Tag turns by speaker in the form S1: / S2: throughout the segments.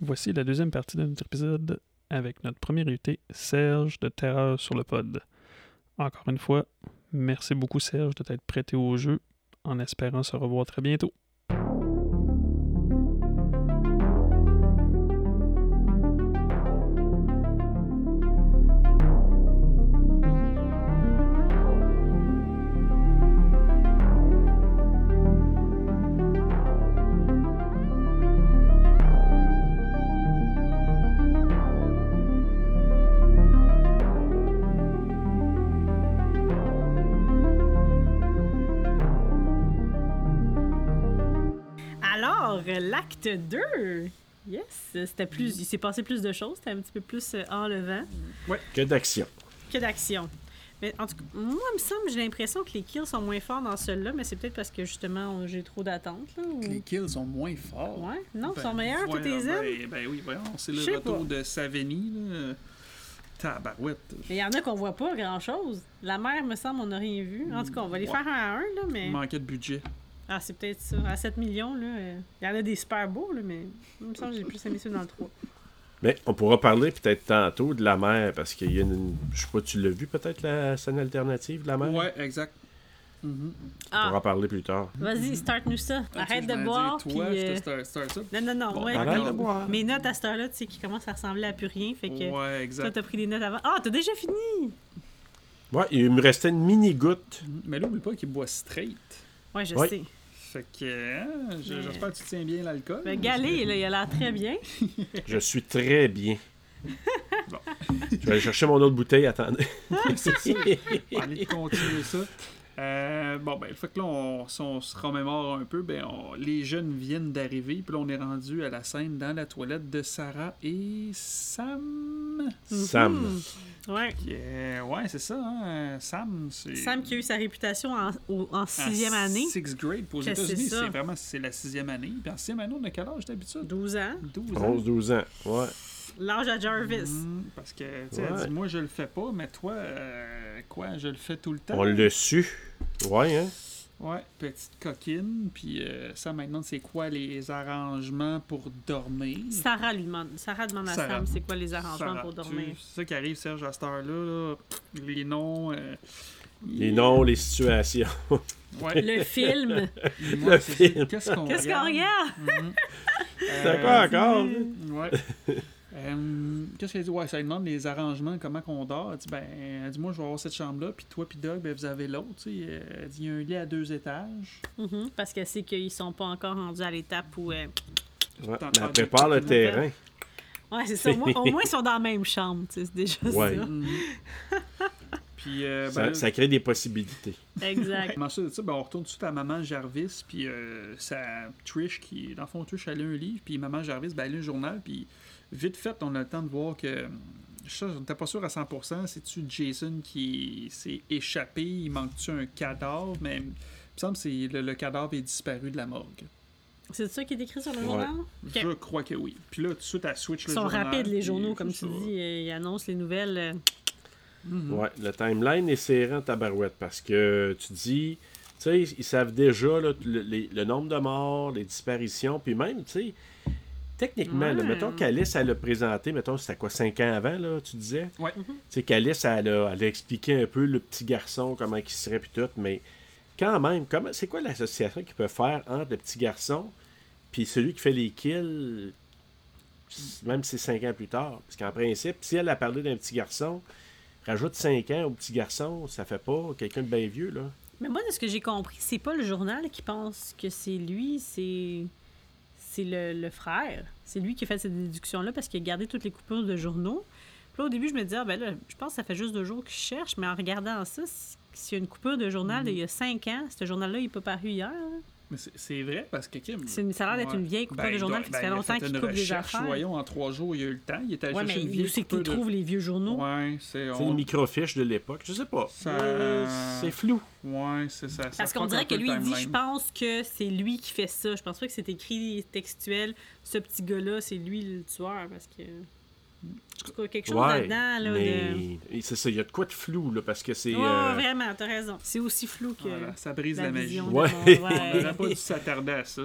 S1: Voici la deuxième partie de notre épisode avec notre premier invité, Serge de Terreur sur le Pod. Encore une fois, merci beaucoup Serge de t'être prêté au jeu, en espérant se revoir très bientôt.
S2: Alors, l'acte 2! Yes, c'était plus, il s'est passé plus de choses, c'était un petit peu plus euh, enlevant
S3: Que d'action.
S2: que d'action. Mais en tout cas, moi, il me semble, j'ai l'impression que les kills sont moins forts dans celui-là, mais c'est peut-être parce que justement, on- j'ai trop d'attentes. là, ou-
S4: Les kills sont moins forts.
S2: Ouais, non, ils
S4: Ben,
S2: sont meilleurs, tout
S4: voyons,
S2: est zen.
S4: ben, ben oui, voyons, c'est
S2: Je sais
S4: le retour
S2: pas.
S4: de Saveni. là. Tabarouette.
S2: Mais il y en a qu'on voit pas grand-chose. La mère, me semble, on n'a rien vu. En tout cas, on va les
S4: Ouais.
S2: faire un à un, là, mais...
S4: Il manquait de budget.
S2: Ah, c'est peut-être ça. À 7 millions, là, euh, il y en a des super beaux, là, mais il me semble que j'ai plus aimé ceux dans le 3.
S3: Mais on pourra parler peut-être tantôt de la mer, parce qu'il y a une. Je sais pas, tu l'as vu peut-être la scène alternative de la mer?
S4: Ouais, exact. Mhm.
S3: On
S2: Ah,
S3: pourra parler plus tard.
S2: vas-y, start-nous ça.
S4: Ah, tu sais,
S2: Arrête
S4: je
S2: de
S4: m'en dis,
S2: boire, puis...
S4: Toi,
S2: euh,
S4: je te star ça.
S2: Non, non, non.
S4: Bon, ben,
S2: ouais,
S4: arrête
S2: mes-
S4: de
S3: boire.
S2: Mes notes à cette heure-là, tu sais, qui commencent à ressembler à plus rien. Fait que
S4: Ouais,
S2: toi,
S4: exact.
S2: t'as pris des notes avant. Ah, t'as déjà fini!
S3: Ouais, il me restait une mini-goutte.
S4: Mm-hmm. Mais là, oublie pas qu'il boit straight.
S2: Ouais, je
S3: Ouais.
S2: sais.
S4: Fait que, hein, je-
S2: Mais-
S4: j'espère que tu tiens bien l'alcool.
S2: Le Ben, Galé, là, il a l'air très bien.
S3: Je suis très bien.
S4: Bon.
S3: Je vais aller chercher mon autre bouteille, attendez.
S4: On va aller continuer ça. Euh, bon, ben, fait que là, on, si on se remémore un peu, ben, on- les jeunes viennent d'arriver, puis là, on est rendu à la scène dans la toilette de Sarah et Sam.
S3: Sam.
S2: Ouais.
S4: Qui est- ouais, c'est ça, hein, Sam. c'est-
S2: Sam qui a eu sa réputation en, au-
S4: Ah,
S2: en sixième
S4: à
S2: année.
S4: Sixth grade pour aux
S2: Que c'est
S4: États-Unis,
S2: ça.
S4: c'est vraiment c'est la sixième année. Puis en sixième année, on a quel âge d'habitude
S2: 12 ans.
S4: 12 ans.
S3: 11-12 ans. Ouais.
S2: L'âge à Jarvis.
S4: Mm, parce que, tu sais, elle
S3: Ouais.
S4: dit, moi, je le fais pas, mais toi, euh, quoi, je le fais tout le temps.
S3: On le su. Ouais, hein?
S4: Ouais, petite coquine. Puis euh, ça, maintenant, c'est quoi les arrangements pour dormir?
S2: Sarah lui demande. Sarah demande à
S4: Mm. Sarah.
S2: Sam c'est quoi les arrangements
S4: Sarah,
S2: pour
S4: tu-
S2: dormir.
S4: C'est ça qui arrive, Serge, à cette heure-là. là. Les noms. euh,
S3: Les noms, les situations.
S4: Ouais.
S2: Le film.
S4: moi, c'est ça.
S3: film.
S4: Qu'est-ce qu'on
S2: Qu'est-ce qu'on regarde?
S4: Mhm.
S3: C'est
S4: Euh,
S3: quoi encore?
S4: Ouais. Euh, Qu'est-ce qu'elle dit? Ouais, ça demande les arrangements, comment qu'on dort. Elle dit, ben, elle dit, moi, je vais avoir cette chambre-là, puis toi, puis Doug, ben, vous avez l'autre. tu sais. Euh, Elle dit, il y a un lit à deux étages.
S2: Mhm, parce qu'elle sait qu'ils sont pas encore rendus à l'étape où. euh,
S3: Ouais, mais elle prépare le terrain.
S2: Ouais, c'est ça. Au moins, au moins, ils sont dans la même chambre. tu sais, C'est déjà
S3: Ouais.
S4: Mhm. puis, euh, ben,
S3: Ça,
S4: là-
S3: ça crée des possibilités.
S2: ça. Exact.
S4: Comment ça, tu sais, ben, on retourne tout de suite à Maman Jarvis, puis euh, sa Trish, qui, dans le fond, Trish, elle a un livre, puis Maman Jarvis, ben, elle a un journal, puis vite fait, on a le temps de voir que. Ça, je n'étais pas sûr à 100%, c'est-tu Jason qui s'est échappé, il manque-tu un cadavre, mais il me semble que c'est- le, le cadavre est disparu de la morgue.
S2: C'est ça qui est écrit sur le
S3: Ouais.
S2: journal? Ok.
S4: Je crois que oui. Puis là, tout de suite, elle switch
S2: Ils
S4: le
S2: sont
S4: journal.
S2: rapides, les
S4: puis
S2: journaux, comme
S4: c'est
S2: tu
S4: ça.
S2: dis. euh, Ils annoncent les nouvelles. euh,
S4: Mhm.
S3: Ouais, le timeline est serrant tabarouette parce que tu dis, tu sais, ils savent déjà là, le, les- le nombre de morts, les disparitions, puis même, tu sais, techniquement, là,
S2: Ouais.
S3: mettons qu'Alice, elle a présenté, mettons, c'était quoi, 5 ans avant, là, tu disais?
S4: Ouais.
S3: Tu sais, qu'Alice, elle a, elle a expliqué un peu le petit garçon, comment il serait, puis tout, mais quand même, comment, c'est quoi l'association qu'ils peuvent faire entre le petit garçon puis celui qui fait les kills, même si c'est 5 ans plus tard, parce qu'en principe, si elle a parlé d'un petit garçon, rajoute 5 ans au petit garçon, ça fait pas quelqu'un de bien vieux, là.
S2: Mais moi, de ce que j'ai compris, c'est pas le journal qui pense que c'est lui, c'est. C'est le, le frère. C'est lui qui a fait cette déduction-là parce qu'il a gardé toutes les coupures de journaux. Puis là, au début, je me disais, ah, ben là, je pense que ça fait juste deux jours qu'il cherche, mais en regardant ça, si- s'il y a une coupure de
S4: Mm.
S2: journal d'il y a cinq ans, ce journal-là, il n'est pas paru hier. hein.
S4: Mais c'est- c'est vrai, parce que Kim.
S2: C'est une- ça a l'air d'être
S4: Mm. Ouais.
S2: une vieille coupure
S4: Ben,
S2: de
S4: il
S2: journal,
S4: doit-
S2: fait que
S4: ben,
S2: ça fait
S4: il a
S2: longtemps
S4: fait
S2: qu'il
S4: une
S2: coupe des
S4: recherche,
S2: affaires.
S4: Voyons, en trois jours, il y a eu le temps. Il était allé
S2: Ouais,
S4: chercher
S2: mais
S4: une
S2: où
S4: vieille
S2: c'est qu'il
S4: coupure de-
S2: trouve les vieux journaux?
S4: Ouais, c'est.
S3: C'est
S4: on-
S3: une microfiche de l'époque, je sais pas.
S4: Ça-
S3: Euh, c'est flou.
S4: Ouais, c'est ça. ça
S2: Parce qu'on
S4: fuck un
S2: dirait que
S4: peu
S2: lui,
S4: le
S2: il dit,
S4: timeline.
S2: je pense que c'est lui qui fait ça. Je pense pas que c'est écrit textuel, ce petit gars-là, c'est lui le tueur, parce que... En tout cas, quelque chose
S3: Ouais,
S2: là-dedans, là, de...
S3: mais et c'est ça, il y a de quoi de flou, là, parce que c'est...
S2: Ouais,
S3: euh,
S2: vraiment, t'as raison. C'est aussi flou que
S4: Voilà, ça brise
S2: la,
S4: la, magie.
S2: vision
S3: Ouais.
S2: de mon-
S4: On n'aurait
S2: ouais.
S4: pas dû s'attarder à ça.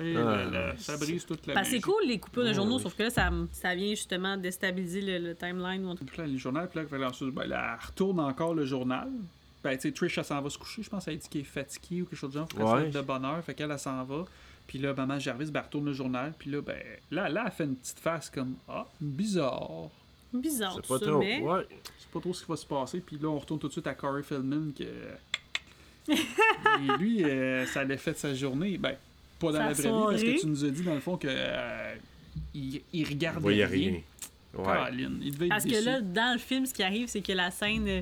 S4: Et
S3: Ah,
S4: là, là,
S3: ouais.
S4: ça brise toute la
S2: Ben, c'est
S4: magie.
S2: cool les coupures de
S3: Ouais,
S2: journaux,
S3: oui.
S2: sauf que là, ça, ça vient justement déstabiliser le, le timeline. ou en tout
S4: Puis là, le journal, puis là, fait ensuite, ben, là, elle retourne encore le journal. Ben, tu sais, Trish, elle s'en va se coucher. Je pense qu'elle dit qu'elle est fatiguée ou quelque chose de genre. Faut qu'elle se
S3: Ouais.
S4: lève de bonne heure. Fait qu'elle, elle s'en va. Puis là, maman Jarvis, ben, elle retourne le journal. Puis là, ben, là, là, elle fait une petite face comme Ah, bizarre.
S2: cas. Bizarre,
S3: C'est
S2: tout
S3: pas
S2: ça,
S3: trop.
S2: mais
S3: Ouais.
S4: C'est pas trop ce qui va se passer. Puis là, on retourne tout de suite à Corey Feldman. Que... Et lui, euh, ça l'a fait de sa journée. Ben, pas dans
S2: Sa
S4: la vraie vie, parce
S2: soirée.
S4: que tu nous as dit, dans le fond, que. euh, il, il
S3: Il
S4: regardait
S3: voyait
S4: rien.
S3: rien. Ouais.
S4: Caroline, il devait être
S2: Parce que
S4: déçu.
S2: là, dans le film, ce qui arrive, c'est que la scène euh,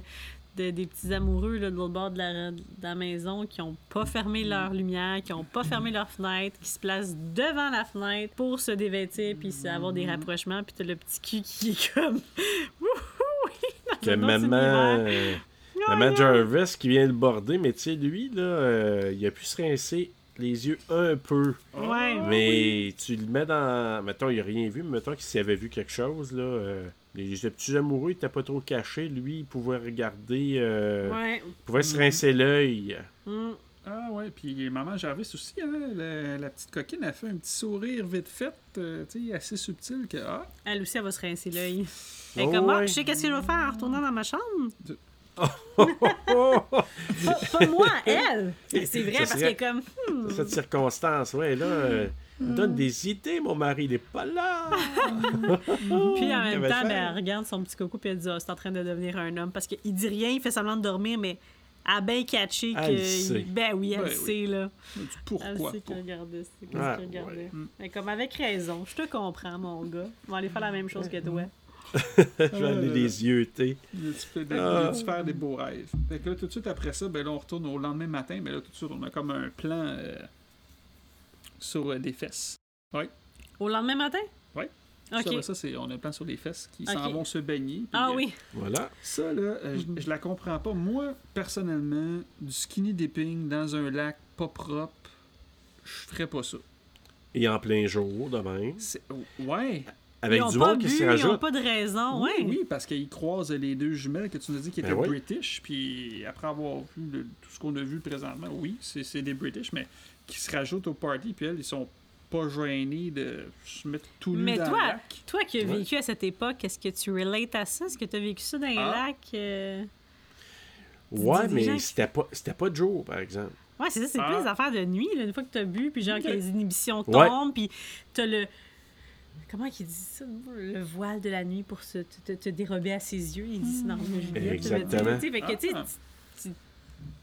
S2: de- des petits amoureux là, de l'autre bord de la, de la maison qui ont pas fermé
S3: Mm.
S2: leur lumière, qui ont pas fermé leur fenêtre, qui se placent devant la fenêtre pour se dévêtir puis se- avoir
S3: Mm.
S2: des rapprochements, puis t'as le petit cul qui est comme Wouhou!
S3: Que
S2: Dans le
S3: maman.
S2: monde,
S3: euh,
S2: c'est l'hiver.
S3: Maman Jarvis qui vient le border, mais tu sais, lui, là, euh, il a pu se rincer les yeux un peu.
S2: Ouais. Ah
S3: Mais tu le mets dans. Mettons, il a rien vu, mais mettons qu'il s'y avait vu quelque chose, là. euh, les les petits amoureux, il était pas trop caché. Lui, il pouvait regarder. euh,
S2: Ouais.
S3: Il pouvait se rincer l'œil.
S2: Mm.
S4: Ah ouais, puis maman Jarvis aussi, hein, la, la petite coquine a fait un petit sourire vite fait, euh, tu sais, assez subtil que ah,
S2: Elle aussi, elle va se rincer l'œil. Elle est
S3: Oh,
S2: comme, Ah,
S3: ouais.
S2: je sais qu'est-ce que je vais faire en retournant dans ma chambre.
S3: Oh, oh,
S2: Pas, pas moi, elle! C'est vrai,
S3: Ça
S2: parce
S3: serait-
S2: qu'elle est comme, Hmm.
S3: cette circonstance, ouais, là. euh, il
S2: Mm.
S3: me donne des idées, mon mari, il est pas là.
S2: Puis
S4: Hum,
S2: en même
S3: Qu'elle va
S2: temps, ben,
S3: le faire.
S2: elle regarde son petit coco puis elle dit Ah, c'est en train de devenir un homme parce qu'il dit rien, il fait semblant de dormir, mais elle a bien catché que.
S3: Elle le sait.
S2: Ben oui, elle
S4: Ben
S2: le sait, là.
S4: du
S2: Elle
S4: pourquoi
S2: sait
S4: pas.
S2: qu'il regardait. C'est qu'est-ce
S3: Ouais,
S2: qu'il regardait.
S3: ouais.
S4: Mm.
S2: Mais comme avec raison, je te comprends, mon gars. On va aller faire la même chose que toi.
S3: Je vais
S2: Euh.
S3: aller les yeux, tu
S4: Il a dû faire des-
S3: Ah.
S4: il a dû faire des beaux rêves. Fait que là, tout de suite après ça, ben là, on retourne au lendemain matin, mais là, tout de suite, on a comme un plan euh, sur euh, des fesses.
S2: Au lendemain matin?
S4: Ouais.
S2: OK.
S4: Ça, ben, ça, c'est, on a un plan sur les fesses qui s'en
S2: Ok.
S4: vont se baigner. puis,
S2: ah
S4: euh,
S2: oui.
S3: Voilà.
S4: Ça, là, euh, je- je la comprends pas. Moi, personnellement, du skinny dipping dans un lac pas propre, je ferais pas ça.
S3: Et en plein jour, demain.
S4: C'est- Ouais.
S3: Avec
S2: ils ont
S3: du
S2: pas
S3: monde qui
S2: bu,
S3: s'y
S2: ils ont
S3: rajoute.
S2: pas de raison.
S4: Oui,
S2: Ah ouais.
S4: oui, parce qu'ils croisent les deux jumelles que tu nous as dit qui
S3: Ben
S4: étaient
S3: oui.
S4: British, puis après avoir vu le- tout ce qu'on a vu présentement, oui, c'est c'est des British, mais qui se rajoutent au party, puis elles, ils sont pas gênés de se mettre tout nu
S2: Mais
S4: dans
S2: toi,
S4: le lac.
S2: Toi qui as
S3: Ouais.
S2: vécu à cette époque, est-ce que tu relates à ça? Est-ce que tu as vécu ça dans les
S4: Ah.
S2: lacs? euh? dis
S3: Ouais,
S2: des gens
S3: mais
S2: qui-
S3: c'était pas, c'était pas de jour, par exemple.
S2: Ouais, c'est ça, c'est
S4: Ah.
S2: plus les affaires de nuit, là, une fois que t'as bu, puis genre
S4: Ok.
S2: que les inhibitions
S3: Ouais.
S2: tombent, puis t'as le. Comment qu'il dit ça Le voile de la nuit pour se, te, te- te dérober à ses yeux. Il dit c'est dans le milieu.
S3: Exactement.
S2: Tu sais, fait que, tu sais,
S4: Ah.
S2: tu- tu-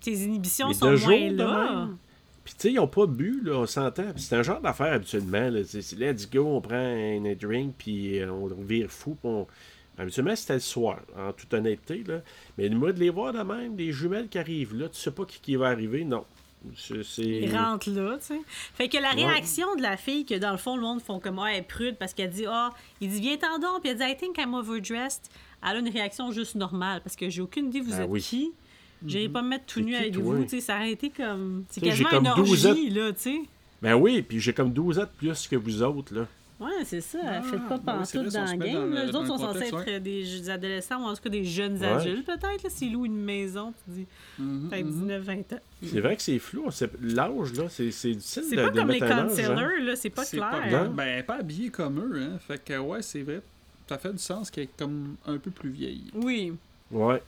S2: tes inhibitions
S3: Mais
S2: sont
S3: de
S2: moins
S3: jour, de
S2: là.
S3: même. Puis, tu sais, ils ont pas bu, là, on s'entend. Puis, c'est un genre d'affaire habituellement. Là, Tu sais, c'est let's go, on prend un un drink, puis euh, on vire fou. puis on... Habituellement, c'était le soir, en toute honnêteté. Là. Mais moi, de les voir de même, des jumelles qui arrivent là, tu sais pas qui, qui va arriver, non. C'est. c'est-
S2: Ils rentrent là, tu sais. Fait que la
S3: Ouais.
S2: réaction de la fille, que dans le fond, le monde font comme, ah, elle est prude parce qu'elle dit, ah, il dit, viens t'en donc, puis elle dit, I think I'm overdressed. Elle a une réaction juste normale parce que j'ai aucune idée, vous
S3: Ben
S2: êtes
S3: oui.
S2: qui. J'ai pas me mettre tout
S3: C'est
S2: nu
S3: qui,
S2: avec
S3: toi?
S2: vous, tu sais. Ça aurait été comme. C'est
S3: Tu sais, j'ai
S2: quasiment une
S3: comme 12 ans.
S2: orgie, là, tu sais.
S3: Ben oui, puis j'ai comme 12 ans de plus que vous autres, là.
S2: Ouais, c'est ça.
S4: Ah,
S2: Elle fait pas
S4: ben oui, c'est
S2: pantoute
S4: vrai, si on
S2: dans
S4: se
S2: le
S4: met dans
S2: game.
S4: le-
S2: là. Les
S4: dans
S2: autres sont
S4: le
S2: censés
S4: contexte,
S2: être euh, des, des adolescents ou en tout cas des jeunes
S3: Ouais.
S2: adultes, peut-être, là, s'ils louent une maison, tu dis.
S4: Mhm,
S2: Peut-être
S4: mhm.
S2: 19, 20 ans.
S3: C'est vrai que c'est flou. on sait- L'âge, là, c'est c'est difficile de,
S2: Mm. C'est pas
S3: de
S2: comme les
S3: mettre un âge, hein.
S2: counselors, là, c'est pas
S4: C'est pas
S2: clair.
S4: grave. Ben, elle est pas habillée comme eux, hein. Fait que, ouais, c'est vrai. Ça fait du sens qu'elle est comme un peu plus vieille.
S2: Oui.
S3: Ouais.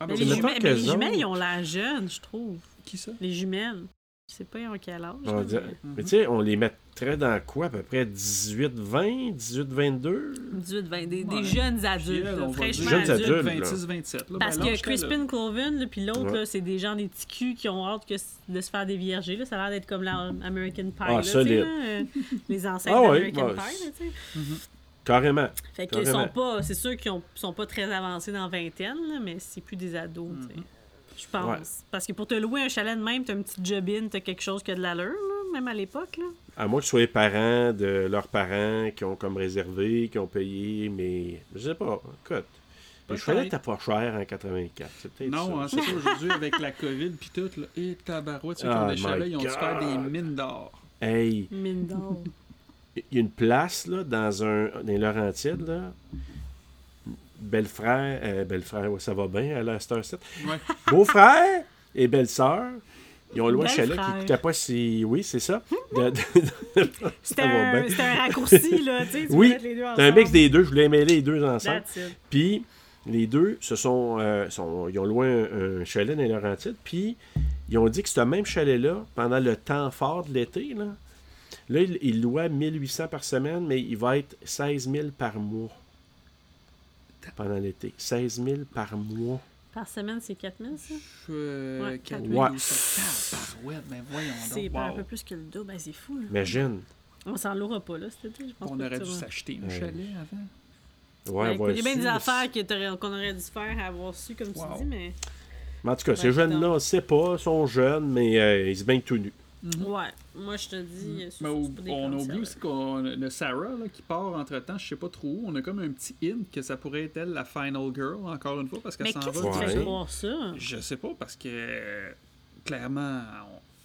S4: Ah,
S2: Mais
S4: ben,
S2: les,
S4: c'est-
S2: jumelles,
S3: mettons
S2: mais les
S3: qu'elles ont-
S2: jumelles, ils ont l'air jeunes, je trouve.
S4: qui ça?
S2: Les jumelles. Je sais pas, ils ont quel âge.
S3: On
S2: là,
S3: dirait-
S2: mais-
S3: Mais tu sais, on les mettrait dans quoi? À peu près 18, 20, 18, 22?
S2: 18, 20, ben, des, des
S4: Ouais.
S2: jeunes
S4: Puis
S2: adultes,
S4: elle,
S2: là,
S4: on va
S2: fraîchement
S4: dire-
S3: Jeunes
S2: adultes.
S3: adultes. là.
S4: 26-27. là,
S2: Parce
S4: ben,
S2: que
S4: lâche-la, là.
S2: Crispin Cloven, là, puis l'autre,
S3: Ouais.
S2: là, c'est des gens, des petits culs qui ont hâte que, s- de se faire dévierger. Là. Ça a l'air d'être comme l'American Pie. là, tu sais,
S3: Ah, solide.
S2: là, euh, les ancêtres
S3: Ah ouais,
S2: d'American
S3: ouais,
S2: Pie. là, tu sais.
S3: Carrément.
S2: fait qu'ils sont
S3: carrément.
S2: pas, c'est sûr qu'ils ont- sont pas très avancés dans la vingtaine, là, mais c'est plus des ados. tu sais.
S4: Mm-hmm.
S2: Je pense.
S3: Ouais.
S2: Parce que pour te louer un chalet de même, t'as une petite jobine, t'as quelque chose qui a de l'allure, là, même à l'époque. là.
S3: À moins que ce soit les parents de leurs parents qui ont comme réservé, qui ont payé, mais je sais pas. Écoute, le chalet
S4: Peut-être.
S3: t'as pas cher en 84. C'est peut-être
S4: Non,
S3: ça.
S4: hein, c'est ça, aujourd'hui, avec la COVID puis tout, là, et tabarouette, ceux qui ont
S3: Ah
S4: des
S3: my
S4: chalets, ils ont dû faire des
S3: God.
S4: mines d'or.
S3: Hey,
S2: Mine d'or.
S3: Ah, il y a une place là, dans un dans les Laurentides, là. Belle-frère, euh, belle-frère, ouais, ça va bien à la cette heure-ci.
S4: Ouais.
S3: Beau-frère et belle-sœur Ils ont le loi
S2: Belle
S3: chalet qui
S2: phrase.
S3: coûtait pas si. Oui, c'est ça. De- de-
S2: C'était
S3: Ça va
S2: un,
S3: bien.
S2: c'était un raccourci, là. Tu sais, tu
S3: ben. Oui,
S2: peux mettre les deux ensemble.
S3: C'est un mix des deux. Je voulais mêler les deux ensemble.
S2: That's it.
S3: Puis, les deux, se sont, euh, sont- ils ont loué un, un chalet dans les Laurentides. Puis, ils ont dit que ce même chalet-là, pendant le temps fort de l'été, là, là il, il louait 1800 par semaine, mais il va être 16 000 par mois. Pendant l'été. 16 000 par mois.
S2: Par semaine, c'est 4000, ça?
S4: Euh,
S2: Ouais,
S4: quatre
S2: quatre
S4: mille
S3: mille.
S4: ou ça. Tabarouette, ben voyons
S2: C'est
S4: donc.
S2: pas un
S4: Wow.
S2: peu plus que le dos. Ben, c'est fou, là.
S3: Imagine.
S2: On s'en l'aura pas, là, cet été, je pense
S4: On
S2: pas
S4: aurait
S2: que
S4: dû
S2: ça hein. va.
S4: s'acheter un
S3: Ouais.
S4: chalet avant.
S3: Ouais,
S2: Ben, écoute, il y a bien
S3: voici,
S2: des
S3: là,
S2: affaires que t'aurais- qu'on aurait dû faire à avoir su, comme
S4: Wow.
S2: tu dis, mais.
S3: Mais en tout cas, ces
S2: Ben,
S3: jeunes-là, on ne sait pas, sont jeunes, mais euh, ils se baignent tout nus.
S2: Ouais, moi, je te dis. c'est-
S4: Mhm. Mm. Mais
S2: c'est
S4: au-
S2: pas des
S4: on a
S2: cancers,
S4: oublié
S2: là.
S4: aussi qu'on le Sarah là, qui part entre temps, je sais pas trop où. On a comme un petit hint que ça pourrait être elle, la final girl, encore une fois, parce qu'elle
S2: Mais
S4: s'en
S2: qu'est-ce
S4: va.
S2: qui te
S3: Ouais.
S2: fait croire ça?
S4: Je sais pas, parce que euh, clairement,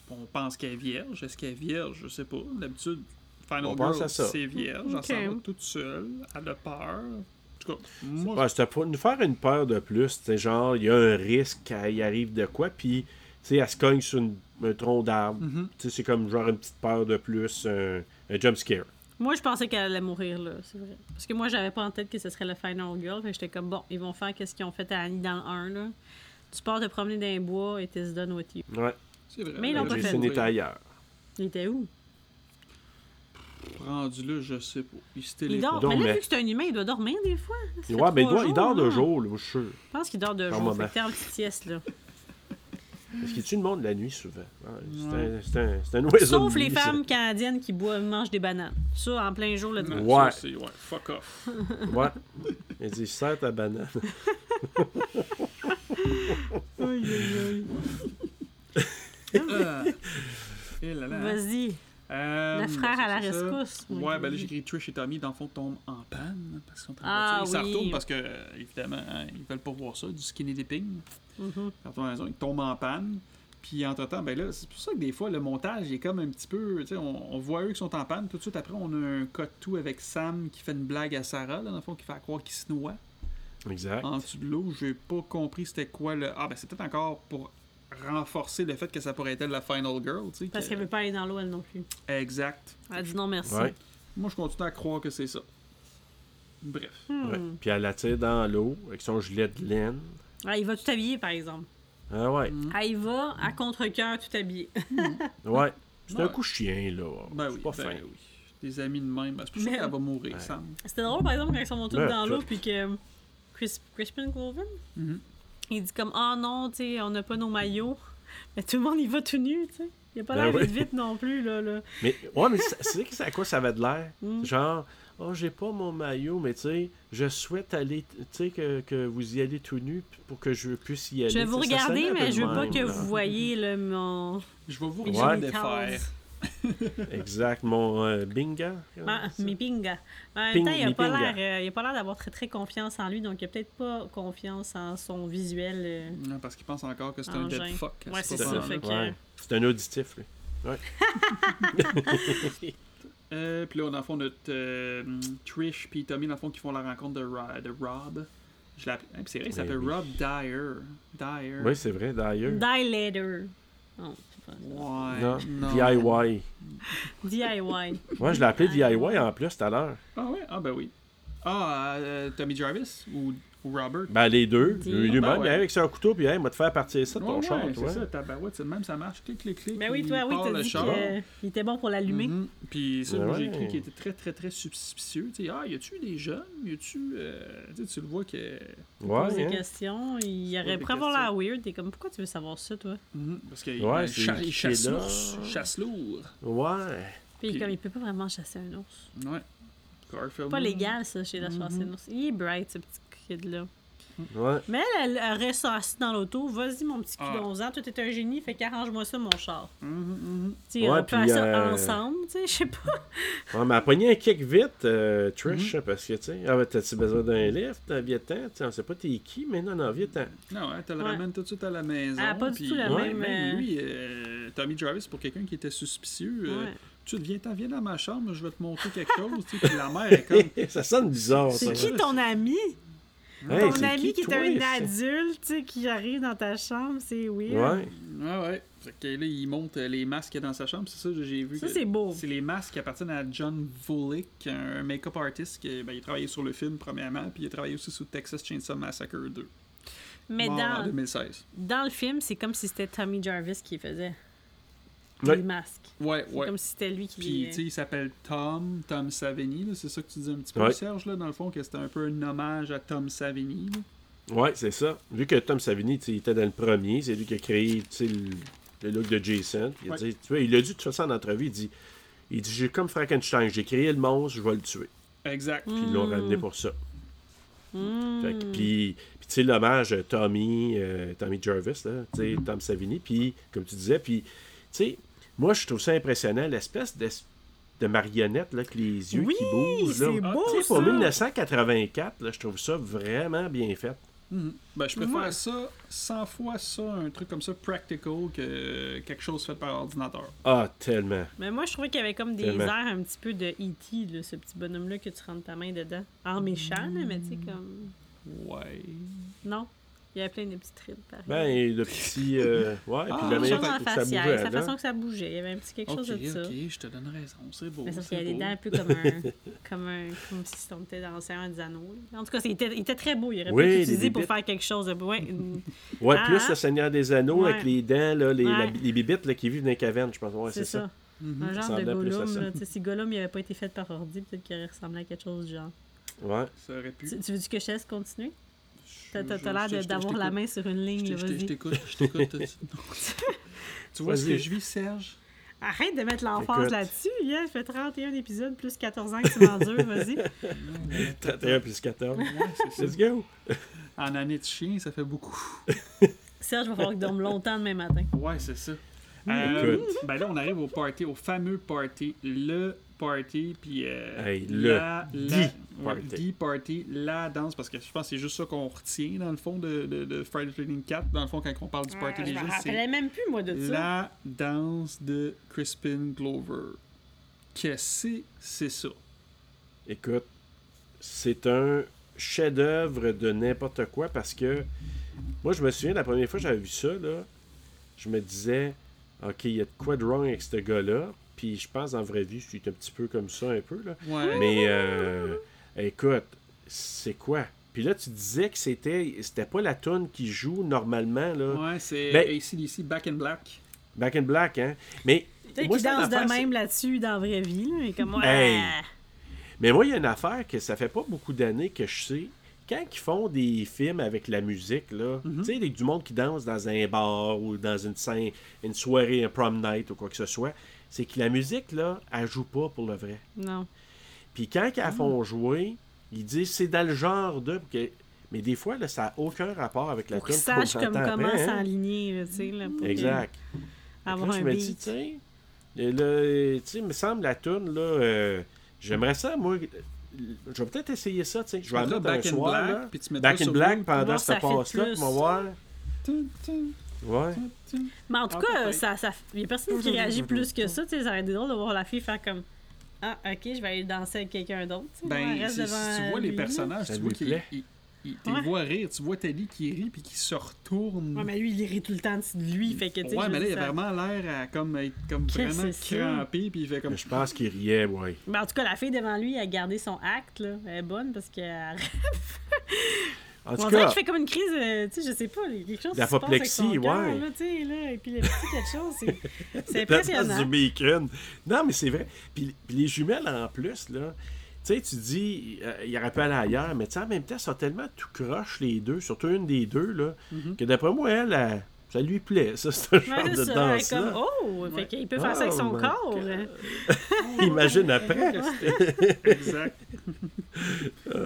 S4: on, on pense qu'elle est vierge. Est-ce qu'elle est vierge Je sais pas. D'habitude, Final
S3: On pense à
S4: Girl,
S3: ça.
S4: c'est vierge. Elle s'en
S2: Ok.
S4: va toute seule. Elle a peur. En tout cas, moi,
S3: Ouais, C'était pour nous faire une peur de plus. tu sais, Genre, il y a un risque qu'il arrive de quoi, puis tu sais, elle se cogne sur une- un tronc d'arbre.
S4: Mhm.
S3: Tu sais, C'est comme genre une petite peur de plus, un, un jump scare.
S2: Moi, je pensais qu'elle allait mourir, là, c'est vrai. Parce que moi, j'avais pas en tête que ce serait le Final Girl. Fait que j'étais comme, bon, ils vont faire qu'est-ce qu'ils ont fait à Annie dans le 1, là. Tu pars te promener dans les bois et t'es done with you.
S3: Ouais,
S4: c'est vrai.
S2: Mais ils l'ont pas fait.
S3: Jason était ailleurs.
S2: Il était où?
S4: Rendu là, je sais pas. Il se
S2: Il dort.
S4: téléporte.
S3: dort,
S2: mais là,
S3: mais-
S2: vu que c'est un humain, il doit dormir des fois. Ça fait
S3: Ouais, mais il,
S2: trois
S3: doit- il
S2: jours, hein.
S3: dort
S2: non?
S3: deux jours, là, je suis sûr.
S2: Je pense qu'il dort deux
S3: Par
S2: jours.
S3: moment.
S2: Fait que t'es en petite sieste, là.
S3: Parce qu'il tue le monde la nuit souvent. Ouais, c'est
S4: Ouais.
S3: un- C'est un, c'est un oiseau.
S2: Sauf
S3: de
S2: les
S3: nuit, ça.
S2: femmes canadiennes qui boivent, mangent des bananes. Ça, en plein jour, le dimanche.
S4: Ouais.
S3: Ouais.
S4: ça, c'est- ouais, fuck off.
S3: Ouais. Elle dit Serre ta banane.
S2: Aïe, aïe,
S4: Ah. Eh là
S2: aïe.
S4: là.
S2: Vas-y,
S4: Euh,
S3: Hum,
S2: le frère
S4: ça,
S2: à la
S4: c'est ça.
S2: rescousse. mon
S4: Ouais, ben là,
S2: Dieu.
S4: j'ai écrit Trish et Tommy, dans le fond, tombent en panne. Parce qu'ils sont en
S2: Ah,
S4: voiture. Ils s'en
S2: oui.
S4: retournent parce que, euh, évidemment, hein, ils veulent pas voir ça, du skinny dipping.
S2: Mhm.
S4: Quand on a raison, ils tombent en panne. Puis entre-temps, ben là, c'est pour ça que des fois, le montage est comme un petit peu. Tu sais, on, on voit eux qui sont en panne. Tout de suite après, on a un cut tout avec Sam qui fait une blague à Sarah, là, dans le fond, qui fait à croire qu'il se noie
S3: Exact.
S4: en dessous de l'eau. J'ai pas compris c'était quoi le. Ah, ben c'est peut-être encore pour renforcer le fait que ça pourrait être elle, la final girl, tu sais.
S2: Parce
S4: que-
S2: qu'elle veut pas aller dans l'eau, elle non plus.
S4: Exact.
S2: Elle dit non, merci.
S3: Ouais.
S4: Moi, je continue à croire que c'est ça. Bref.
S2: Hmm.
S3: Ouais. Puis elle l'attire dans l'eau avec son gilet de laine.
S2: Ah, il va tout habiller, par exemple.
S3: Ah ouais.
S2: Ah, il va à contre-cœur tout habillé.
S3: Ouais. C'est un
S4: Ouais.
S3: coup chien, là.
S4: Ben
S3: C'est
S4: oui,
S3: pas
S4: ben
S3: fin.
S4: oui. Des amis de même. Ben, C'est pour ça
S2: Mais-
S4: qu'elle va mourir,
S3: Ouais.
S4: Sam.
S2: C'était drôle, par exemple, quand ils sont montés
S3: Ouais,
S2: dans l'eau,
S3: tout.
S2: puis que um, Chris, Crispin Cloven,
S4: Mhm.
S2: il dit comme Ah non, tu sais, on n'a pas nos maillots. Mais tout le monde, il va tout nu, tu sais. Il a pas
S3: Ben
S2: l'air
S3: oui.
S2: vite vite non plus, là. là.
S3: Mais ouais, mais c'est c'est que c'est à quoi ça avait de l'air.
S2: Mm.
S3: Genre, oh, j'ai pas mon maillot, mais tu sais, je souhaite aller, tu sais, que, que vous y allez tout nu p- pour que je puisse y aller.
S2: Je vais vous
S3: Tu sais, ça
S2: regarder,
S3: sonnait un
S2: mais
S3: peu
S2: je
S3: de
S2: veux pas
S3: même,
S2: que
S3: là.
S2: vous voyez le, mon.
S4: Je vais vous
S3: Ouais.
S4: regarder
S2: mes
S4: faire.
S2: cases.
S3: Exact, mon euh, binga.
S2: Ah,
S3: C'est-
S2: mi pinga. En même
S3: Ping-
S2: temps, il a
S3: mi
S2: pas
S3: pinga.
S2: l'air euh, il a pas l'air d'avoir très très confiance en lui, donc il a peut-être pas confiance en son visuel. euh.
S4: Non, parce qu'il pense encore que c'est un
S2: Engin.
S4: dead fuck.
S2: Ouais, c'est
S3: c'est
S2: ça,
S3: ça,
S2: fait que-
S3: ouais. C'est un auditif, lui.
S4: Euh, puis là, on a en fond notre euh, Trish puis Tommy, dans le fond, qui font la rencontre de, Ra- de Rob. Je l'ai appelé. hein, puis c'est vrai, il
S3: Ben
S4: s'appelle
S3: oui.
S4: Rob Dyer. Dyer.
S3: Oui, c'est vrai, d'ailleurs.
S2: Die later. Non, c'est pas ça.
S4: Ouais.
S3: Non,
S4: non.
S3: DIY.
S2: DIY.
S3: Moi, je l'ai appelé
S2: DIY.
S3: DIY en plus tout à l'heure.
S4: Ah ouais, ah ben oui. Ah, euh, Tommy Jarvis ou, ou Robert.
S3: Ben, les deux,
S2: Dis-
S3: lui- lui-même,
S4: Ah, ben ouais.
S3: mais avec son couteau, puis, hey, il m'a te faire partir ça de ton
S4: Ouais,
S3: char,
S4: ouais,
S3: toi.
S4: C'est ça, tabarouette, c'est le même, ça marche. Clic, clic, clic.
S2: Mais Ben oui,
S4: il
S2: toi, oui,
S4: part
S2: t'as
S4: le
S2: dit
S4: char.
S2: qu'il euh, était bon pour l'allumer.
S4: Mhm. Puis ça,
S3: Ben
S4: moi, j'ai
S3: ouais.
S4: écrit qu'il était très, très, très suspicieux. Tu sais, ah, y a-tu des jeunes Y a-tu. euh, tu sais, tu le vois que.
S2: pose des
S3: Ouais, hein.
S2: questions. Il
S4: pose
S2: aurait
S4: des
S2: pu avoir l'air weird. T'es comme, pourquoi tu veux savoir ça, toi?
S4: Mhm. Parce qu'il
S3: Ouais,
S4: il
S3: c'est-
S4: cha- il
S3: il
S4: chasse
S3: est là.
S4: l'ours. il Chasse lourd.
S3: Ouais.
S2: Puis,
S4: Puis-
S2: comme, il peut pas vraiment chasser un ours.
S4: Ouais. Garfield.
S3: Mm-hmm.
S2: Pas légal, ça, chez la
S4: Mhm.
S2: chasse un ours. Il est bright, ce petit kid-là.
S3: Ouais.
S2: Mais elle, elle, elle reste assise dans l'auto. Vas-y, mon petit cul
S4: Ah.
S2: de 11 ans, toi, t'es un génie, fait qu'arrange-moi ça, mon char.
S4: Mhm, mhm.
S2: Tu sais,
S3: Ouais,
S2: on peut faire
S3: puis,
S2: ça
S3: euh,
S2: ensemble, tu sais, je sais pas.
S3: Ouais, mais elle a pogné un kick vite, euh, Trish,
S2: Mhm.
S3: parce que, tu sais, ah, ben, t'as-tu besoin d'un lift, euh, viens-t'en, tu sais, on sait pas t'es qui, mais non, non, viens-t'en.
S4: Non, hein, tu le
S2: Ouais.
S4: ramènes tout de suite à la maison.
S2: Ah, pas du
S4: puis-
S2: tout la
S4: Ouais,
S2: même, euh,
S4: lui, euh, Tommy Jarvis, pour quelqu'un qui était suspicieux, euh,
S2: Ouais.
S4: tu viens, t'en viens dans ma chambre, je vais te montrer quelque chose. tu sais, puis la mère est comme.
S3: ça sonne bizarre, ça.
S2: C'est qui ton ami?
S3: Hey,
S2: Ton
S3: c'est
S2: ami qui est
S3: toi,
S2: un
S3: ça?
S2: adulte, tu sais, qui arrive dans ta chambre, c'est weird.
S3: Ouais.
S4: Ouais, ouais. Fait que là, il monte euh, les masques qu'il y a dans sa chambre. C'est ça que j'ai vu.
S2: Ça,
S4: que-
S2: c'est beau.
S4: C'est les masques qui appartiennent à John Vulick, un make-up artist qui ben, il a travaillé sur le film, premièrement, puis il a travaillé aussi sur Texas Chainsaw Massacre 2.
S2: Mais
S4: mort en
S2: dans,
S4: 2016.
S2: dans le film, c'est comme si c'était Tommy Jarvis qui faisait
S3: Ouais.
S2: les masques.
S4: Ouais,
S2: C'est
S4: ouais.
S2: comme si c'était lui qui
S4: Puis,
S2: les-
S4: tu sais, il s'appelle Tom, Tom Savini, là, c'est ça que tu disais un petit peu,
S3: Ouais.
S4: Serge, là, dans le fond, que c'était un peu un hommage à Tom Savini. là.
S3: Ouais, c'est ça. Vu que Tom Savini, tu sais, il était dans le premier, c'est lui qui a créé tu sais, le, le look de Jason. Il a
S4: Ouais.
S3: dit, tu vois, il l'a dit de toute façon en entrevue, il dit, il dit, j'ai comme Frankenstein, j'ai créé le monstre, je vais le tuer.
S4: Exact.
S3: Puis ils l'ont
S2: Mm.
S3: ramené pour ça.
S2: Mm.
S3: Fait que- puis, puis tu sais, l'hommage à Tommy, euh, Tommy Jarvis, là, tu sais, Tom Savini, puis, comme tu disais, puis, tu sais, moi, je trouve ça impressionnant, l'espèce d'es- de marionnette, là, avec les yeux
S2: Oui,
S3: qui bougent, là.
S2: c'est
S4: Ah,
S2: beau,
S4: tu sais,
S3: Pour
S2: ça.
S3: 1984, là, je trouve ça vraiment bien fait.
S4: Mhm. Ben, je préfère
S2: Ouais.
S4: ça 100 fois ça, un truc comme ça, practical, que euh, quelque chose fait par ordinateur.
S3: Ah, tellement.
S2: Mais moi, je trouvais qu'il y avait comme des
S3: Tellement.
S2: airs un petit peu de E.T., là, ce petit bonhomme-là que tu rentres ta main dedans. En méchant, là, mais tu sais, comme...
S4: Ouais.
S2: Non. Il y avait plein de petites tripes, pareil.
S3: Ben, et le petit. euh, ouais,
S4: Ah,
S3: puis la
S2: quelque
S3: manière
S2: chose
S3: dont
S2: en
S3: ça
S2: facial,
S3: bougeait
S2: sa
S3: avant.
S2: façon que ça bougeait. Il y avait un petit quelque
S4: Ok,
S2: chose de ça.
S4: ok, je te donne raison, c'est beau.
S2: Mais ça,
S4: c'est
S2: il y a des
S4: beau.
S2: dents un peu comme un. comme, un comme si on était dans l'océan des anneaux. là. En tout cas, c'est- il était, il était très beau. Il aurait
S3: Oui,
S2: pu
S3: des
S2: l'utiliser pour
S3: bibittes.
S2: faire quelque chose de. Ouais, une-
S3: Ouais,
S2: Ah,
S3: plus
S2: ah.
S3: le Seigneur des Anneaux
S2: Ouais.
S3: avec les dents, là, les, la-
S2: Ouais.
S3: les bibittes là, qui vivent dans les cavernes, je pense. Ouais,
S2: c'est ça.
S4: Mhm.
S2: Un genre de
S3: ressemblait plus à
S2: Gollum.
S3: ça.
S2: là. Tu sais, si Gollum n'avait pas été fait par ordi, peut-être qu'il aurait ressemblé à quelque chose du genre.
S3: Ouais.
S4: Ça aurait pu.
S2: Tu, tu veux-tu que je te laisse continuer?
S4: Je-
S2: T'as t'as-
S4: je-
S2: t'as l'air
S4: je-
S2: de-
S4: je- je
S2: d'avoir la
S4: t'écoute.
S2: main sur une ligne.
S4: Je
S2: là,
S4: t'ai- je t'ai- je
S2: Vas-y.
S4: t'écoute, je t'écoute. Non. tu vois ce
S3: Vas-y.
S4: que je vis, Serge?
S2: Arrête de mettre l'emphase
S3: Écoute.
S2: là-dessus. Yeah, ça fait 31 épisodes plus 14 ans que tu m'endures. Vas-y.
S3: 31 plus 14.
S4: Ouais, c'est
S3: Let's
S4: ça.
S3: go!
S4: En année de chien, ça fait beaucoup.
S2: Serge, va falloir qu'il dorme longtemps demain matin.
S4: Ouais, c'est ça. Euh,
S3: Écoute.
S4: ben là, on arrive au party, au fameux party, le party, puis euh,
S3: Hey,
S4: la,
S3: le
S4: la-
S3: the
S4: ouais,
S3: party.
S4: the party, la danse, parce que je pense que c'est juste ça qu'on retient dans le fond de, de, de Friday the 13th 4. Dans le fond, quand on parle du
S2: Ah,
S4: party
S2: je
S4: des
S2: me
S4: jeux,
S2: rappelais
S4: c'est
S2: même plus, moi, de ça.
S4: la danse de Crispin Glover. Qu'est-ce que c'est c'est ça?
S3: Écoute, c'est un chef-d'œuvre de n'importe quoi parce que moi, je me souviens, la première fois que j'avais vu ça, là, je me disais, OK, il y a de quoi de wrong avec ce gars-là. Puis je pense, en vraie vie, je suis un petit peu comme ça, un peu. Là.
S4: Ouais.
S3: Mais euh, écoute, c'est quoi? Puis là, tu disais que c'était c'était pas la toune qui joue normalement, là.
S4: Ouais, c'est
S3: Ben-
S4: ACDC Back in Black.
S3: Back in Black, hein? Mais
S2: Peut-être
S3: moi,
S2: qu'il
S3: c'est une
S2: danse de
S3: affaire,
S2: même là-dessus dans la vraie vie. Là, et comme,
S3: Hey!
S2: Ah!
S3: c'est- Mais moi, il y a une affaire que ça fait pas beaucoup d'années que je sais. Quand ils font des films avec la musique, là,
S2: Mhm.
S3: tu sais, des- du monde qui danse dans un bar ou dans une scène, une soirée, un prom night ou quoi que ce soit, c'est que la musique, là, elle joue pas pour le vrai.
S2: Non.
S3: Puis quand
S2: Ah.
S3: ils la font jouer, ils disent c'est dans le genre de. pour que- Mais des fois, là, ça n'a aucun rapport avec la
S2: Pour qu'ils
S3: toune qu'on
S2: sachent comme
S3: entend
S2: comment
S3: après, hein.
S2: s'aligner, là, tu sais, là, pour
S3: Exact.
S2: euh, avoir
S3: Là, je
S2: un
S3: me dis,
S2: beat.
S3: tu sais, le- le- tu sais, il me semble la toune, là, euh, j'aimerais ça, moi, euh, je vais peut-être essayer ça, tu sais. Je vais la
S4: Mettras
S3: mettre
S4: Back
S3: un
S4: in
S3: soir,
S4: Black,
S3: là.
S4: puis tu mettras
S3: Back in
S4: sur
S3: Black
S4: Loop.
S3: pendant
S2: Voir
S3: ce
S2: ça fit
S3: passe-là,
S2: plus.
S3: puis on va voir.
S4: Tum, tum,
S3: Ouais.
S4: tum, tum.
S2: Mais en tout
S4: Ah,
S2: cas,
S4: peut-être.
S2: ça, ça, il n'y a personne qui réagit plus que ça. Tu sais, ça aurait été drôle de voir la fille faire comme Ah, ok, je vais aller danser avec quelqu'un d'autre. tu sais, moi,
S4: Ben,
S2: elle reste
S4: c'est- si tu
S2: devant
S4: vois les
S2: lui,
S4: personnages,
S3: Ça
S4: tu
S3: lui
S4: vois qu'ils
S3: plaît.
S4: ils- ils- tu
S2: Ouais.
S4: les vois rire, tu vois Teddy qui rit puis qui se retourne.
S2: là. Ouais, mais lui, il rit tout le temps de lui. Fait que, tu sais,
S4: Ouais,
S2: je
S4: mais là,
S2: dis
S4: il a
S2: ça-
S4: vraiment l'air à comme être comme
S2: Qu'est-ce
S4: vraiment
S2: que c'est ça?
S4: crampé, puis il fait comme.
S3: Mais je pense qu'il riait, ouais.
S2: Mais Ben, en tout cas, la fille devant lui, elle a gardé son acte. Là. Elle est bonne parce qu'elle.
S3: En
S2: On
S3: tout
S2: dirait
S3: cas,
S2: qu'il fait comme une crise, euh, tu sais, je sais pas, il y a quelque chose qui se passe avec
S3: D'apoplexie,
S2: son cœur,
S3: ouais.
S2: là, tu sais, là, épilepsie, quelque chose, c'est- c'est
S3: la place du
S2: impressionnant.
S3: bacon. Non, mais c'est vrai. Puis, puis les jumelles, en plus, là, tu sais, tu dis, euh, il aurait pu aller ailleurs, mais tu sais, en même temps, ils sont tellement tout croche, les deux, surtout une des deux, là, que d'après moi, elle, elle, ça lui plaît, ça, ce genre
S2: Mm-hmm. Ouais,
S3: de
S2: c'est ça, elle est
S3: danse-là.
S2: comme, oh, fait qu'il peut faire ça avec son
S3: Oh my
S2: corps.
S3: God.
S2: hein.
S3: Imagine après.
S4: Exact.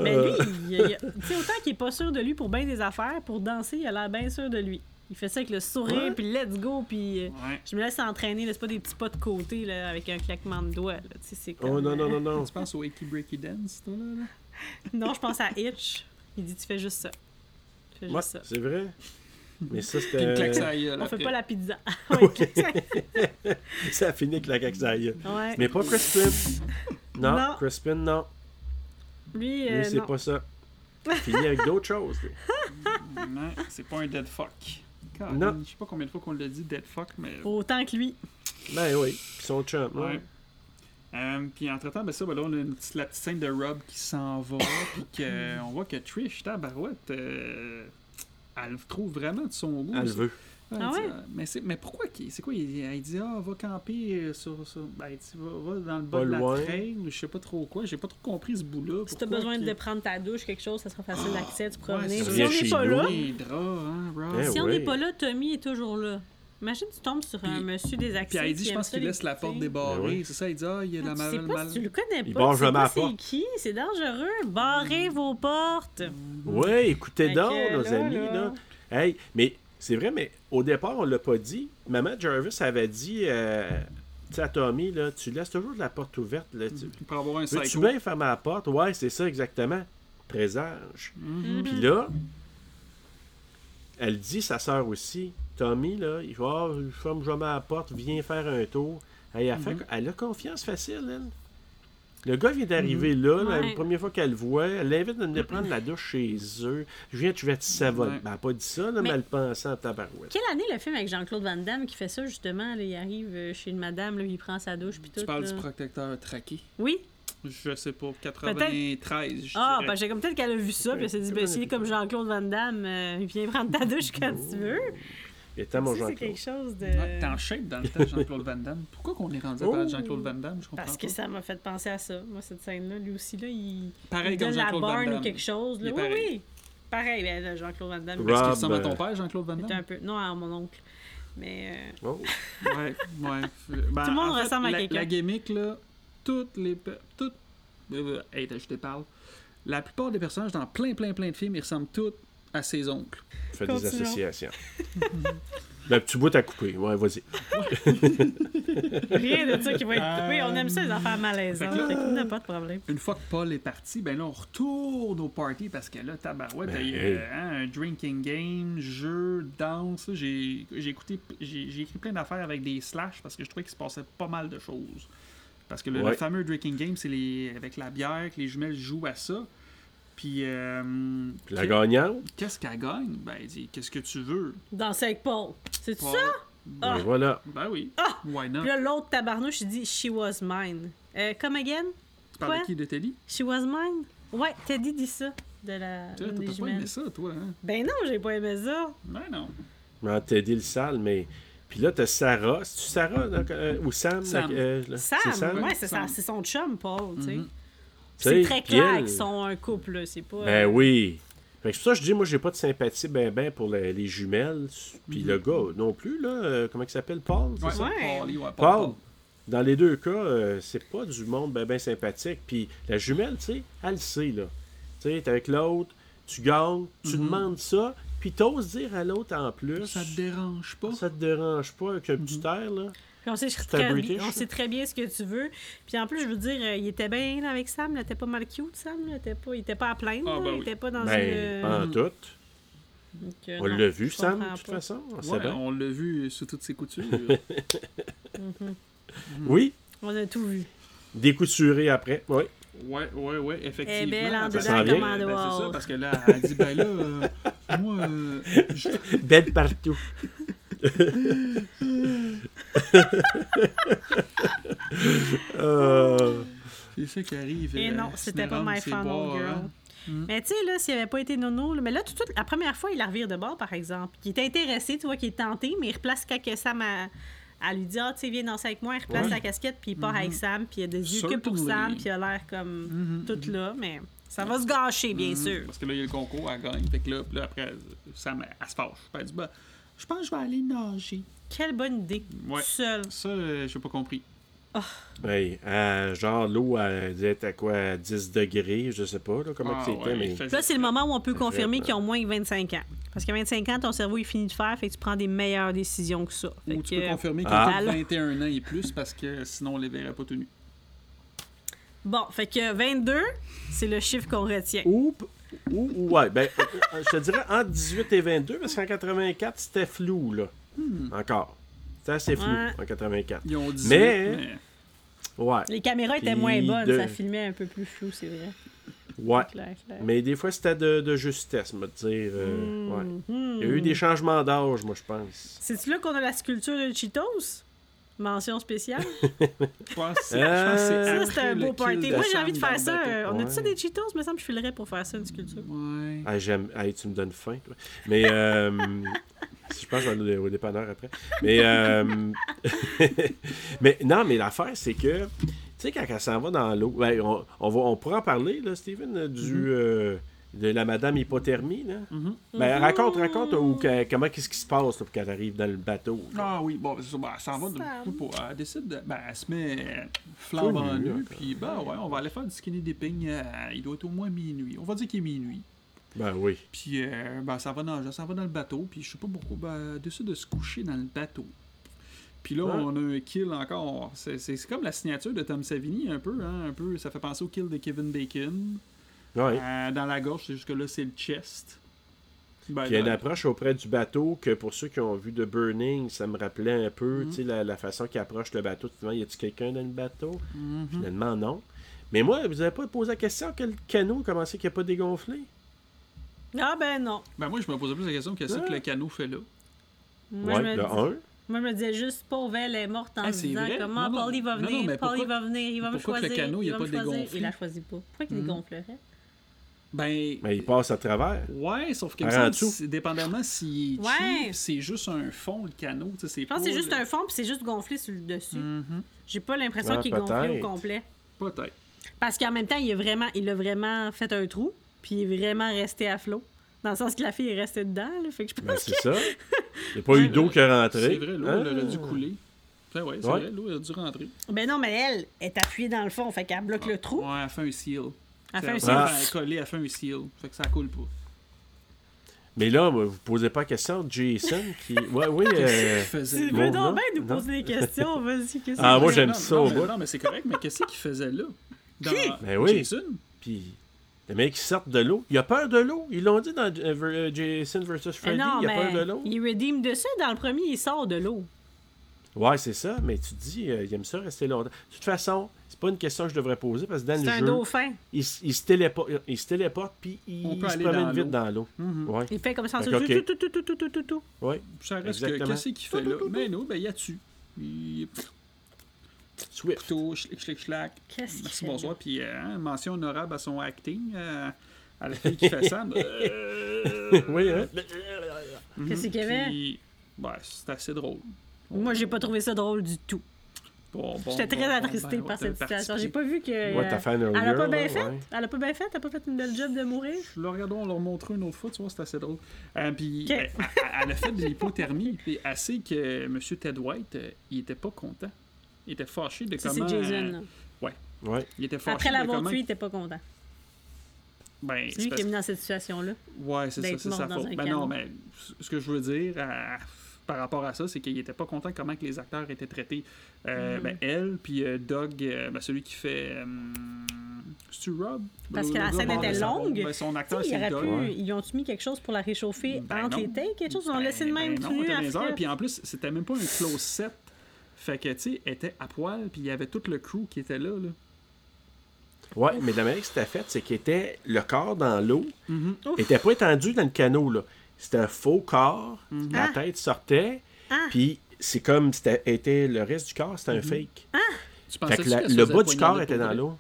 S2: Mais lui, il- il- tu sais, autant qu'il est pas sûr de lui pour bien des affaires, pour danser, il a l'air bien sûr de lui. Il fait ça avec le sourire,
S3: Ouais.
S2: puis let's go, puis euh,
S4: Ouais.
S2: je me laisse entraîner, là, c'est pas des petits pas de côté, là, avec un claquement de doigts, là, tu sais, c'est
S3: Oh
S2: comme,
S3: non, non, non, non.
S4: Tu penses au Aki Breaky Dance, toi, là? là?
S2: Non, je pense à Hitch, il dit, tu fais juste ça. Tu fais juste
S3: Ouais,
S2: ça.
S3: c'est vrai. Mais ça,
S4: Puis une claque
S3: c'était.
S4: sur la gueule
S2: On fait
S4: après.
S2: pas la pizza. Ouais,
S3: ça a fini avec la claque sur la gueule.
S2: ouais.
S3: Mais pas Crispin. Non,
S2: Non.
S3: Crispin, non.
S2: Lui, euh,
S3: Lui, c'est
S2: non.
S3: pas ça. Fini avec d'autres choses. lui.
S4: non, c'est pas un dead fuck. Quand-
S3: Non.
S4: Je sais pas combien de fois qu'on l'a dit dead fuck, mais.
S2: Autant que lui.
S3: Ben oui, pis son chum.
S4: Ouais.
S3: ouais.
S4: Euh, puis entre-temps, ben ça, ben là, on a une petite, la petite scène de Rob qui s'en va, puis que- on voit que Trish, tabarouette, euh, elle le trouve vraiment de son goût.
S3: Elle
S4: ça.
S3: veut.
S4: Ouais,
S2: Ah
S4: elle dit,
S2: ouais?
S4: ah, mais, c'est- mais pourquoi? qu'il- C'est quoi? Il, elle dit, ah, va camper euh, sur... sur ben, elle dit, va, va dans le bas
S3: Pas
S4: de la
S3: loin.
S4: traîne, ou je sais pas trop quoi. J'ai pas trop compris ce bout-là.
S2: Si t'as
S4: Pourquoi
S2: besoin
S4: qu'il-
S2: de prendre ta douche, quelque chose, ça sera facile
S3: Ah,
S2: d'accès, tu pourras
S4: Ouais,
S2: venir.
S4: c'est
S2: Si on
S3: vrai,
S2: n'est
S3: chez
S2: pas
S3: nous.
S2: là,
S4: Les draps, hein, Rob?
S3: Eh
S2: si on
S3: oui.
S2: n'est pas là, Tommy est toujours là. Imagine, tu tombes sur un
S4: Puis-
S2: monsieur des accès.
S4: Puis elle dit, je pense qu'il laisse la porte débarrée.
S3: Ben oui.
S4: C'est ça, elle dit, ah, il y a la
S2: Tu sais
S4: mal...
S2: pas
S4: mal...
S2: si tu le connais
S3: Il
S2: pas.
S3: barre
S2: Tu sais
S3: jamais
S2: pas
S3: la
S2: c'est
S3: porte.
S2: qui, c'est dangereux. Barrez
S4: Mm.
S2: vos portes.
S3: Ouais, écoutez
S2: Fait
S3: donc,
S2: que
S3: nos
S2: là,
S3: amis.
S2: là.
S3: Là. Hey, mais c'est vrai, mais au départ, on l'a pas dit. Maman Jarvis avait dit euh, tu sais, à Tommy, là, tu laisses toujours la porte ouverte. Là, tu...
S4: Pour avoir un
S3: Veux-tu
S4: psycho.
S3: bien fermer la porte? Ouais, c'est ça exactement. Présage.
S4: Mhm.
S3: Puis là, elle dit, sa sœur aussi, Tommy, là, il va, oh, ferme jamais la porte, viens faire un tour. Hey, elle,
S2: Mhm.
S3: fait- elle a confiance facile, elle. Le gars vient d'arriver là, la
S2: Mhm. Ouais.
S3: première fois qu'elle le voit, elle l'invite à venir prendre la douche chez eux. Je viens, tu vas te savonner.
S4: Ouais.
S3: Ben, elle a pas dit ça, là, mais,
S2: Mais-
S3: elle pensait en tabarouette.
S2: Quelle année le film avec Jean-Claude Van Damme qui fait ça, justement? là, il arrive euh, chez une madame, là, il prend sa douche, puis tout.
S4: Tu parles
S2: là.
S4: du protecteur traqué.
S2: Oui?
S4: Je sais pas, 93, je
S2: Ah,
S4: dirais.
S2: ben j'ai comme peut-être qu'elle a vu ça, puis elle s'est dit, ben si il est comme Jean-Claude Van Damme, euh, viens prendre ta douche quand
S4: Oh.
S2: tu veux.
S3: Et tant mon
S2: Ça, c'est
S3: Jean-Claude.
S2: quelque chose de...
S4: Ouais, T'es en shape dans le temps, Jean-Claude Van Damme. Pourquoi qu'on est rendu à parler de Jean-Claude Van Damme? Je comprends
S2: Parce que
S4: pas.
S2: ça m'a fait penser à ça, moi, cette scène-là. Lui aussi, là, il,
S4: Pareil
S2: il
S4: comme
S2: donne la
S4: Jean-Claude Van
S2: barne ou
S4: Damme.
S2: quelque chose.
S4: Il est
S2: Là. Oui,
S4: pareil.
S2: oui. Pareil, ben, là, Jean-Claude Van Damme,
S3: Rob,
S4: Est-ce qu'il ressemble à ton
S3: euh,
S4: père, Jean-Claude Van
S2: c'était un
S4: Damme?
S2: peu... Non, à mon oncle. Mais... euh,
S3: Oh.
S4: Ouais, ouais. Ben,
S2: Tout le monde
S4: en fait,
S2: ressemble à
S4: la-
S2: quelqu'un.
S4: La gimmick, là, toutes les... pe- Toutes... Euh, hey, je te parle. La plupart des personnages dans plein, plein, plein de films, ils ressemblent tous à ses oncles.
S3: Fait des
S2: Continuons.
S3: associations. le petit bout à couper. Ouais, vas-y.
S2: euh, rien de ça qui va être... Oui, on aime ça, les enfants malaisants.
S4: Fait que là- euh,
S2: Fait qu'il n'y a pas de problème.
S4: Une fois que Paul est parti, ben là, on retourne au party parce que là, tabarouette,
S3: Ben,
S4: il y a
S3: hey.
S4: hein, un drinking game, jeu, danse. J'ai j'ai écouté, j'ai j'ai écrit plein d'affaires avec des slash parce que je trouvais qu'il se passait pas mal de choses. Parce que le, le
S3: Ouais.
S4: fameux drinking game, c'est les- avec la bière que les jumelles jouent à ça. Puis, euh,
S3: La
S4: qu'est-
S3: gagnante,
S4: qu'est-ce qu'elle gagne? Ben, elle dit, qu'est-ce que tu veux?
S2: Danser avec Paul. C'est
S4: Paul? hein?
S2: ça?
S3: ben
S2: Ah.
S3: voilà.
S4: Ben oui. Why not?
S2: Puis là, l'autre tabarnouche, il dit « She was mine Euh, Come again?
S4: tu parles de
S2: quoi?
S4: qui? De Telly?
S2: She was mine? Ouais, Teddy dit ça. De la...
S4: Tu
S2: l'une des
S4: T'as pas
S2: jumelles.
S4: aimé ça, toi, hein?
S2: Ben non, j'ai pas aimé ça.
S4: Ben non.
S3: On t'a dit le sale, mais. Puis là, t'as Sarah. C'est-tu Sarah là, que- euh, ou Sam? là,
S4: Sam.
S3: que- euh, là,
S2: Sam,
S3: c'est Sam? Mm-hmm.
S2: ouais, c'est
S4: Sam.
S2: ça- c'est son chum, Paul, tu sais.
S4: Mhm.
S2: C'est
S3: Tu sais,
S2: très
S3: puis
S2: clair
S3: elle-
S2: qu'ils sont un couple, là, c'est pas...
S3: Ben oui. Fait que c'est pour ça que je dis, moi, j'ai pas de sympathie ben ben pour les, les jumelles. Puis le gars non plus, là. euh, comment il s'appelle? Paul? c'est
S4: Mhm. Ouais,
S3: ça?
S2: Ouais.
S4: Paul, ouais, Paul,
S3: Paul.
S4: Paul.
S3: Dans les deux cas, euh, c'est pas du monde ben ben sympathique. Puis la jumelle, tu sais, elle le sait, là. Tu sais, t'es avec l'autre, tu gagnes, tu demandes ça, puis t'oses dire à l'autre en plus.
S4: Mhm. Ça te dérange Mhm. pas?
S3: Ça te dérange pas avec un petit air, là?
S2: Puis on, sait
S3: un
S2: très,
S3: British,
S2: bien- on
S3: là.
S2: sait très bien ce que tu veux. Puis en plus, je veux dire, euh, il était bien là, avec Sam, là, t'es pas mal cute, Sam, là, t'es pas, il était pas à plaindre, là,
S4: Ah, ben
S2: il
S4: oui.
S2: était pas dans
S3: Ben,
S2: une...
S3: en
S4: euh,
S3: tout.
S2: Donc, euh,
S3: On
S2: non,
S3: l'a vu,
S2: je
S3: Sam, de
S2: comprends
S3: toute
S2: pas.
S3: façon. On sait
S4: Ouais,
S3: bien.
S4: on l'a vu sous toutes ses coutures.
S3: Oui,
S2: On a tout vu.
S3: découturé après. Oui.
S4: ouais, ouais, ouais, effectivement.
S2: Eh ben, en
S4: Ben,
S3: dedans Ça s'en vient. comme
S2: en
S4: Ben,
S2: dehors.
S4: c'est ça, parce que là, elle dit, ben là, euh, moi, euh, je-
S3: Belle partout. Euh,
S4: c'est ça qui arrive.
S2: Et
S4: euh,
S2: Eh non,
S4: se
S2: c'était pas
S4: rendre,
S2: My
S4: c'est
S2: Final
S4: boire,
S2: Girl.
S4: hein.
S2: Mais tu sais, là, s'il avait pas été Nono, là, mais là, tout de suite, la première fois, il la revire de bord, par exemple. Il est intéressé, tu vois, qu'il est tenté, mais il replace quand Sam à, à lui dit Ah, tu sais, viens danser avec moi, il replace
S4: Ouais. Mhm.
S2: la casquette, puis il part avec Sam, puis il a des yeux que pour
S4: Certainly. Mhm.
S2: Sam, puis il a l'air comme Mm-hmm. tout là, mais ça va se gâcher, bien sûr.
S4: Mm-hmm. Parce que là, il y a le concours, elle gagne. Fait que là, puis là, après, ça elle se fâche. Puis Elle dit, ben, je pense que je vais aller nager.
S2: Quelle bonne idée.
S4: Ouais.
S2: Tout seul.
S4: Ça, euh, j'ai pas compris.
S3: hey, euh, genre, l'eau, elle devait être à quoi 10 degrés, je sais pas là, comment
S4: Ah,
S3: que c'était,
S4: ouais, il
S3: mais.
S4: faisait
S2: Puis Là, c'est le moment où on peut confirmer
S3: vrai.
S2: qu'ils ont moins que 25 ans. Parce qu'à 25 ans, ton cerveau est fini de faire, fait que tu prends des meilleures décisions que ça. Fait
S4: Ou tu peux
S2: que- euh,
S4: confirmer qu'il
S3: Ah.
S4: a 21 ans et plus parce que sinon on les verrait pas tenus.
S2: Bon, fait que 22, c'est le chiffre qu'on retient.
S3: Ou, ou, ou- ouais, ben, euh, je te dirais entre 18 et 22, parce qu'en 84, c'était flou, là.
S4: Hmm.
S3: Encore. C'était assez flou,
S2: Ouais.
S3: en 84.
S4: Ils ont 18,
S3: Mais-
S4: mais...
S3: Ouais.
S2: Les caméras étaient
S3: Puis
S2: moins bonnes,
S3: de-
S2: ça filmait un peu plus flou, c'est vrai.
S3: Ouais.
S2: Clair, clair.
S3: Mais des fois, c'était de, de justesse, me dire. euh,
S4: Hmm.
S3: ouais. Il y a eu des changements d'âge, moi, je pense.
S2: C'est Mhm. là qu'on a la sculpture de Cheetos? Mention spéciale.
S4: Je pense que c'est-
S3: Euh,
S4: je pense que c'est
S2: ça,
S4: après
S2: c'était un
S4: le
S2: beau
S4: kill
S2: party.
S4: de
S2: Moi, j'ai envie de
S4: Sam
S2: faire
S4: dans
S2: ça. euh,
S4: le bateau.
S2: On a-tu ça
S3: Ouais.
S2: des Cheetos? me semble que je filerais pour faire ça, une sculpture. euh.
S4: Ouais.
S3: Ah, j'aime. Ah, tu me donnes faim, toi. Mais. euh, je pense que je vais aller au dépanneur après. Mais. euh, mais non, mais l'affaire, c'est que. Tu sais, quand elle s'en va dans l'eau. ben, on, on va, on pourra en parler, là, Steven, du. euh, de la madame hypothermie, là.
S4: Mhm.
S3: Ben, raconte, raconte ou que- comment qu'est-ce qui se passe là, pour qu'elle arrive dans le bateau. là.
S4: Ah oui, bon, c'est ça, ben, elle s'en va de
S2: Sam.
S4: coup pour. Elle décide de. Ben, elle se met flambant
S3: Tout nu,
S4: nue,
S3: là.
S4: puis ben ouais, on va aller faire du skinny dipping. euh, il doit être au moins minuit. On va dire qu'il est minuit.
S3: Ben oui.
S4: Puis, euh, ben, ça va dans, ça va dans le bateau. Puis, je sais pas pourquoi, ben, elle décide de se coucher dans le bateau. Puis là,
S3: Ouais.
S4: on a un kill encore. C'est, c'est- c'est comme la signature de Tom Savini, un peu, hein, un peu. Ça fait penser au kill de Kevin Bacon.
S3: Ouais.
S4: Euh, dans la gorge, c'est jusque-là, c'est le chest. Ben,
S3: Puis il y a une
S4: dans-
S3: approche auprès du bateau que pour ceux qui ont vu The Burning, ça me rappelait un
S2: Mm-hmm.
S3: peu tu sais, la, la façon qu'il approche le bateau. Tu te demandes, y a-tu quelqu'un dans le bateau
S2: Mm-hmm.
S4: Mhm.
S3: Finalement, non. Mais moi, vous avez pas posé la question que le canot, comment c'est qu'il n'a pas dégonflé
S2: Ah, ben non.
S4: Ben, moi, je me posais plus la question qu'est-ce que
S3: Ouais.
S4: le canot fait là.
S2: Moi, je
S3: Ouais,
S2: me
S3: le
S2: dis-
S3: 1.
S2: Moi, je me disais juste, pauvre, elle est morte en
S4: Ah,
S2: me
S4: c'est
S2: disant
S4: vrai?
S2: comment
S4: Non, non.
S2: Paul, il va
S4: Non, non,
S2: venir,
S4: mais
S2: Paul, il
S4: pourquoi-
S2: va venir, il va me
S4: pourquoi que
S2: choisir.
S4: le canot, il
S2: il
S4: a
S2: va
S4: pas
S2: me choisir.
S4: dégonflé?
S2: Il la choisit pas. Pourquoi qu'il
S4: Mhm.
S2: dégonflerait?
S4: Ben.
S3: Mais il passe à travers.
S4: Ouais, sauf que
S3: En
S4: me semble,
S3: dessous.
S4: c'est- dépendamment si
S2: Ouais.
S4: c'est juste un fond le canot. tu sais, C'est
S2: Je pense que c'est
S4: pas
S2: juste
S4: le-
S2: un fond, puis c'est juste gonflé sur le dessus.
S4: Mhm.
S2: J'ai pas l'impression
S3: Ah,
S2: qu'il est gonflé au
S3: peut-être.
S2: complet.
S4: Peut-être.
S2: Parce qu'en même temps, il a vraiment, il a vraiment fait un trou, puis il est vraiment resté à flot. Dans le sens que la fille est restée dedans, là. Fait que je
S3: Ben,
S2: pense
S3: c'est ça. Il n'y a pas eu d'eau qui est rentrée.
S4: C'est vrai, l'eau
S3: Hein?
S4: elle aurait dû couler. Ben ouais, c'est
S3: Ouais.
S4: vrai, l'eau elle a dû rentrer.
S2: que... Ben non, mais elle est appuyée dans le fond, fait qu'elle bloque le trou.
S4: Ouais, elle fait un seal.
S2: Elle fait un
S4: C'est-
S2: signe.
S3: Ah.
S4: Elle est collée, elle fait un seal. Fait que ça coule pas.
S3: Mais là, moi, vous posez pas la question. Jason qui. Ouais, oui. euh,
S4: faisait
S2: Tu
S3: Bon,
S2: veux donc
S3: non,
S2: bien ben, nous
S3: non.
S2: poser des questions, vas-y, qu'est-ce
S3: Ah,
S2: que
S3: moi,
S2: c'est?
S3: j'aime
S4: Non,
S3: ça
S4: non,
S3: au
S4: mais-
S3: bout.
S4: Non, mais c'est correct, mais qu'est-ce qu'il faisait là? Dans
S2: Qui?
S3: Ben oui.
S4: Jason?
S3: Puis. Le mec, qui sort de l'eau. Il a peur de l'eau. Ils l'ont dit dans euh, euh, Jason vs.
S2: Eh
S3: Freddy.
S2: non,
S3: il a
S2: mais
S3: peur de l'eau.
S2: il redeem de ça. Dans le premier, il sort de l'eau.
S3: Ouais, c'est ça, mais tu te dis, euh, il aime ça rester longtemps. De toute façon, c'est pas une question que je devrais poser parce que dans
S2: C'est
S3: Ah, le
S2: un
S3: jeu,
S2: dauphin.
S3: il, s- il se téléporte, il se téléporte puis il,
S4: On peut
S3: il se
S4: aller
S3: promène
S4: dans l'eau.
S3: vite dans l'eau.
S4: Mhm.
S3: Ouais,
S2: Il fait comme ça.
S3: Fait
S2: tout,
S3: que, ok.
S2: tout, tout, tout, tout, tout, tout, tout.
S3: ouais.
S4: Ça reste que
S3: Exactement.
S4: qu'est-ce qu'il fait
S3: Tout,
S4: là?
S3: tout, tout,
S4: Mais non, ben il y a dessus. Il
S3: Swift.
S4: couteau, schlick, schlick, schlack.
S2: Qu'est-ce qu'il fait,
S4: Merci, bonsoir. Puis euh, hein, mention honorable à son acting. euh, à la fille qui fait ça. Euh,
S3: oui,
S2: Euh,
S3: hein?
S2: Qu'est-ce
S3: Mhm.
S2: qu'il y avait?
S4: Puis, ben, c'est assez drôle.
S2: Moi, j'ai pas trouvé ça drôle du tout.
S4: Bon, bon,
S2: J'étais
S4: bon,
S2: très
S4: bon,
S2: attristée
S4: ben,
S2: par
S4: ouais,
S2: cette
S4: t'as
S2: situation.
S4: participé.
S2: J'ai pas vu que.
S3: Ouais, t'as
S2: euh,
S3: fait un
S2: Elle a pas
S3: earlier,
S2: bien
S3: là,
S2: fait.
S3: ouais.
S2: Elle a pas bien fait. Elle a pas fait une belle job de mourir.
S4: Je le regarde, on l'a remontré une autre fois, tu vois, c'est assez drôle. Euh, puis,
S2: Ok.
S4: euh, elle, elle a fait de l'hypothermie, puis elle sait que M. Ted White, euh, il était pas content. Il était fâché de
S2: Ça,
S4: comment... euh,
S2: c'est Jason. là.
S3: Ouais.
S4: il était fâché
S2: Après
S4: de
S2: l'avoir
S4: comment...
S2: tué, il était pas content.
S4: Ben,
S2: C'est lui qui
S4: parce-
S2: est mis dans cette situation-là.
S4: Ouais, c'est ça,
S2: d'être
S4: c'est
S2: mort
S4: sa
S2: dans
S4: faute.
S2: un
S4: Ben non,
S2: canon.
S4: mais c- ce que je veux dire euh, par rapport à ça, c'est qu'il était pas content comment que les acteurs étaient traités. Euh,
S2: Mm.
S4: ben, elle, puis euh, Doug, euh, ben, celui qui fait. Euh, c'est-tu Rob
S2: Parce
S4: Le-
S2: que la
S4: le gars
S2: scène
S4: mort de
S2: était
S4: sa bombe.
S2: longue.
S4: Ben, son
S2: Tu
S4: acteur,
S2: sais, il
S4: c'est
S2: aurait
S4: Doug.
S2: pu-
S3: ouais.
S2: Ils ont-tu mis quelque chose pour la réchauffer
S4: Ben
S2: entre
S4: non.
S2: les takes, quelque chose? Ils ont
S4: Ben,
S2: laissé de même
S4: ben
S2: tout
S4: non,
S2: nu
S4: t'as
S2: à
S4: raison.
S2: fret.
S4: Puis en plus, c'était même pas un close set. Fait que, tu sais, elle était à poil, puis il y avait tout le crew qui était là. là.
S3: Ouais, mais la manière que c'était fait, c'est qu'il était le corps dans l'eau,
S4: Mhm.
S2: Mm-hmm. Ouf.
S3: il était pas étendu dans le canot là. C'était un faux corps, la
S2: Ah.
S3: tête sortait,
S2: Ah. Mm-hmm.
S3: puis c'est comme c'était était le reste du corps, c'était un fake.
S2: Ah.
S4: Tu
S3: Fait
S4: pensais-tu
S3: que la-
S4: qu'elle se
S3: le
S4: faisait
S3: bas du corps
S4: poignarder
S3: était
S4: pour
S3: dans
S4: vrai?
S3: l'eau.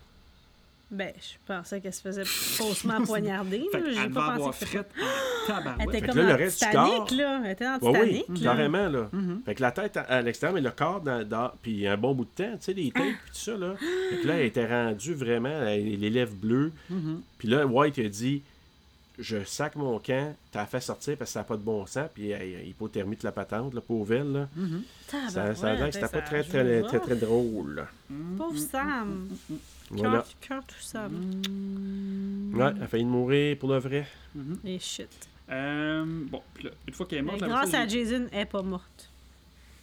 S2: Ben, je pensais qu'elle se faisait faussement poignarder.
S4: Fait
S2: là. J'ai
S4: qu'elle devait
S2: pas
S4: avoir
S2: pensé que c'était-
S4: fret en
S2: Elle
S4: tabarouette.
S2: était
S3: Fait que
S2: comme
S3: là, le
S2: en
S3: reste du
S2: Titanic,
S3: corps-
S2: là. Elle était dans
S3: Ouais,
S2: Titanic,
S3: oui,
S2: là. Mm-hmm.
S3: carrément, là.
S4: Mhm.
S3: Fait que la tête à, à l'extérieur, mais le corps dans, dans- Puis un bon bout de temps, tu sais,
S2: Ah!
S3: les têtes, puis tout ça, là. Fait que là, elle était rendue vraiment, elle- les lèvres bleues.
S2: Mm-hmm.
S4: Mhm.
S3: Puis là, White a dit Je sac mon camp, t'as fait sortir parce que ça n'a pas de bon sens, puis elle, elle hypothermie de la patente, là, pauvre elle, là.
S4: Mhm,
S3: ça,
S2: Tabarouette,
S3: ça a l'air que c'était pas
S2: ben ça
S3: très,
S2: joue
S3: très, très,
S2: rough.
S3: très, drôle, là.
S2: Pauvre Sam.
S3: Voilà.
S2: Cœur- Cœur tout ça.
S3: Ouais, elle a failli mourir pour le vrai.
S4: mhm.
S2: Et shit.
S4: Euh, bon, puis là, une fois qu'elle est
S2: Mais
S4: morte, après
S2: grâce
S4: ça,
S2: à
S4: j'ai-
S2: Jason, elle est pas morte.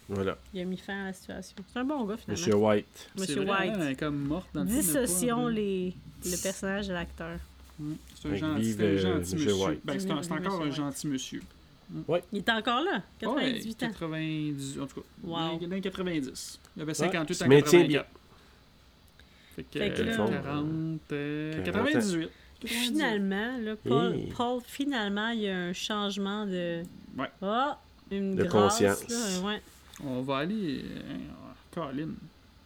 S3: Voilà.
S2: Il a mis fin à la situation. C'est un bon gars, finalement.
S3: Monsieur White.
S4: C'est
S2: Monsieur
S4: vrai,
S2: White.
S4: elle est comme morte dans le film, elle est
S2: Dissocions
S4: pas-
S2: les... le personnage de l'acteur.
S4: Mm. C'est un
S3: Fait que
S4: gentil,
S3: vive,
S4: c'est un
S3: euh,
S4: gentil
S3: Monsieur
S4: monsieur.
S3: White.
S4: Ben, c'est un- c'est
S2: Vive
S4: encore un
S2: Monsieur
S4: gentil monsieur.
S2: Il est encore là,
S4: Ouais,
S2: 98 ans.
S4: 90, en tout cas.
S2: Wow.
S4: Dans dans les 90. Il avait
S3: il
S4: 58
S3: se
S4: ans,
S3: maintient
S4: 84. Fait que,
S2: Fait que
S4: euh,
S2: là-
S4: 40, euh,
S3: 40.
S4: 98.
S2: Finalement, là, Paul,
S3: Et-
S2: Paul, finalement, il y a un changement de.
S4: Ouais.
S2: Ah! une
S3: De
S2: grâce,
S3: conscience.
S2: là, ouais.
S4: On va aller. euh, Caroline,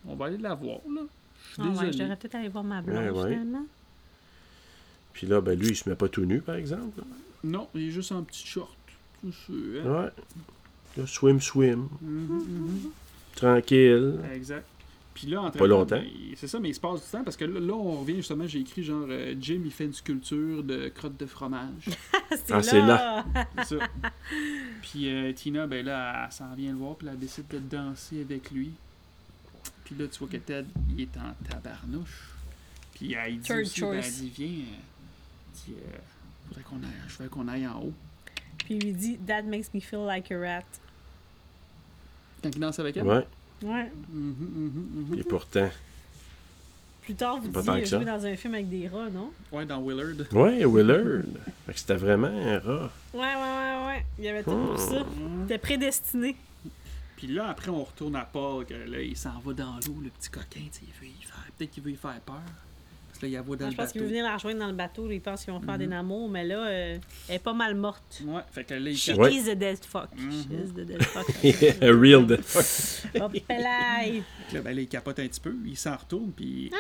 S4: on va aller la voir, là. Je suis
S2: Ah ouais,
S4: désolé.
S2: je devrais peut-être aller voir ma blonde,
S3: Ouais, ouais.
S2: finalement.
S3: Puis là, ben lui, il se met pas tout nu, par exemple.
S4: Non, il est juste en petit short. Tout ça, hein.
S3: Ouais. Là, swim, swim.
S4: Mhm,
S3: Tranquille.
S4: mhm. Exact. Puis là, en Ben,
S3: Pas longtemps.
S4: C'est ça, mais il se passe du temps parce que là, là, on revient justement. J'ai écrit genre euh, Jim, il fait une sculpture de crotte de fromage.
S2: c'est
S3: Ah, c'est
S2: là!
S4: C'est ça. Puis euh, Tina, ben là, elle s'en vient le voir, puis elle décide de danser avec lui. Puis là, tu vois que Ted, il est en tabarnouche. Puis elle, il dit
S2: Third
S4: aussi, ben, elle
S2: choice.
S4: dit, viens, euh, dis, euh, faudrait qu'on aille, je veux qu'on aille en haut.
S2: Puis il lui dit That makes me feel like a rat.
S4: Quand il danse avec elle.
S3: Ouais.
S2: Ouais.
S4: Mhm, mhm, mhm.
S3: Et pourtant.
S2: Plus tard, vous
S3: Pas
S2: dites
S3: tant
S2: euh,
S3: que
S2: jouer
S3: ça.
S2: dans un film avec des rats, non?
S4: Ouais, dans Willard.
S3: Ouais, Willard. Fait que c'était vraiment un rat.
S2: Ouais, ouais, ouais, ouais. Il y avait tout pour ça. T'es prédestiné.
S4: Puis là, après, on retourne à Paul, que là, il s'en va dans l'eau, le petit coquin, tu sais, il veut y faire, peut-être qu'il veut y faire peur. Parce que là, il la voit dans
S2: Moi, Ah,
S4: le
S2: je pense
S4: bateau.
S2: qu'il veut venir la rejoindre dans le bateau. Ils pensent qu'ils vont faire
S4: Mhm.
S3: Mm-hmm.
S2: des amours, mais là, euh, elle est pas mal morte.
S4: Ouais, fait que là, il
S2: She
S4: capte.
S3: Ouais.
S2: is a dead fuck. She
S4: Mhm.
S2: is the dead fuck.
S3: A real dead fuck.
S2: Hop là!
S4: Là, ben là, il capote un petit peu, il s'en retourne, puis
S2: Ah!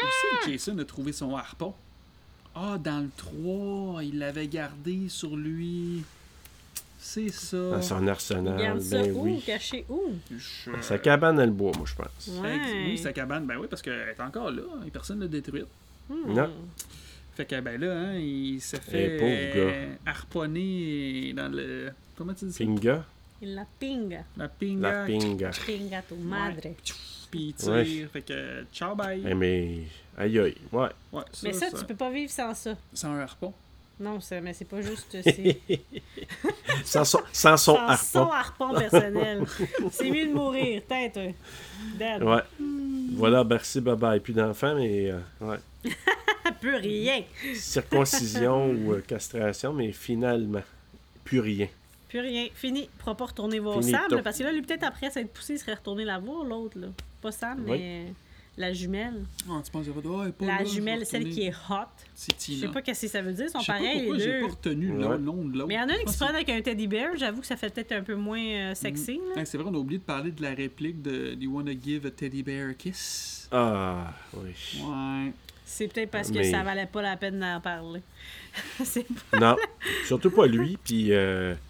S4: aussi Jason a trouvé son harpon. Ah, dans le 3, il l'avait gardé sur lui. C'est ça.
S3: Dans son arsenal.
S2: Garde ça
S3: ben
S2: où?
S3: oui.
S2: Caché où?
S4: Je-
S3: Dans Sa cabane dans le bois, moi, je pense.
S2: Ouais.
S4: Oui, sa cabane, ben oui, parce qu'elle est encore là, hein, et personne ne l'a détruite.
S2: Hmm.
S3: Non.
S4: Fait que ben là, hein, il se fait
S3: pauvre gars.
S4: euh, harponner dans le... Comment tu dis ça?
S3: Pinga.
S2: Il la pinga.
S4: La pinga.
S3: La pinga.
S2: Pinga tu madre.
S4: Puis il tire,
S3: Ouais.
S4: fait que ciao, bye.
S3: Eh, mais. Aïe, aïe. Ouais.
S4: Ouais, ça,
S2: mais ça,
S4: ça-
S2: tu peux pas vivre sans ça.
S4: Sans un harpon.
S2: Non, ça, mais c'est pas juste. C'est
S3: Sans son, sans son
S2: sans son
S3: harpon.
S2: harpon personnel. c'est mieux de mourir. Tête. euh, Dead.
S3: Ouais.
S2: Hmm.
S3: Voilà, merci, bye bye. Plus d'enfants, mais. euh, ouais.
S2: Ah, plus rien.
S3: Circoncision ou euh, castration, mais finalement, plus rien.
S2: Plus rien. Fini. Pourra pas retourner voir
S3: Finito.
S2: Sam. là, parce que là, lui, peut-être après s'être poussé, il serait retourné la voir, l'autre. là. Pas Sam,
S3: Oui.
S2: mais euh, la jumelle.
S4: Ah, tu penses, oh, elle est pas
S2: La
S4: là, je vais
S2: jumelle, celle
S4: retourner.
S2: qui est hot.
S4: C'est
S2: Je
S4: Tina.
S2: sais pas qu'est-ce que ça veut dire. Ils sont
S4: Je sais pas
S2: pareils,
S4: pourquoi
S2: les
S4: j'ai
S2: deux.
S4: pas retenu le
S3: Ouais.
S4: nom de l'autre.
S2: Mais il y en a une
S4: Je
S2: qui
S4: pense
S2: se prennent avec un teddy bear. J'avoue que ça fait peut-être un peu moins euh, sexy.
S4: que-
S2: là.
S4: Hey, c'est vrai, on a oublié de parler de la réplique de Do You Wanna Give a Teddy Bear a Kiss?
S3: Ah, oui.
S4: Ouais.
S2: C'est peut-être parce que
S3: Mais-
S2: ça valait pas la peine d'en parler. c'est
S3: Non, surtout pas lui. Puis, euh, tu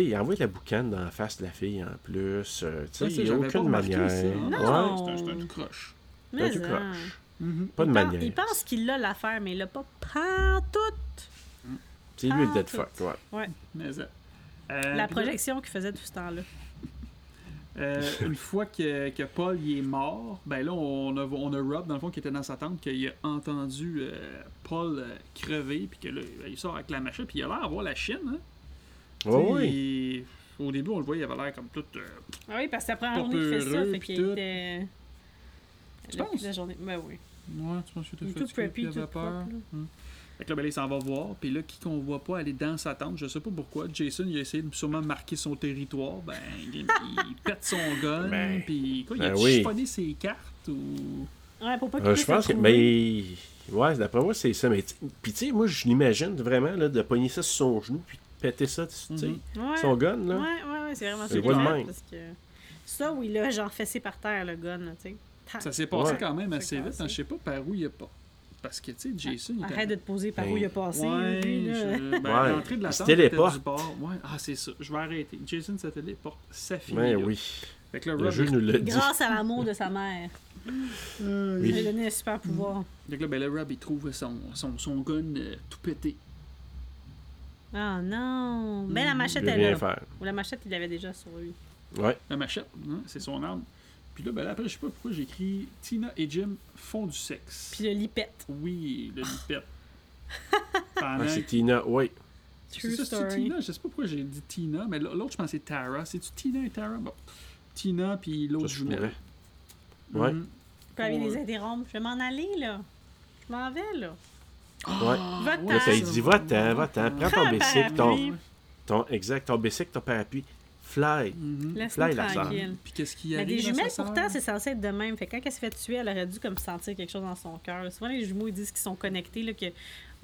S3: sais, il envoie la boucane dans la face de la fille en plus. euh, tu sais,
S4: Ça,
S3: il n'y a
S4: j'avais pas
S3: aucune
S4: remarqué
S3: manière.
S4: ça,
S2: Non.
S4: hein.
S3: Ouais,
S4: C'est un- C'est un tout croche.
S3: t'as
S2: mais
S3: du
S2: hein.
S3: croche.
S4: Mhm.
S3: Pas de
S2: Il pen-
S3: manière.
S2: Il pense qu'il l'a l'affaire, mais il l'a pas pantoute.
S3: C'est lui le dead
S2: Ah,
S3: fuck, ouais.
S4: Mais ça. Euh,
S2: La
S4: puis là,
S2: projection qu'il faisait tout ce temps-là.
S4: euh, une fois que, que Paul il est mort, ben là, on a, on a Rob, dans le fond, qui était dans sa tente, qu'il a entendu euh, Paul euh, crever, puis que là, ben, il sort avec la machette, puis il a l'air d'avoir la chienne. Hein?
S3: Ouais,
S4: Tu sais,
S3: oui.
S4: il- Au début, on le voyait, il avait l'air comme tout. euh,
S2: Ah oui, parce que ça prend
S4: Pas
S2: la journée qu'il fait ça,
S4: peureux,
S2: fait
S4: pis
S2: qu'il
S4: tout.
S2: était.
S4: Tu
S2: Le-
S4: penses?
S2: La journée. Ben oui.
S4: Ouais, tu penses que
S2: Il est tout
S4: t'es fatigué, puis
S2: preppy,
S4: il avait
S2: tout
S4: peur.
S2: propre. là.
S4: Fait que là, ben, là, il s'en va voir. Puis là, qui qu'on voit pas aller dans sa tente, je sais pas pourquoi. Jason, il a essayé de sûrement marquer son territoire. Ben, il, il pète son gun.
S3: Ben,
S4: puis quoi, il
S3: ben
S4: a
S3: oui.
S4: chiffonné ses cartes ou.
S2: Ouais, pour pas qu'il
S3: Euh,
S2: puisse
S3: je
S2: le
S3: pense que.
S2: trouver.
S3: Mais. Ouais, d'après moi, c'est ça. Mais, tu- puis, tu sais, moi, je l'imagine vraiment là, de pogner ça sur son genou puis de péter ça, tu sais.
S4: Mhm.
S2: Ouais.
S3: Son gun, là.
S2: Ouais, ouais, ouais, c'est vraiment
S3: C'est
S2: ça. qu'il
S4: le
S2: fait,
S3: même.
S2: Parce que... Ça, oui, là, genre fessé par terre, le gun, là, tu sais. Ta-
S4: Ça s'est passé
S3: Ouais.
S4: quand même
S2: C'est
S4: assez vite.
S2: cassé.
S4: hein, je sais pas par où il a pas. Parce que, tu sais, Jason, il
S2: Arrête de te poser par
S3: Ben,
S2: où il a passé.
S4: Ouais,
S2: lui, là.
S4: je- ben,
S3: Ouais.
S4: l'entrée de la
S3: Il se
S4: tente était du
S3: téléporte.
S4: bord. Ouais, ah, c'est ça. Je vais arrêter. Jason se téléporte. Ça finit.
S3: Ben
S4: là.
S3: oui.
S4: Fait que là,
S3: Le
S4: Rob,
S3: jeu nous l'a dit.
S2: euh, Grâce à l'amour de sa mère. Mm,
S4: Euh,
S2: Il
S3: Oui.
S2: lui a donné un super pouvoir.
S4: Fait que là, ben, là, Rob, il trouve son, son, son gun euh, tout pété.
S2: Ah non! Ben
S4: Mm.
S2: la
S3: Je
S2: machette
S3: peux
S2: est là.
S3: rien faire.
S2: Ou la machette, il l'avait déjà sur lui.
S3: Ouais.
S4: La machette, hein, c'est son arme. Puis là, ben là, après, je sais pas pourquoi j'ai écrit Tina et Jim font du sexe.
S2: Puis le Ah. lipette.
S4: Oui, le lipette. Pendant
S3: Ah, c'est
S4: que-
S3: Tina, ouais.
S4: C'est
S2: True
S4: ça, c'est-tu
S2: story.
S4: Tina, je sais pas pourquoi j'ai dit Tina, mais l'autre, je pensais Tara. C'est-tu Tina et Tara? Bon. Tina, puis
S3: Ça,
S4: l'autre
S3: je pourrais.
S4: jumelle.
S3: Ouais.
S4: Mhm.
S2: Puis avec les
S4: Ouais.
S2: interrompre. Je vais m'en aller, là. Je m'en vais, là. Ah,
S3: Ouais.
S4: Ah,
S2: Va-t'en.
S3: Là, ça, il dit va-t'en, va-t'en, prends ton
S2: un
S3: bicycle,
S2: parapluie.
S3: ton, ton, exact, ton bicycle, ton parapluie, fly.
S4: Mhm.
S2: Laisse-moi
S3: Là, il la sort.
S2: tranquille.
S4: Puis qu'est-ce qu'il y
S2: Mais
S4: a
S2: des jumelles, pourtant, c'est censé être de même. Fait que quand elle se fait tuer, elle aurait dû comme sentir quelque chose dans son cœur. Souvent, les jumeaux, ils disent qu'ils sont connectés, là, que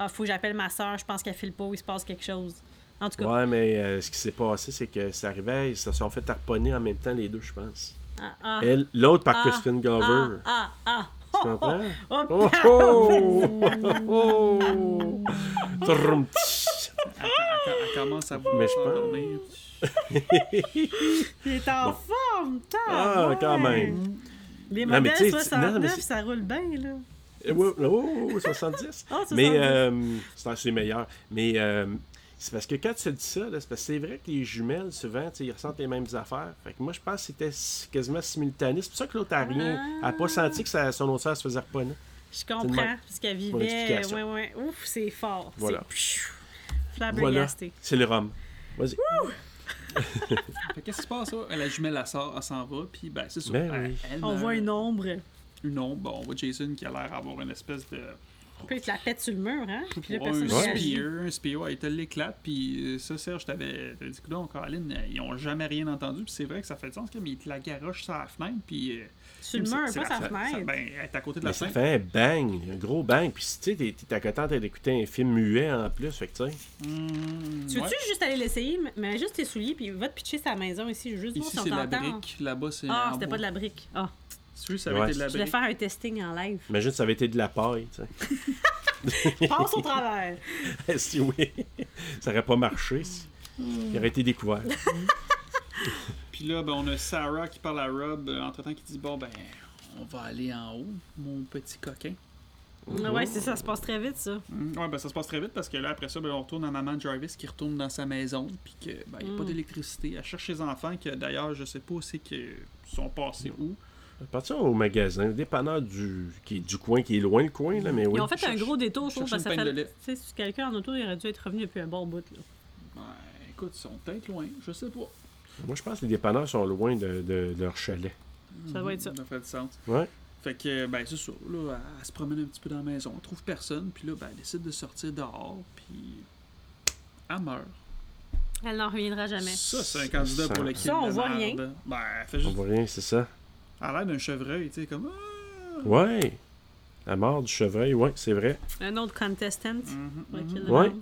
S2: Ah, faut que j'appelle ma soeur, je pense qu'elle file pas ou il se passe quelque chose. En tout cas,
S3: Ouais, mais euh, ce qui s'est passé, c'est que ça arrivait, ils se sont fait harponner en même temps, les deux, je pense.
S2: ah, ah,
S3: Elle- L'autre par
S2: Ah,
S3: Christine
S2: ah,
S3: Glover.
S2: ah, ah.
S3: Tu comprends?
S2: Oh,
S3: Oh, oh! oh, oh. Trum, tch.
S4: Elle, elle- elle commence à vouloir
S3: Mais je pense-
S4: s'endormir.
S2: Il est en forme, tant!
S3: Ah, quand même.
S2: Les
S3: Non, mais
S2: modèles
S3: tu sais, tu-
S2: 69,
S3: non, mais c'est-
S2: ça roule bien, là.
S3: Eh oui, oh, oh, 70.
S2: Ah, 70.
S3: Mais euh, c'est c'est meilleur. Mais euh, c'est parce que quand tu te dis ça, là, c'est parce que c'est vrai que les jumelles, souvent, tu sais, ils ressentent les mêmes affaires. Fait que moi, je pense que c'était s- quasiment simultané. C'est pour ça que l'autre a rien. Elle n'a
S2: Ah.
S3: pas senti que sa- son autre sœur se faisait reponner.
S2: Je
S3: C'est le
S2: comprends,
S3: même.
S2: parce qu'elle vivait.
S3: Pour l'explication.
S2: Ouais, ouais. Ouf, c'est fort.
S3: Voilà.
S2: C'est pfiou, Ah,
S3: Voilà.
S2: flabbergasté.
S3: C'est le rhum. Vas-y.
S4: Fait que qu'est-ce qui se passe, là? La jumelle, elle sort, elle s'en va, puis ben, c'est sûr.
S3: Ben
S4: elle-
S3: oui.
S4: elle
S2: On
S4: meurt.
S2: voit une ombre.
S4: Une ombre. Bon, on voit Jason qui a l'air d'avoir une espèce de.
S2: Puis il te la pète sur le mur, hein? Puis là,
S4: Ouais, un
S2: personne
S3: Ouais.
S2: réagit.
S4: spear, un spear, ouais, il te l'éclate, puis euh, ça, Serge, t'avais t'avais dit, donc, Caroline, euh, ils ont jamais rien entendu, puis c'est vrai que ça fait du sens, mais il te la garoche sur la fenêtre, puis. euh,
S2: Sur le
S4: c'est-
S2: mur,
S4: c'est
S2: pas
S4: la-
S2: sa
S4: ça- ça-
S2: fenêtre.
S4: Ben, elle est à côté de
S3: Mais
S4: la
S3: ça
S4: fenêtre.
S3: fait un bang, un gros bang. Puis tu sais, t'es- t'es à côté en train d'écouter un film muet en plus. Fait que tu sais.
S4: Mmh,
S2: Tu
S4: ouais.
S2: veux-tu juste aller l'essayer? mais- Mais juste tes souliers, puis va te pitcher sa maison ici. Je veux juste voir
S4: Ici,
S2: si on
S4: c'est de la
S2: t'entend.
S4: brique, là-bas, c'est.
S2: Ah,
S4: en
S2: c'était
S4: bois.
S2: pas de la brique. Ah,
S4: Tu veux, ça avait
S3: Ouais.
S4: été de la
S2: je voulais
S4: brique.
S2: faire un testing en live.
S3: Imagine ça avait été de la paille, tu
S2: Passe au travers.
S3: sais. si oui, ça aurait pas marché. Si... Il aurait été découvert.
S4: Puis là, ben, on a Sarah qui parle à Rob, euh, entre-temps, qui dit, bon, ben, on va aller en haut, mon petit coquin.
S2: Ah ouais, c'est ça, ça se passe très vite, ça.
S4: Mm, Ouais, ben ça se passe très vite parce que là, après ça, ben, on retourne à Maman Jarvis qui retourne dans sa maison, puis que ben, y a pas
S2: Mm.
S4: d'électricité. Elle cherche ses enfants, que d'ailleurs, je sais pas aussi qu'ils sont passés
S2: Mm.
S4: où.
S3: Partir au magasin, le dépanneur du, qui est du coin, qui est loin le coin, là, mais oui.
S2: Ils ont fait un
S3: cherche-
S2: gros détour, je trouve,
S4: cherche
S2: parce que
S4: une
S2: ça
S4: peine de
S2: fait...
S4: lait.
S2: Tu sais, si quelqu'un en auto, il aurait dû être revenu depuis un bon bout, là.
S4: Ben, écoute, ils sont peut-être loin, je sais pas.
S3: Moi, je pense que les dépanneurs sont loin de, de- de leur chalet.
S2: Ça doit être ça.
S4: Mm-hmm. Ça ferait du sens.
S3: Ouais.
S4: Fait que, ben, c'est ça. Là, elle, elle se promène un petit peu dans la maison, elle trouve personne, puis là, ben, elle décide de sortir dehors, puis elle meurt.
S2: Elle n'en reviendra jamais.
S4: Ça, c'est un candidat
S3: Ça-
S4: pour le
S3: Ça,
S4: kill
S2: on
S4: de
S2: voit
S4: merde.
S2: rien.
S4: Ben, elle fait
S3: On
S4: juste.
S3: voit rien, c'est ça.
S4: Elle a l'air d'un chevreuil, tu sais, comme. Ah!
S3: Ouais. La mort du chevreuil, ouais, c'est vrai.
S2: Un autre contestant.
S4: Mhm,
S2: pour
S4: mhm.
S2: lequel
S3: Ouais.
S2: on-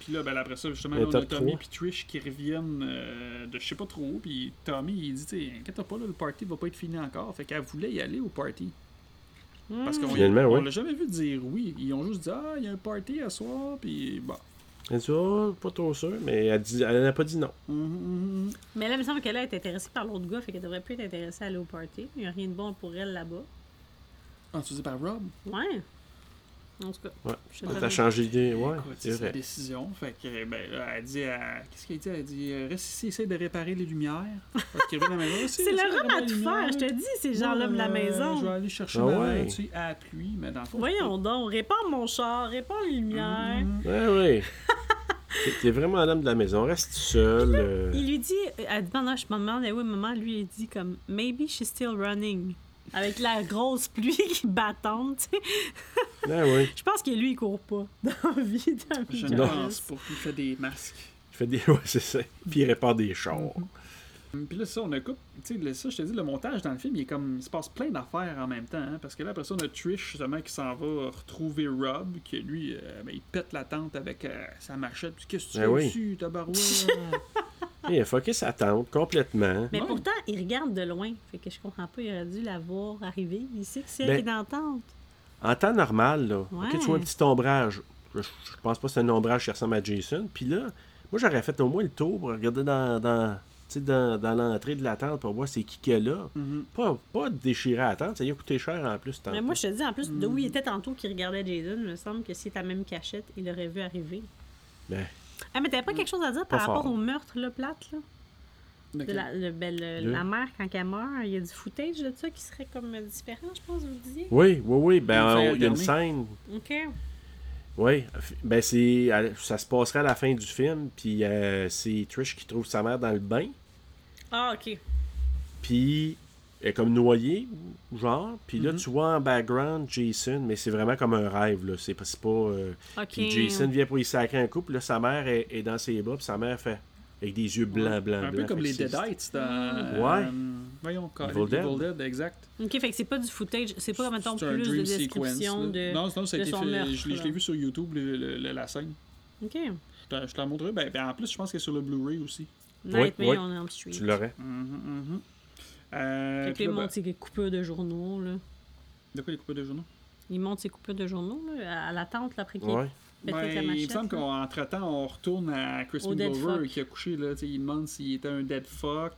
S4: Puis là, ben, après ça, justement,
S3: Le
S4: là, on a
S3: top
S4: Tommy
S3: trois.
S4: et Trish qui reviennent euh, de je sais pas trop où. Puis Tommy, il dit, t'sais, inquiète pas, là, le party va pas être fini encore. Fait qu'elle voulait y aller au party. Parce
S2: Hmm.
S4: qu'on
S3: Finalement,
S4: on
S3: ouais.
S4: l'a jamais vu dire oui. Ils ont juste dit, ah, il y a un party à soir. Puis bon.
S3: Elle dit, oh, pas trop sûr, mais elle dit- elle n'a pas dit non.
S4: Mhm, mhm.
S2: Mais là, il me semble qu'elle a été intéressée par l'autre gars, fait qu'elle devrait plus être intéressée à aller au party. Il n'y a rien de bon pour elle là-bas.
S4: Ah, tu dis par Rob?
S2: Ouais. En tout cas,
S3: Ouais.
S2: je sais
S3: Elle
S2: pas.
S3: a changé d'idée, Ah, ouais,
S4: Écoute,
S3: c'est
S4: c'est sa
S3: vrai.
S4: décision. Fait que, ben, là, elle dit, à- qu'est-ce qu'elle dit? Elle dit, euh, reste ici, essaie de réparer les lumières. Parce qu'il revient à la maison.
S2: C'est le rhum à tout faire, je te dis, c'est genre l'homme de la
S4: Je vais
S2: maison.
S4: aller chercher
S3: Ah
S4: ma
S3: ouais.
S4: tu sais, à la pluie, mais dans le fond,
S2: Voyons donc, répare mon char, répare les lumières.
S4: Mm-hmm.
S3: Ouais, ouais. T'es- T'es vraiment l'homme de la maison. Reste seul. euh,
S2: Il lui dit, elle demande, ah, je me demande, eh oui, maman, lui, il dit comme, maybe she's still running. Avec la grosse pluie qui battante, tu sais.
S3: Ah oui.
S2: Je pense que lui, il court pas dans la vie d'un
S4: Je ne
S3: Non.
S4: pense pas. Il fait des masques.
S3: Il fait des. Ouais, c'est ça. Puis il répare des chars.
S2: Mm-hmm.
S4: Hum, Puis là, ça, on a coup- Tu sais, le- ça, je te dis, le montage dans le film, il, est comme, il se passe plein d'affaires en même temps. hein, parce que là, après ça, on a Trish, justement, qui s'en va retrouver Rob, qui lui, euh, ben, il pète la tente avec euh, sa machette. Puis qu'est-ce que tu
S3: Ben
S4: fais
S3: oui.
S4: dessus, tabarouette?
S3: Et il a fucké sa tente complètement.
S2: Mais
S4: Ouais.
S2: pourtant, il regarde de loin. Fait que je comprends pas, il aurait dû la voir arriver. Il sait que c'est
S3: Ben-
S2: elle qui est dans la tente.
S3: En temps normal, là,
S2: Ouais.
S3: ok, tu vois un petit ombrage. Je, je pense pas que c'est un ombrage qui ressemble à Jason. Puis là, moi, j'aurais fait au moins le tour pour regarder dans, dans, tu sais, dans, dans l'entrée de la tente pour voir c'est qui qu'il y a là.
S4: Mhm.
S3: Pas, pas de déchirer la tente. Ça y a coûté cher en plus. tente.
S2: Mm-hmm. Mais moi, je te dis, en plus, de où
S4: Mm.
S2: il était tantôt qu'il regardait Jason, il me semble que si était à la même cachette, il l'aurait vu arriver.
S3: Ben.
S2: Ah, mais t'avais pas quelque chose à dire
S3: Pas
S2: par rapport
S3: fort.
S2: au meurtre, là, plate, là?
S4: Ok.
S2: De la, le- ben, le-
S3: Deux.
S2: la mère, quand elle meurt, il y a du footage de ça qui serait comme différent, je pense, vous le disiez.
S3: Oui, oui, oui.
S4: Une
S3: Ben,
S4: scène à
S3: on- il y a une
S4: regarder.
S3: scène.
S2: OK.
S3: Oui. Ben, c'est, elle- ça se passerait à la fin du film. Puis euh, c'est Trish qui trouve sa mère dans le bain.
S2: Ah, OK.
S3: Puis elle est comme noyée, genre. Puis là,
S4: Mhm.
S3: tu vois en background Jason, mais c'est vraiment comme un rêve, là. C'est pas. c'est pas, euh,
S2: OK.
S3: Puis Jason vient pour y sacrer un coup, puis là, sa mère est, est dans ses bras, puis sa mère fait. Avec des yeux blancs, blancs,
S4: Un
S3: blancs.
S4: peu comme
S3: Fait
S4: les
S3: que c'est-
S4: Deadites dans.
S3: Ouais.
S4: euh, Voyons, Colin,
S3: Evil Dead.
S4: exact.
S2: Ok, fait que c'est pas du footage, c'est pas, mettons,
S4: C'est un
S2: plus de
S4: dream sequence,
S2: description
S4: là.
S2: de.
S4: non, non, ça a
S2: de
S4: été
S2: son
S4: fait-
S2: meurtre,
S4: je l'ai- je
S2: là.
S4: l'ai vu sur YouTube, le- le- le- la scène.
S2: Ok.
S4: Je te, je te la montrerai. Ben, ben, en plus, je pense qu'elle est sur le Blu-ray aussi.
S2: Nightmare
S3: oui.
S2: on Elm Street.
S3: Tu l'aurais.
S4: Mhm, mhm. Euh,
S2: Fait que
S4: puis
S2: là,
S4: là,
S2: il
S4: ben,
S2: monte ses coupures de journaux, là.
S4: de quoi les coupures de journaux?
S2: Il monte ses coupures de journaux, là, à la tente, là, après qu'il
S3: Ouais.
S2: pète
S4: Ben,
S2: avec la
S4: il me
S2: machette.
S4: semble
S2: là.
S4: qu'entre-temps, on retourne à
S2: Au
S4: Crispin
S2: dead
S4: Glover
S2: fuck.
S4: qui a couché. Là, Tu sais, il demande s'il était un dead fuck.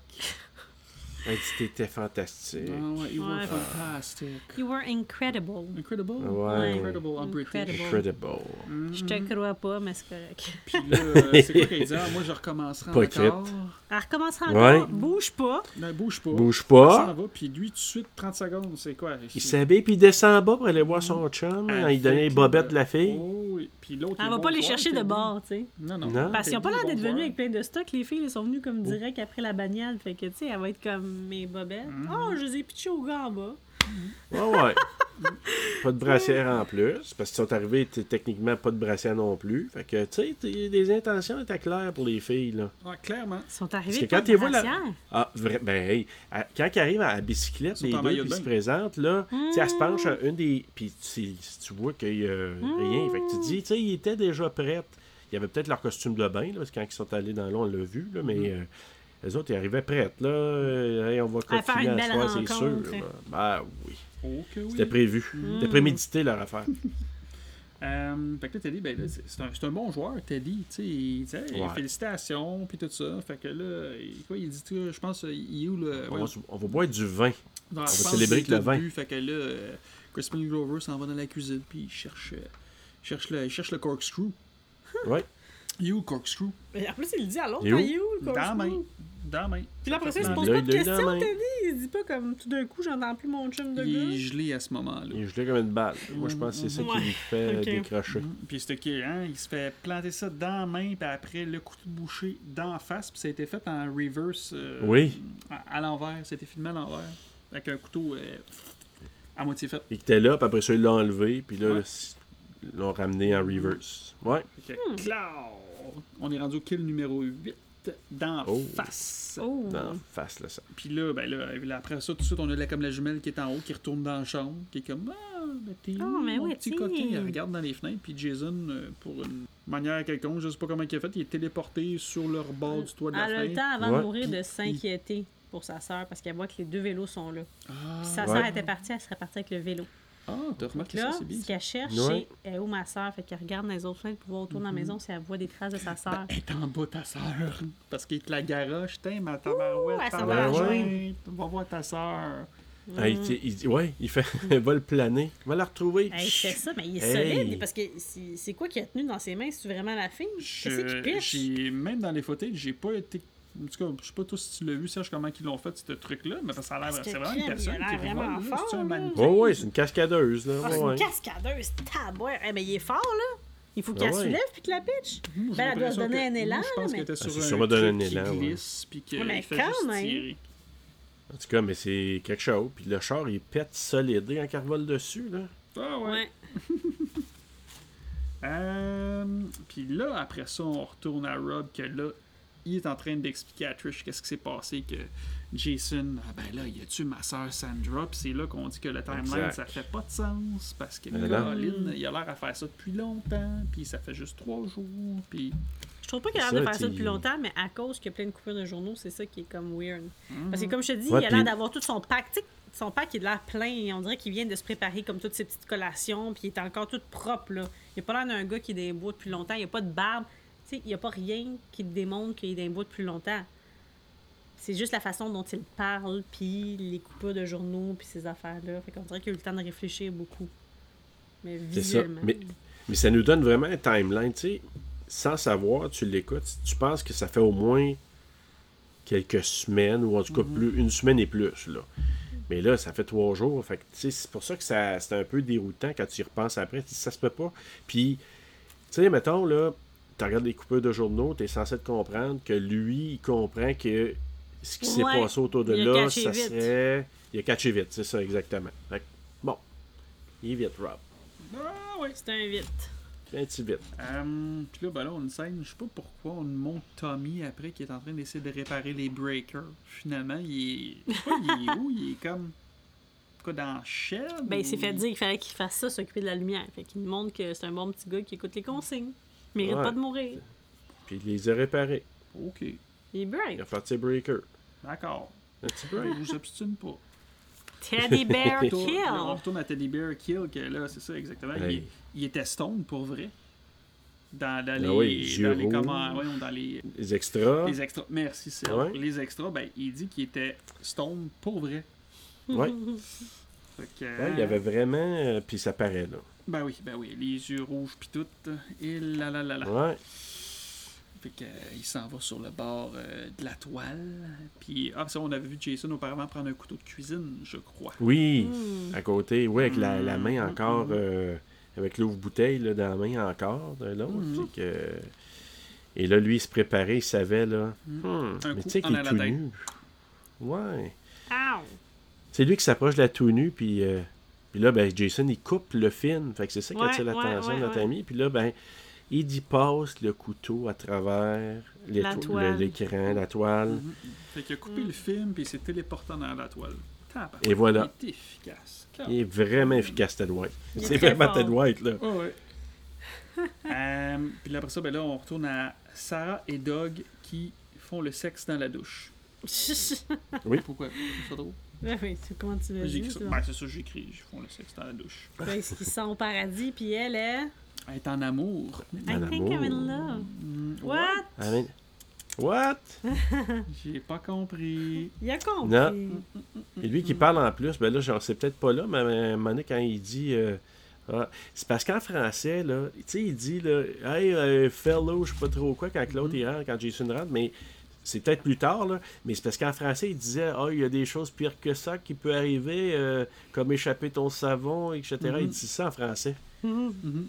S3: Elle dit t'étais fantastique.
S4: Ah ouais, you were
S2: Ouais.
S4: fantastic.
S2: You were incredible.
S4: Incredible.
S3: Ouais.
S4: Incredible en British.
S3: Incredible.
S4: Mhm.
S2: Je te crois pas, mais c'est correct.
S4: Puis là, euh, c'est quoi qu'elle dit? Ah, moi, je recommencerai
S3: Pas
S4: encore.
S2: Elle recommencera encore.
S3: Ouais.
S2: Bouge pas.
S4: Non, bouge pas.
S3: Bouge
S4: Il
S3: pas.
S4: s'en va, puis lui, tout de suite, 30 secondes, c'est quoi?
S3: Il s'habille puis il descend en bas pour aller voir son chum.
S4: Ah,
S3: hein, il
S4: fait
S3: donnait les
S4: que,
S3: bobettes de la fille.
S4: Oh, oui. Puis l'autre, il
S2: Elle
S4: est
S2: va
S4: bon
S2: pas les
S4: soir,
S2: chercher
S4: t'es
S2: de
S4: bon.
S2: bord, tu sais.
S4: Non, non.
S3: Non.
S2: Parce qu'ils ont pas
S4: T'es
S2: l'air
S4: bon
S2: d'être venus
S4: soir.
S2: avec plein de stocks. Les filles, elles sont venues comme direct après la bagnole. Fait que, tu sais, elle va être comme mes bobettes.
S4: Mm-hmm.
S2: Oh, je les ai pitchées au gars en bas.
S3: Ouais, Ah ouais. pas de brassière en plus. Parce qu'ils sont arrivés, t'es techniquement pas de brassière non plus. Fait que, tu sais, t'es- les intentions étaient claires pour les filles, là.
S4: Ouais, Ah, clairement.
S2: Ils sont
S3: Parce
S2: arrivés
S3: que
S2: pas
S3: quand
S2: de
S3: ils voient la-
S2: brassière.
S3: Ah, vrai, ben, hey, à- quand ils arrivent à la bicyclette,
S4: Ils sont
S3: les
S4: en
S3: deux,
S4: maillot
S3: puis
S4: de
S3: ils se
S4: bain.
S3: présentent, là, tu sais, elle
S2: Mmh.
S3: se penche à une des. Puis tu, tu vois qu'il y a rien. Fait que tu te dis, tu sais, ils étaient déjà prêtes. Il y avait peut-être leur costume de bain, là, parce que quand ils sont allés dans l'eau, on l'a vu, là, mais
S4: Mmh.
S3: les autres, ils arrivaient prêtes, là. Euh, hey, on va
S2: À faire
S3: continuer
S2: une
S3: à se
S2: belle
S3: voir, c'est sûr.
S2: rencontre. Mmh.
S3: là. Ben oui.
S4: Oh, que oui.
S3: C'était prévu. C'était prémédité leur affaire.
S4: Euh, fait que là, Teddy, ben là, c'est c'est un, c'est un bon joueur, Teddy. tu sais, il dit, Hey,
S3: Ouais.
S4: félicitations, puis tout ça. Fait que là, il, quoi, il dit, tu sais, je pense, euh, il est où le.
S3: On, va, se- on va boire du vin.
S2: Hein?
S4: on va
S3: célébrer que le vin.
S4: Fait que là, euh, Crispin Glover s'en va dans la cuisine, puis il cherche, euh, il cherche, le, il cherche le corkscrew.
S3: Ouais.
S4: Il est où le corkscrew
S2: Mais En plus, il le dit à l'autre.
S3: Il est où?
S2: hein, Il est où, le
S4: Dans la
S2: corps?
S4: main. Dans la main.
S2: Puis là, après ça, il se
S4: Dans
S2: pose
S3: Là,
S2: pas
S3: il
S2: de
S3: l'a eu dans la
S2: questions,
S3: main.
S2: Teddy. Il se dit pas comme tout d'un coup, j'entends plus mon chum de
S4: Il est
S2: gars.
S4: gelé à ce moment-là.
S3: Il est gelé comme une balle. Moi, je pense que c'est ça qui
S2: Ouais.
S3: lui fait euh,
S2: Ok.
S3: décrocher.
S4: Mhm. Puis c'était qui, hein, il se fait planter ça dans la main, puis après le coup de boucher dans la face, puis ça a été fait en reverse. euh,
S3: Oui.
S4: À, à l'envers, ça a été filmé à l'envers. Avec un couteau euh, à moitié fait.
S3: Il était là, puis après ça, ils l'ont enlevé, puis là,
S4: Ouais.
S3: ils l'ont ramené en reverse. Ouais.
S2: Mm-hmm.
S4: Fait
S2: Hmm.
S4: que, claw! On est rendu au kill numéro 8 dans la
S3: Oh.
S4: face.
S2: Oh.
S3: Dans la face, là, ça.
S4: Puis là, ben là, euh, là, après ça, tout de suite, on a la, comme la jumelle qui est en haut, qui retourne dans la chambre, qui est comme Ah, ben t'es où,
S2: Ah, mais
S4: mon
S2: oui,
S4: petit
S2: t'sais.
S4: coquin? Elle regarde dans les fenêtres, puis Jason, euh, pour une manière quelconque, je sais pas comment il a fait, il est téléporté sur le rebord du toit de la
S2: Elle a le
S4: fenêtre.
S2: temps avant
S3: Ouais.
S2: de mourir
S4: Puis-
S2: de s'inquiéter pour sa sœur parce qu'elle voit que les deux vélos sont là.
S4: Ah,
S2: Puis sa
S3: ouais.
S2: sœur était partie, elle serait partie avec le vélo.
S4: ah, t'as
S2: Donc
S4: remarqué
S2: là,
S4: ça,
S2: ce
S4: c'est bien.
S2: qu'elle cherche, c'est
S3: Ouais.
S2: elle est où ma sœur. Fait qu'elle regarde dans les autres fenêtres pour voir
S4: Mm-hmm.
S2: autour de la maison si elle voit des traces de sa sœur.
S4: Elle est en bas, ta sœur. Parce qu'il te la garoche. T'es ma tabarouette.
S2: elle s'en
S4: ta
S3: va la
S4: marouette,
S2: joindre.
S4: Va voir ta sœur.
S2: Mm-hmm.
S3: Ah, il, dit- il dit- ouais, il fait, il va le planer. On va la retrouver.
S4: ben,
S2: Hey, il fait ça, mais il est
S3: Hey.
S2: solide parce que c'est c'est quoi qu'il a tenu dans ses mains? C'est vraiment la fille? Qu'est-ce qu'il
S4: Je- euh,
S2: piche?
S4: J'ai Même dans les footage, j'ai pas été. En tout cas, je sais pas tous si tu l'as vu, Serge, comment ils l'ont fait, ce truc-là. Mais parce que ça a l'air.
S2: Parce que
S4: C'est vraiment une
S2: crème, il a
S4: personne
S2: l'air
S4: qui est
S2: vraiment
S4: vraiment. là,
S2: fort,
S4: C'est un
S2: là.
S4: mannequin.
S3: Oh, ouais, c'est une cascadeuse, là.
S2: Ah, c'est
S3: ouais.
S2: une cascadeuse, taboire. Eh, mais il est fort, là! Il
S4: Ben
S2: faut qu'elle
S3: Ah ouais.
S2: se lève puis que la bitch!
S4: Moi, j'ai
S2: Ben, elle doit se
S4: l'impression
S2: donner
S4: que-
S2: un
S4: moi,
S2: élan,
S4: Je pense
S2: mais-
S4: qu'elle était
S3: Ah,
S4: sur
S3: c'est
S4: un
S3: sûrement donner un
S4: truc qui
S3: élan, ouais.
S4: glisse, puis
S2: Ouais, mais hein.
S4: qu'il fait
S2: quand
S4: juste
S2: même.
S4: tirer.
S3: En tout cas, mais c'est quelque chose. Puis le char, il pète solide hein, quand il revole dessus, là.
S4: Ah ouais.
S2: Ouais.
S4: Euh, puis là, après ça, on retourne à Rob que là, il est en train d'expliquer à Trish qu'est-ce qui s'est passé, que Jason, ah ben là, il a tué ma soeur Sandra, puis c'est là qu'on dit que le timeline,
S3: Exact.
S4: ça fait pas de sens, parce que
S3: Mais non.
S4: Colin, il a l'air à faire ça depuis longtemps, puis ça fait juste trois jours, puis...
S2: Je trouve pas qu'il a l'air de
S3: Ça,
S2: faire ça
S3: t'sais,
S2: depuis
S3: il-
S2: longtemps, mais à cause qu'il y a plein de coupures de journaux, c'est ça qui est comme weird. Parce que comme je te dis,
S3: Ouais,
S2: il a
S3: puis-
S2: l'air d'avoir tout son pack. Tu sais, son pack, il a l'air plein. et On dirait qu'il vient de se préparer comme toutes ses petites collations, puis il est encore tout propre, là. Il a pas l'air d'un gars qui est dans les bois depuis longtemps. Il a pas de barbe. Tu sais, il y a pas rien qui te démontre qu'il est dans les bois depuis longtemps. C'est juste la façon dont il parle, puis les coupures de journaux, puis ces affaires-là. Fait qu'on dirait qu'il a eu le temps de réfléchir beaucoup. Mais
S3: C'est ça.
S2: visuellement...
S3: Mais, mais ça nous donne vraiment un timeline, tu sais. Sans savoir, tu l'écoutes, tu penses que ça fait au moins quelques semaines, ou en tout cas
S2: Mhm.
S3: plus, une semaine et plus, là. Mais là, ça fait trois jours. Fait que, tu sais, c'est pour ça que ça, c'est un peu déroutant quand tu y repenses après. Tu dis, ça se peut pas. Puis, tu sais, mettons, là, tu regardes les coupeurs de journaux, tu es censé te comprendre que lui, il comprend que ce qui s'est
S2: Ouais.
S3: passé autour de
S2: Il a
S3: là,
S2: catché
S3: ça
S2: vite.
S3: serait. Il a catché vite, c'est ça, exactement. Fait que, bon, il est vite, Rob.
S4: Ah ouais,
S2: C'est un vite.
S3: Un petit vite.
S4: Euh, puis là, ben là, on une scène, je sais pas pourquoi, on nous montre Tommy après qui est en train d'essayer de réparer les breakers. Finalement, il est. Je sais pas, il est où Il est comme. Quoi, dans le shed
S2: Ben, il s'est
S4: ou-
S3: Hmm.
S2: fait dire qu'il fallait qu'il fasse ça, s'occuper de la lumière. Fait qu'il nous montre que c'est un bon petit gars qui écoute les consignes. Il mérite
S3: Ouais.
S2: pas de mourir.
S3: Puis il les a réparés.
S4: Ok,
S2: Il est
S3: Il
S2: bright.
S3: a fait ses breakers.
S4: d'accord.
S3: Un petit
S4: Je
S3: break.
S4: vous obstine pas.
S2: Teddy Bear
S4: Retour- là, on
S2: Kill!
S4: retourne à Teddy Bear Kill, que là, c'est ça, exactement. Il-
S3: Hey. Ben
S4: Il, était stone pour vrai. Dans, dans les.
S3: oui, yeux
S4: dans les
S3: rouges.
S4: comment- voyons, dans les.
S3: Les extras.
S4: Les extras, merci c'est
S3: Ah Ouais.
S4: Les extras, ben, il dit qu'il était stone pour vrai.
S3: Ouais.
S4: Fait que,
S3: Ouais, il y avait vraiment. euh, Puis ça paraît, là.
S4: Ben oui, ben oui, les yeux rouges pis tout. Et là là là là.
S3: Ouais.
S4: Fait que, euh, il s'en va sur le bord euh, de la toile. Puis, ah, ça, on avait vu Jason auparavant prendre un couteau de cuisine, je crois.
S3: Oui.
S2: Hmm.
S3: À côté, oui, avec la, la
S4: Mm,
S3: main
S4: mm,
S3: encore.
S4: mm.
S3: euh, avec l'ouvre-bouteille là, dans la main encore de l'autre.
S4: Mm.
S3: Fait que... Et là, lui, il se préparait, il savait, là.
S4: Mm.
S3: Hmm,
S4: Un coup
S3: Mais tu sais
S4: en
S3: qu'il est
S4: allant
S3: tout
S4: la tête.
S3: nu. Ouais.
S2: Ow!
S3: C'est lui qui s'approche de la tout nue, puis, euh, puis là, ben, Jason, il coupe le film. Fait que c'est ça qui
S2: Ouais,
S3: attire
S2: ouais,
S3: l'attention
S2: ouais,
S3: de notre
S2: ouais.
S3: ami. Puis là, ben, il y passe le couteau à travers les
S2: La
S3: to- le-
S2: toile.
S3: l'écran, la toile.
S4: Mhm. Fait qu'il a coupé
S2: Mm.
S4: le film, puis il s'est téléporté dans la toile. Tabarnak,
S3: Et voilà.
S4: Il est efficace.
S3: Il est vraiment efficace, Ted White.
S2: Il est
S3: C'est
S2: très
S3: vraiment
S2: fort.
S3: Ted White, là.
S4: Ouais, ouais. Euh, puis là, après ça, ben là, on retourne à Sarah et Doug qui font le sexe dans la douche. Ah, Pourquoi C'est ça drôle?
S2: Ben oui, c'est- comment tu veux
S4: J'ai écrit
S2: dire?
S4: ça.
S2: c'est bon.
S4: Ben, c'est ça que j'écris. Ils font le sexe dans la douche.
S2: Fait Ben, qu'ils sont au paradis, puis elle est...
S4: Elle est en amour.
S2: I
S3: Madame
S2: think I'm
S3: Moore.
S2: in love.
S4: Mm,
S2: What?
S3: Ah, mais- What?
S4: J'ai pas compris.
S2: Il a compris.
S3: Non. Et lui qui parle en plus, ben là, genre, c'est peut-être pas là, mais à un moment donné, quand il dit. euh, ah, c'est parce qu'en français, là, tu sais, il dit, là, hey, euh, fellow, je sais pas trop quoi, quand
S4: Mhm.
S3: l'autre il rentre, quand Jason rentre, mais c'est peut-être plus tard, là, mais c'est parce qu'en français, il disait, ah, il y a des choses pires que ça qui peut arriver, euh, comme échapper ton savon, etc. Il
S4: Mhm.
S3: dit ça en français.
S4: Mhm.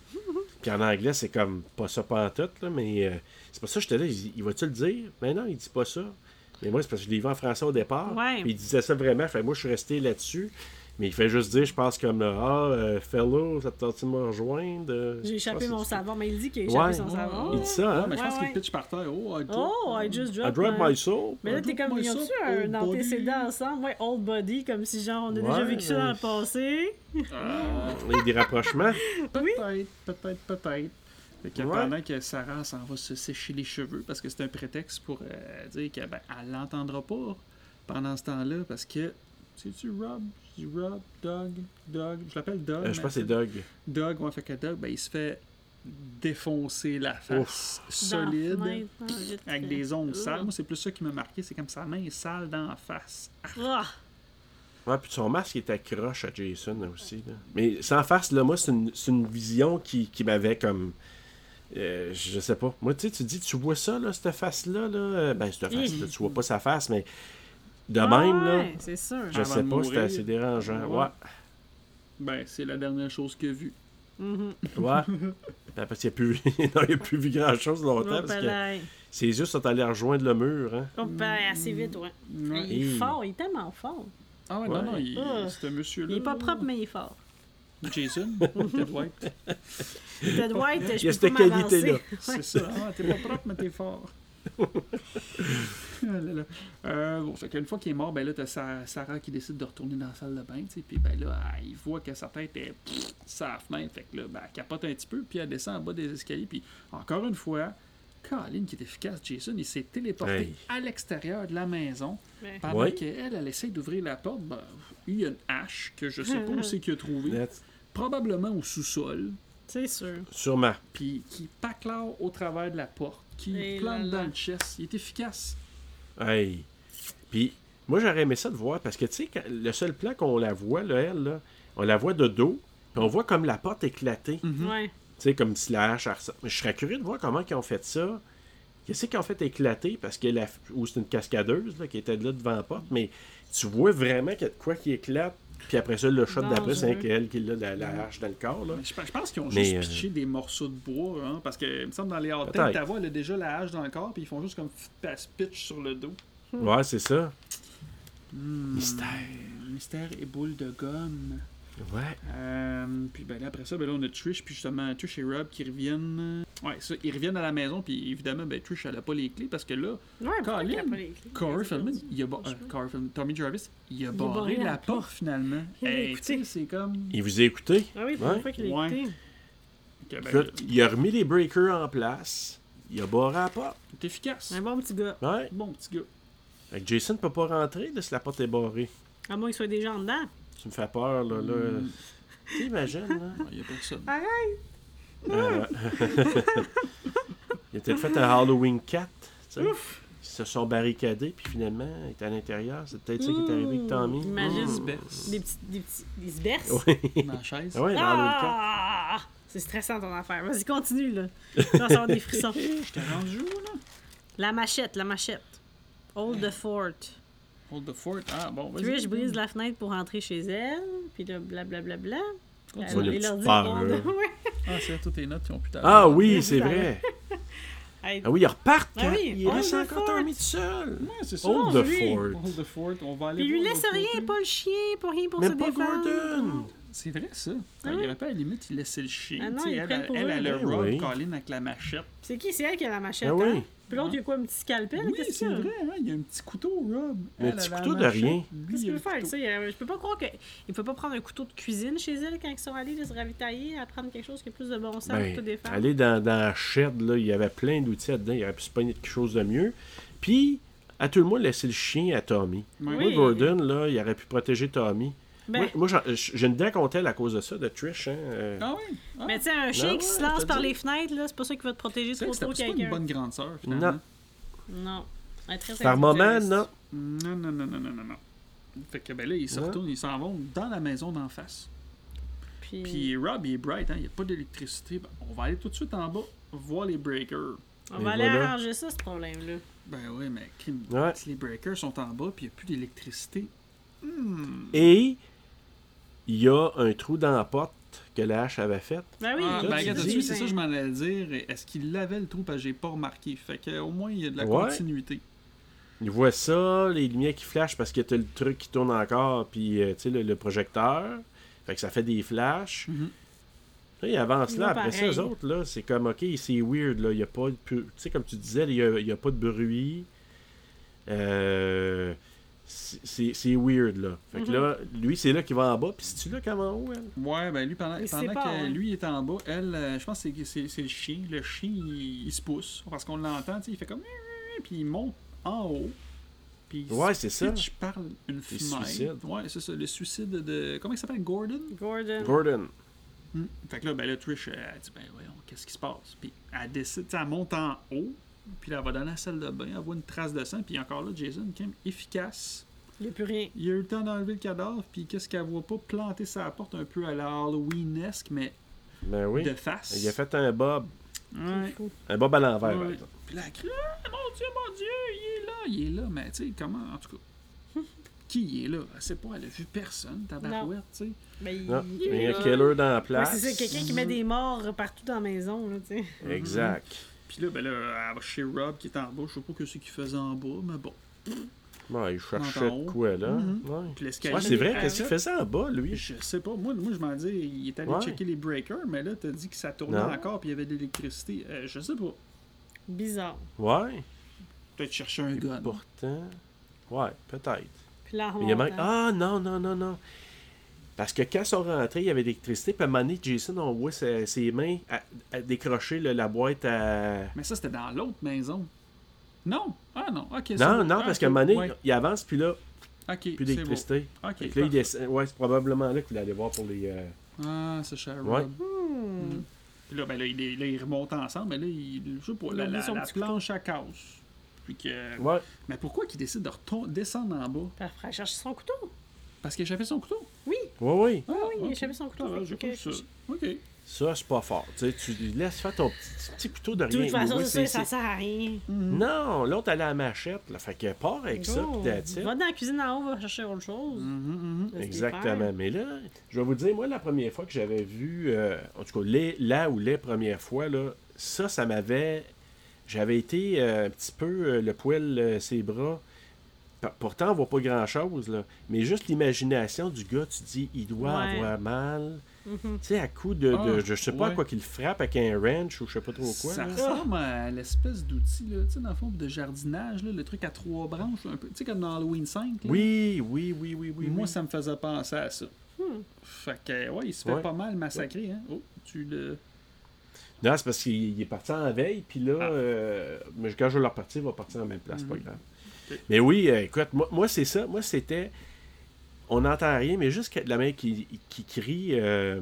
S3: Puis en anglais, c'est comme pas ça pas en tout, là, mais euh, c'est pour ça que j'étais là, il, dit, il va-tu le dire? Mais non, il dit pas ça. Mais moi, c'est parce que je l'ai vu en français au départ.
S2: Ouais.
S3: Puis il disait ça vraiment. Fait que moi, je suis resté là-dessus. Mais il fait juste dire, je pense comme là, ah, euh, fellow, ça te tente de me rejoindre? Euh,
S2: J'ai
S3: je
S2: échappé
S3: pense
S2: mon
S3: que-
S2: savon, mais il dit qu'il a échappé
S3: Ouais.
S2: son savon.
S3: Il dit ça, hein?
S4: Ah, mais je
S2: Ouais,
S4: pense
S2: ouais.
S4: qu'il pitch par terre. Oh, I dropped-
S2: Oh, I just dropped
S3: I drop
S2: my-
S3: my soul.
S2: Mais là, t'es comme,
S4: Moi,
S2: ils ont-tu
S4: ça,
S2: un
S4: old
S2: antécédent
S4: body.
S2: ensemble? Ouais, old body, comme si genre on a déjà
S3: Ouais,
S2: vécu ça dans
S3: mais-
S2: le passé.
S4: Ah,
S3: Il y a des rapprochements.
S4: peut-être, peut-être, peut-être. Fait que
S3: Ouais.
S4: pendant que Sarah s'en va se sécher les cheveux, parce que c'est un prétexte pour euh, dire qu'elle ben, elle l'entendra pas pendant ce temps-là, parce que. C'est-tu Rob? Je dis Rob, Doug, Doug. Je l'appelle Doug.
S3: Euh, je
S4: mais
S3: pense que c'est Doug.
S4: Doug, ouais, fait que Doug, ben, il se fait défoncer la face
S2: Dans la
S4: solide.
S2: fenêtre, hein, vite
S4: Avec
S2: fait.
S4: des ongles sales.
S2: Ugh.
S4: Moi, c'est plus ça qui m'a marqué. C'est comme sa main est sale dans la face.
S2: Ah,
S3: Ouais, puis son masque était croche à Jason là, aussi. là. Mais sans farce, là, moi, c'est une, c'est une vision qui, qui m'avait comme. euh, je sais pas. Moi, tu sais, tu dis, tu vois ça, là, cette face-là, là. euh, Ben, cette face-là, tu vois pas sa face, mais de
S2: Ah
S3: même, là,
S2: ouais, c'est sûr.
S3: je
S4: Avant
S3: sais
S4: de
S3: pas, c'était
S4: mourir.
S3: assez dérangeant. Ouais,
S4: Ben, c'est la dernière chose que vu.
S2: Mhm.
S3: ouais. Ben, parce qu'il a plus, non, il a plus vu grand-chose longtemps,
S2: Oh,
S3: parce que
S2: palais.
S3: ses yeux sont allés rejoindre le mur, hein.
S2: Oh, ben, assez vite, ouais.
S4: Ouais.
S2: Il est
S3: Hey.
S2: fort, il est tellement fort.
S4: Ah ouais,
S3: Ouais.
S4: non, non, il,
S2: Ah.
S4: c'est un monsieur-là.
S2: Il est pas propre, mais il est fort.
S4: Jason, Ted White.
S2: Ted White, je
S3: Il y a
S2: peux
S3: cette
S2: pas m'avancer.
S3: qualité-là.
S4: C'est ça. Ah, t'es pas propre, mais t'es fort. Ah là là. Euh, bon, fait qu'une fois qu'il est mort, ben là, t'as Sa- Sarah qui décide de retourner dans la salle de bain, tu sais, puis ben là, elle- il voit que sa tête est pff, sur la fenêtre, fait que là, ben, elle capote un petit peu, puis elle descend en bas des escaliers, puis encore une fois, Colin qui est efficace, Jason, il s'est téléporté
S3: Hey.
S4: à l'extérieur de la maison,
S2: Ouais.
S4: pendant
S3: Ouais.
S4: qu'elle, elle essaie d'ouvrir la porte, ben, il y a une hache que je sais pas où c'est qu'il a trouvé,
S3: That's-
S4: probablement au sous-sol,
S2: C'est sûr.
S3: Sûrement.
S4: puis qui paclore au travers de la porte, qui
S2: Et
S4: plante
S2: là là.
S4: dans le chest, il est efficace.
S3: Hey! Puis, moi, j'aurais aimé ça de voir, parce que, tu sais, quand- le seul plan qu'on la voit, là, elle, là, on la voit de dos, puis on voit comme la porte éclatée. Tu
S2: Ouais.
S3: sais, comme si la hache, elle ressemble. Mais je serais curieux de voir comment ils ont fait ça. Qu'est-ce qu'ils ont fait éclater, parce que la... Ou c'est une cascadeuse, là, qui était là devant la porte, mais tu vois vraiment qu'il y a de quoi qui éclate, puis après ça, le shot
S2: Dangereux.
S3: d'après, c'est elle qui a la, la hache dans le corps, là.
S4: Mais Je, je pense qu'ils ont
S3: Mais,
S4: juste
S3: euh,
S4: pitché des morceaux de bois, hein, parce que, il me semble, dans les hôtels,
S3: Peut-être.
S4: ta voix, elle a déjà la hache dans le corps, puis ils font juste comme f- elle se pitch sur le dos.
S3: Ouais, c'est ça.
S4: Hmm,
S3: Euh, Mystère.
S4: Mystère et boule de gomme.
S3: Ouais.
S4: Euh, puis ben là, après ça, ben là, on a Trish, puis justement, Trish et Rob qui reviennent. Ouais, ça, ils reviennent à la maison, puis évidemment, ben Trish, elle a pas les clés parce que là,
S2: Ouais, pourquoi
S4: Colin,
S2: qu'il a pas les clés?
S4: Corey
S2: C'est
S4: Feldman,
S2: perdu.
S4: il a ba-
S2: Je
S4: euh,
S2: sais pas.
S4: Corey Feldman, Tommy Jarvis, il a
S2: a
S4: barré,
S2: barré
S4: la
S2: la
S4: porte finalement.
S2: Il a
S4: Hey,
S2: écouté.
S4: tu sais, c'est comme.
S3: Il vous a écouté.
S2: Ah oui,
S3: Ouais.
S2: pour fois qu'il a
S4: Ouais.
S2: écouté.
S4: Ok, ben,
S3: Écoute, il a remis les breakers en place. Il a barré la porte.
S4: il est efficace.
S2: Un bon petit gars.
S3: Ouais.
S4: Bon petit gars.
S3: Fait que Jason peut pas rentrer là, si la porte est barrée.
S2: À moins qu'il soit déjà en dedans.
S3: Tu me fais peur, Bah, là. euh, là.
S4: Mm.
S3: T'imagines, là?
S4: Ouais, Il Ah, y a personne.
S2: Ah,
S3: Euh, il a peut-être fait un Halloween 4. tu sais. Ils se sont barricadés, puis finalement, il est à l'intérieur. C'est peut-être ça qui est arrivé avec Tommy.
S2: Mmh, imagine.
S4: Il se
S3: Mmh.
S4: baisse
S2: Des petits. Des petits. Ils se bercent.
S3: Ouais.
S4: Mm. dans la chaise.
S3: Ah ouais, dans Halloween 4.
S2: Ah! C'est stressant ton affaire. Vas-y, continue là. Tu vas avoir des frissons.
S4: J'étais rendu où, là?
S2: La machette, la machette. Old the fort.
S4: Hold the fort. Ah, bon, vas-y.
S2: Trish brise la fenêtre pour rentrer chez elle. Puis là, blablabla. Bla, bla,
S4: Continue.
S2: Elle a
S3: vois le
S2: levé
S3: petit
S2: l'ordi
S3: peur,
S2: pour-
S3: hein?
S2: Ouais.
S4: Ah, c'est vrai, toutes tes notes qui ont pu t'arriver.
S3: Ah oui, c'est
S2: Ah oui.
S3: vrai.
S2: Hey,
S3: Ah oui, ils repartent.
S2: Ah
S3: hein.
S2: oui,
S3: Il
S2: on
S3: reste
S2: le
S3: encore
S2: fort.
S3: Tommy tout seul.
S4: Ouais, c'est ça.
S3: Hold
S2: non,
S3: the
S2: lui.
S3: fort.
S4: Hold the fort. On va aller.
S2: Puis il lui
S4: voir
S2: laisse
S4: l'autre
S2: rien,
S4: côté.
S2: pas le chien, pour rien pour se
S3: Même pas
S2: défendre.
S3: Gordon.
S4: C'est vrai, ça.
S2: Ah
S4: Il
S2: ouais.
S4: aurait pas à la limite, il laissait le chien.
S2: Ah non,
S4: Tu sais,
S2: ils
S4: elle,
S2: prennent
S4: elle,
S2: pour
S4: elle,
S2: eux.
S4: elle a
S3: Ben
S4: Rob
S3: oui.
S4: Colin avec la machette.
S2: C'est qui? C'est elle qui a la machette,
S3: Ah oui.
S2: hein? Puis l'autre, il y a quoi, un petit scalpel?
S4: oui,
S2: Qu'est-ce
S4: c'est
S2: qu'il y a?
S4: vrai, hein, il y a un petit couteau, Rob.
S3: Un
S4: Elle,
S3: petit
S4: elle a la
S3: couteau de
S4: machette.
S3: rien.
S4: Lui,
S2: Qu'est-ce
S4: il
S2: qu'il
S4: a
S2: veut
S4: le
S2: faire avec
S4: couteau.
S2: ça? Il a- Je peux pas croire qu'il ne peut pas prendre un couteau de cuisine chez elle quand ils sont allés de se ravitailler à prendre quelque chose qui a plus de bon sens pour tout
S3: Ben,
S2: défaire.
S3: aller dans, dans la shed, là, il y avait plein d'outils là-dedans. Il aurait pu se pogner de quelque chose de mieux. Puis, à tout le monde, laisser le chien à Tommy.
S4: Ouais.
S2: Oui.
S3: Moi, Gordon, là, il aurait pu protéger Tommy.
S2: Ben,
S3: Moi, moi, j'en- j'ai une dent contre elle à cause de ça, de Trish. Hein, euh.
S4: Ah oui. Ah,
S2: mais tu sais, un chien
S3: Ben ouais,
S2: qui se
S3: je
S2: lance
S3: te
S2: par
S3: dis.
S2: les fenêtres, là, c'est pas ça qui va te protéger
S4: c'est
S2: trop
S4: vrai que
S2: trop
S4: c'était pas une
S2: quelqu'un.
S4: bonne grande sœur, finalement.
S2: Non. Un très
S3: Par moment,
S2: individualiste.
S3: non.
S4: Non, non, non, non, non, non, non. Fait que ben là, ils se
S3: Ouais.
S4: retournent, ils s'en vont dans la maison d'en face.
S2: Puis,
S4: Puis Rob, il est bright, hein, il n'y a pas d'électricité. Ben, on va aller tout de suite en bas voir les breakers.
S2: on
S3: Et
S2: va aller
S3: voilà.
S2: arranger ça, ce problème-là.
S4: Ben oui, mais Kim,
S3: Ouais.
S4: si les breakers sont en bas, puis il n'y a plus d'électricité. hmm.
S3: Et il y a un trou dans la porte que la hache avait faite.
S2: Ben oui.
S4: Ah,
S3: toi,
S4: ben,
S3: tu
S4: regarde,
S3: dis-
S4: dessus, c'est ça que je m'en allais dire. Est-ce qu'il l'avait le trou? Parce que j'ai pas remarqué. Fait que, au moins, il y a de la
S3: Ouais.
S4: continuité.
S3: Il voit ça, les lumières qui flashent parce que t'as le truc qui tourne encore, puis euh, tu sais, le, le projecteur. Fait que ça fait des flashs.
S4: Mhm.
S3: Là, ils avancent
S2: Ils
S3: là,
S2: vont
S3: après ça,
S2: pareil.
S3: eux autres, là, c'est comme, ok, c'est weird, là, il n'y a pas de... pu- Tu sais, comme tu disais, il n'y a, pas de bruit. Euh, c'est- c'est c'est weird, là. Fait que
S2: Mhm.
S3: là, lui, c'est là qu'il va en bas, puis c'est-tu là qu'en haut, elle?
S4: Ouais, ben lui, pendant,
S2: Il se
S4: pendant
S2: sépare,
S4: que
S2: hein.
S4: lui est en bas, elle, euh, je pense que c'est- c'est c'est le chien. Le chien, il, il se pousse. Parce qu'on l'entend, tu sais, il fait comme. Puis il monte en haut. Puis il
S3: Ouais,
S4: se
S3: c'est ça.
S4: pitche par une fenêtre.
S3: suicides.
S4: Ouais, c'est ça. Le suicide de. Comment il s'appelle Gordon
S2: Gordon.
S3: Gordon.
S4: Hmm. Fait que là, ben là, Trish, elle, elle dit, ben voyons, qu'est-ce qui se passe? Puis elle décide, tu sais, elle monte en haut, puis là, elle va dans la salle de bain, elle voit une trace de sang, puis encore là, Jason, quand même efficace.
S2: Il n'y a plus rien.
S4: Il a eu le temps d'enlever le cadavre, puis qu'est-ce qu'elle voit pas planter sa porte un peu à la Halloween-esque, mais
S3: Ben oui.
S4: de face.
S3: Il a fait un bob.
S4: Ouais.
S2: Fou.
S3: Un bob à l'envers, par
S4: Ouais.
S3: exemple.
S4: Puis là, elle crie, Ah, mon Dieu, mon Dieu, il est là, il est là, mais tu sais, comment, en tout cas. Qui est là? Elle sait pas, elle a vu personne, tabarouette, tu sais.
S2: Ben, il-
S3: Non,
S2: il
S3: il y
S2: est
S3: a
S2: là.
S3: un killer dans la
S2: Ouais,
S3: place.
S2: c'est ça, quelqu'un qui met des morts partout dans la maison, là, tu sais.
S3: Exact.
S4: Puis là, ben là, elle va chez Rob qui est en bas, je sais pas que ce qu'il faisait en bas, mais bon.
S3: Ouais, il cherchait
S4: Dans ton
S3: de quoi, là.
S4: Mhm.
S3: Ouais.
S4: Puis l'escalier.
S3: Ouais, c'est vrai,
S2: Ah,
S3: qu'est-ce qu'il
S2: ouais.
S3: faisait en bas, lui?
S4: Je sais pas. Moi, moi je m'en dis, il est allé
S3: Ouais.
S4: checker les breakers, mais là, t'as dit que ça tournait
S3: Non.
S4: encore puis il y avait de l'électricité. Euh, je sais pas.
S2: Bizarre.
S3: Ouais.
S4: Peut-être chercher un
S3: Et
S4: gun.
S3: pourtant... Ouais, peut-être.
S2: Puis là, hein. en
S3: Mais il y a même-
S2: remontant.
S3: Ah, non, non, non, non. Parce que quand ils sont rentrés, il y avait l'électricité, puis à un moment donné, Jason, on voit ses, ses mains à, à décrocher là, la boîte à...
S4: Mais ça, c'était dans l'autre maison. Non. Ah non. Ok. c'est
S3: Non,
S4: bon.
S3: non,
S4: Ah,
S3: parce
S4: ok.
S3: qu'à un moment donné,
S4: Ouais.
S3: il avance, puis là,
S4: Ok. c'est
S3: plus
S4: bon.
S3: d'électricité.
S2: Ah,
S4: Ok.
S3: Fait que là, il
S4: parfait.
S3: descend. Ouais, c'est probablement là que vous allez voir pour les... euh,
S4: Ah, c'est cher.
S3: Ouais.
S4: Rob.
S3: Ah!
S2: Hmm.
S4: Puis là, ben là, il, est- là, ils remontent ensemble, mais là, il, je sais pas,
S2: Il
S4: la,
S2: a oublié
S4: la-
S2: son
S4: la
S2: petit couteau.
S4: planche à casse. Puis que.
S3: Ouais.
S4: Mais pourquoi qu'il décide de retourner- descendre en bas
S2: Puis après, elle cherche son couteau.
S4: Parce qu'il a échappé son couteau.
S2: Oui,
S3: Ouais, oui.
S4: Ah,
S2: oui, il a
S4: ok.
S2: échappé son couteau.
S4: Ah,
S2: Fait
S4: j'ai
S2: que-
S4: pas vu ça. Ok.
S3: Ça, c'est pas fort. Tu sais, tu laisses faire ton petit, petit couteau de
S2: De
S3: rien.
S2: toute façon,
S3: Oui,
S2: c'est ça, ça
S3: c'est-
S2: sert à rien. Ben,
S3: Non, l'autre, elle a la machette. Là. Fait qu'elle part avec ça,
S2: Go.
S3: puis that's it.
S2: Oh, Va dans la cuisine en haut, va chercher autre chose.
S4: Mhm, mhm.
S2: Laisse les
S3: Exactement.
S2: faire.
S3: Mais là, je vais vous dire, moi, la première fois que j'avais vu, euh, en tout cas, les, là ou les premières fois, là, ça, ça m'avait. J'avais été euh, un petit peu euh, le poil, euh, ses bras. pa- pa- pourtant, on voit pas grand-chose, là. Mais juste l'imagination du gars, tu dis, il doit
S2: Ouais.
S3: avoir mal.
S2: Mhm.
S3: Tu sais, à coup de, de-
S4: Ah,
S3: je sais pas à
S4: ouais.
S3: quoi qu'il frappe avec un wrench ou je sais pas trop quoi.
S4: ça
S3: là.
S4: ressemble à l'espèce d'outil, là, tu sais, dans le fond, de jardinage, là, le truc à trois branches, un peu, tu sais, comme dans Halloween 5. là.
S3: Oui, oui, oui, oui, oui.
S4: Moi,
S3: oui.
S4: ça me faisait penser à ça.
S2: Hmm.
S4: Fait que, ouais, il se fait
S3: Ouais.
S4: pas mal massacrer, hein. Oh, tu le.
S3: Non, c'est parce qu'il il est parti en veille, puis là,
S4: Ah.
S3: euh, mais quand je vais leur partir, il va partir en même place, c'est pas
S4: Mhm.
S3: grave.
S4: Ok.
S3: Mais oui, euh, écoute, moi, moi, c'est ça. Moi, c'était. On n'entend rien, mais juste qu'il y a de la main qui, qui crie. euh,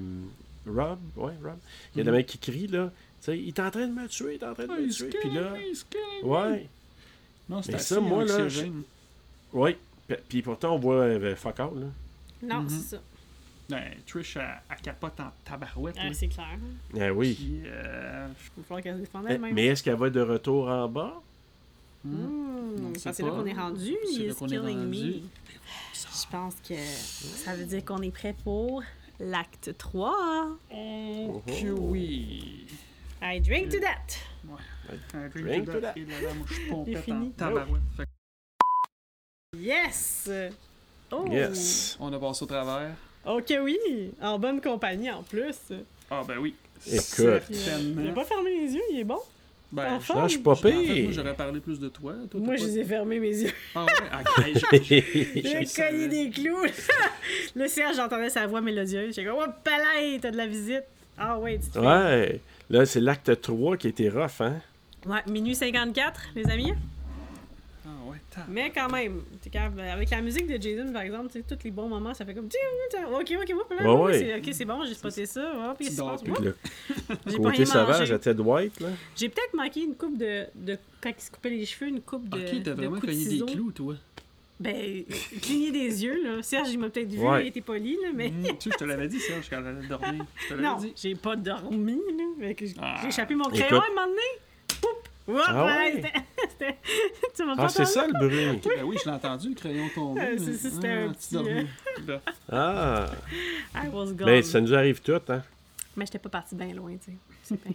S3: Rob, ouais, Rob. Il y a de la
S4: Mhm.
S3: main qui crie, là. Tu sais, il est en train de me tuer, il est en train de
S4: Ah,
S3: me
S4: il se
S3: tuer.
S4: calme,
S3: Puis là,
S4: il se calme.
S3: ouais,
S4: Non, c'est
S3: Mais
S4: assez
S3: ça, moi, là,
S4: anxiogène.
S3: ouais. Puis- Puis pourtant, on voit euh, fuck out, là.
S2: Non,
S4: Mhm.
S2: c'est ça.
S4: Ben, Trish, elle, elle capote en tabarouette.
S2: Ah,
S4: là.
S2: c'est clair.
S3: Ah oui.
S4: Puis, euh,
S2: Il va falloir qu'elle se défende
S3: Eh, Mais,
S2: elle-même.
S3: mais est-ce qu'elle va de retour en bas?
S4: hmm.
S2: Hmm,
S4: On sait
S2: C'est là
S4: pas.
S2: qu'on est rendu.
S4: C'est
S2: il
S4: là
S2: is
S4: qu'on est
S2: killing me.
S4: rendu.
S2: Je pense que ça veut dire qu'on est prêt pour l'acte 3.
S4: Oh,
S3: Oh,
S4: que
S3: oh.
S4: oui.
S2: I drink to that.
S4: Un drink,
S3: Drink
S4: to that.
S3: to that. Oh.
S4: Et là, là, moi, je suis pompette
S2: C'est fini.
S4: en tabarouette. Fait
S2: Yes! Oh!
S3: Yes.
S4: qu'on a passé au travers.
S2: Ok, oui! En bonne compagnie en plus.
S4: Ah, ben oui.
S3: Écoute.
S2: Il a
S4: Certainement.
S2: pas fermé les yeux, il est bon.
S4: Ben,
S2: Enfin,
S4: je-
S2: Tom,
S3: Non, je suis pas
S4: en fait, moi,
S3: pire.
S4: j'aurais parlé plus de toi. Toi, t'as
S2: Moi,
S4: pas-
S2: je les ai fermés mes yeux.
S4: Ah, ouais. Ah, hey, je-
S2: Il
S4: Je
S2: a cogné
S4: le savais.
S2: des clous. le Serge, j'entendais sa voix mélodieuse. J'ai comme, oh, palais, t'as de la visite. Ah, ouais, tu te fais-
S3: Ouais. Là, c'est l'acte 3 qui était rough, hein?
S2: Ouais, minuit 54, les amis.
S4: Ah, ouais, tabarouette.
S2: Mais quand même, t'es capable- ben, avec la musique de Jason, par exemple, tu sais, tous les bons moments, ça fait comme. Tiens, tiens, Ok, ok, hop, là,
S3: Ouais,
S2: ouais,
S3: ouais.
S2: c'est- Ok, c'est bon, j'ai spoté ça. ouais, puis
S4: Tu
S2: il se passe-
S4: dors
S2: Oups,
S4: plus.
S3: Le
S2: J'ai pas
S3: Côté
S2: rien
S3: sauvage
S2: mangé.
S3: à Ted White, là.
S2: J'ai peut-être manqué une coupe de, de. Quand il se coupait les cheveux, une coupe de.
S4: Ah, Ok,
S2: de
S4: t'as vraiment
S2: coups de
S4: cogné
S2: ciseaux.
S4: des clous, toi.
S2: Ben, cligner des yeux, là. Serge, il m'a peut-être vu,
S3: Ouais.
S2: il était poli, là, mais.
S4: Hmm, Tu sais, je te l'avais dit, Serge, quand elle allait dormir. Je te
S2: Non,
S4: l'avais dit.
S2: j'ai pas dormi, là. Fait que J'ai
S4: Ah.
S2: j'ai échappé mon
S3: Écoute.
S2: crayon à un moment donné. Oups! Oups!
S3: Ah
S2: ouais,
S3: ouais?
S2: c'était- c'était- tu m'as
S3: Ah,
S2: pas
S3: c'est
S2: entendu?
S3: ça le bruit.
S4: Ben oui, je l'ai entendu, le crayon tombé.
S2: Euh,
S4: mais-
S2: c'est- c'est- c'était un
S4: Ah,
S2: petit,
S4: tu
S3: euh,
S4: dormais. Ben,
S3: Ah.
S2: I was gone.
S3: Ben, ça nous arrive tout, hein.
S2: Mais j'étais pas partie bien loin, tu sais. C'est bien.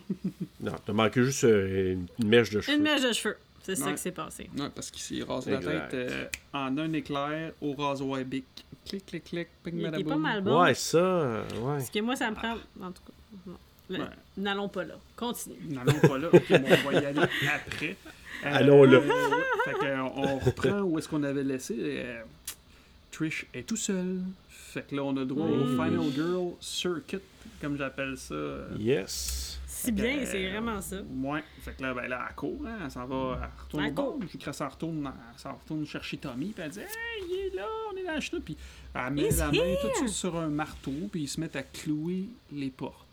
S3: Non, t'as manqué juste euh, une mèche de cheveux.
S2: Une mèche de cheveux. C'est ça
S4: Ouais.
S2: qui s'est passé.
S4: Ouais, parce qu'il s'est rasé la
S3: Exact.
S4: tête euh, en un éclair au rasoir bic. Clic, clic, clic, ping,
S2: Il était
S4: madaboum.
S2: pas mal bon.
S3: Ouais, ça, ouais.
S2: Parce que moi, ça me prend. En tout cas, non. Le-
S4: Ouais.
S2: N'allons pas là. Continue.
S4: N'allons pas là. Ok, bon, on va y aller après. Euh,
S3: Allons là.
S4: ouais, Fait que, euh, on reprend où est-ce qu'on avait laissé. euh, Trish est tout seul. Fait que là, on a droit au
S3: Mmh.
S2: Oui.
S4: Final Girl Circuit, comme j'appelle ça. euh,
S3: Yes.
S2: Si bien,
S4: Euh,
S2: c'est vraiment ça.
S4: Ouais. Fait que là, ben là, elle court, hein, elle s'en va, elle retourne
S2: Mm. Elle
S4: au bord.
S2: court.
S4: Puis quand ça retourne, elle s'en retourne chercher Tommy, puis elle dit « Hey, il est là, on est dans le chenot. Puis elle met
S2: He's
S4: la main tout de
S2: here.
S4: suite sur un marteau, puis ils se mettent à clouer les portes.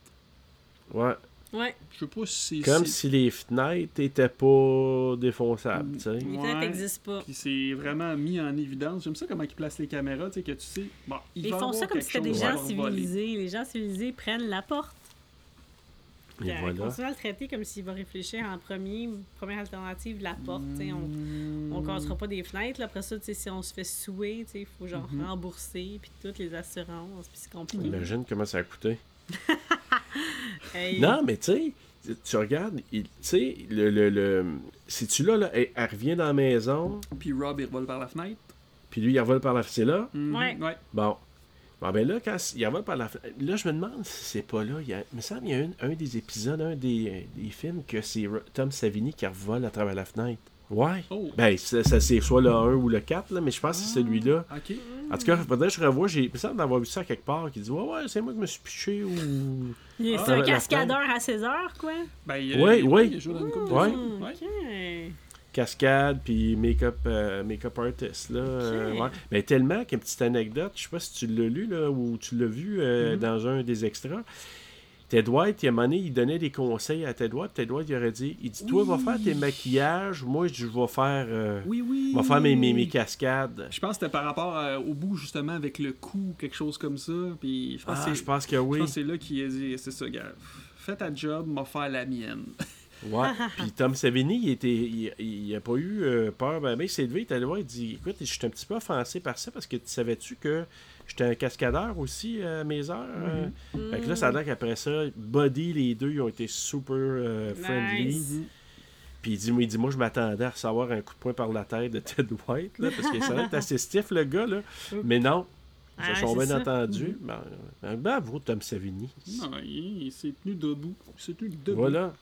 S3: Ouais.
S2: Ouais.
S4: Je sais pas si
S3: Comme
S4: c'est...
S3: si les fenêtres étaient pas défonçables, tu sais.
S2: Les
S4: Ouais.
S2: fenêtres n'existent pas.
S4: Puis c'est vraiment mis en évidence. J'aime ça comment ils placent les caméras, tu sais, que tu sais... Bon, il
S2: Ils
S4: va
S2: font
S4: avoir
S2: ça comme
S4: quelque
S2: si c'était des
S4: chose
S2: gens
S4: pour voler.
S2: civilisés. Les gens civilisés prennent la porte.
S3: Et
S2: Puis, euh,
S3: voilà.
S2: continuer à le traiter comme s'il va réfléchir en premier, première alternative, la porte. tu sais, On
S4: Mm.
S2: on cassera pas des fenêtres. là. Après ça, tu sais, si on se fait souer, tu sais, il faut genre
S4: Mhm.
S2: rembourser, puis toutes les assurances, puis c'est compliqué.
S3: Imagine comment ça a coûté.
S2: Hey.
S3: Non, mais tu sais, tu- tu regardes, il- tu sais, le, le, le... C'est-tu là, là, elle, elle revient dans la maison,
S4: Puis Rob, il revole par la fenêtre.
S3: puis lui, il revole par la... C'est là?
S4: Mhm,
S2: Ouais.
S4: ouais.
S3: Bon. Bon, ben là, quand il y en va par la fenêtre- Là, je me demande si c'est pas là. Il, y a... il me semble qu'il y a une- un des épisodes, un des, euh, des films que c'est Ro- Tom Savini qui revole à travers la fenêtre. Ouais.
S4: Oh.
S3: Ben, ça, ça, c'est soit le 1 ou le 4, là, mais je pense que c'est celui-là.
S4: OK.
S3: En tout cas, faudrait que je revoie. J'ai... Il me semble d'avoir vu ça quelque part qui dit Ouais, ouais, c'est moi qui me suis piché ou.
S2: Il est
S4: Ah,
S2: c'est un
S3: la- la
S2: cascadeur à 16 heures, quoi.
S4: Ben, il,
S3: Ouais,
S4: il-
S3: ouais.
S4: il joue dans une couple de
S3: Ouais.
S4: films, ouais.
S2: Ok.
S3: Cascade, puis make-up, euh, make-up artist, là. euh,
S2: Ok.
S3: ouais. Mais tellement qu'une petite anecdote, je sais pas si tu l'as lu, là, ou tu l'as vu euh,
S4: Mhm.
S3: dans un des extras. Ted White, il, à un moment donné, il donnait des conseils à Ted White. Ted White, il aurait dit, il dit, toi, va
S4: Oui.
S3: faire tes maquillages, moi, je vais faire, euh,
S4: Oui, oui.
S3: va faire mes, mes, mes cascades.
S4: Je pense que c'était par rapport euh, au bout, justement, avec le cou, quelque chose comme ça. Puis je pense
S3: Ah,
S4: que
S3: je
S4: c'est-
S3: pense que
S4: je
S3: oui.
S4: pense que c'est là qu'il a dit c'est ça, gars. Fais ta job, m'a faire la mienne.
S3: Ouais. Puis Tom Savini, il était, il, il a pas eu euh, peur. Ben, ben, il s'est levé, il est allé voir, il dit Écoute, je suis un petit peu offensé par ça parce que tu savais-tu que j'étais un cascadeur aussi euh, à mes heures euh?
S2: Mm-hmm.
S3: Fait que là, ça a l'air qu'après ça, Buddy, les deux, ils ont été super euh, friendly.
S2: Nice.
S3: Puis il dit, mais il dit, moi, je m'attendais à recevoir un coup de poing par la tête de Ted White, là, parce que ça a l'air assez stiff, le gars, là. Mais non, ils se
S2: Ah,
S3: sont
S2: c'est
S3: bien
S2: ça.
S3: entendus. Ben, ben, bravo, Tom Savini.
S4: Non, il, il s'est tenu debout. Il s'est tenu debout.
S3: Voilà.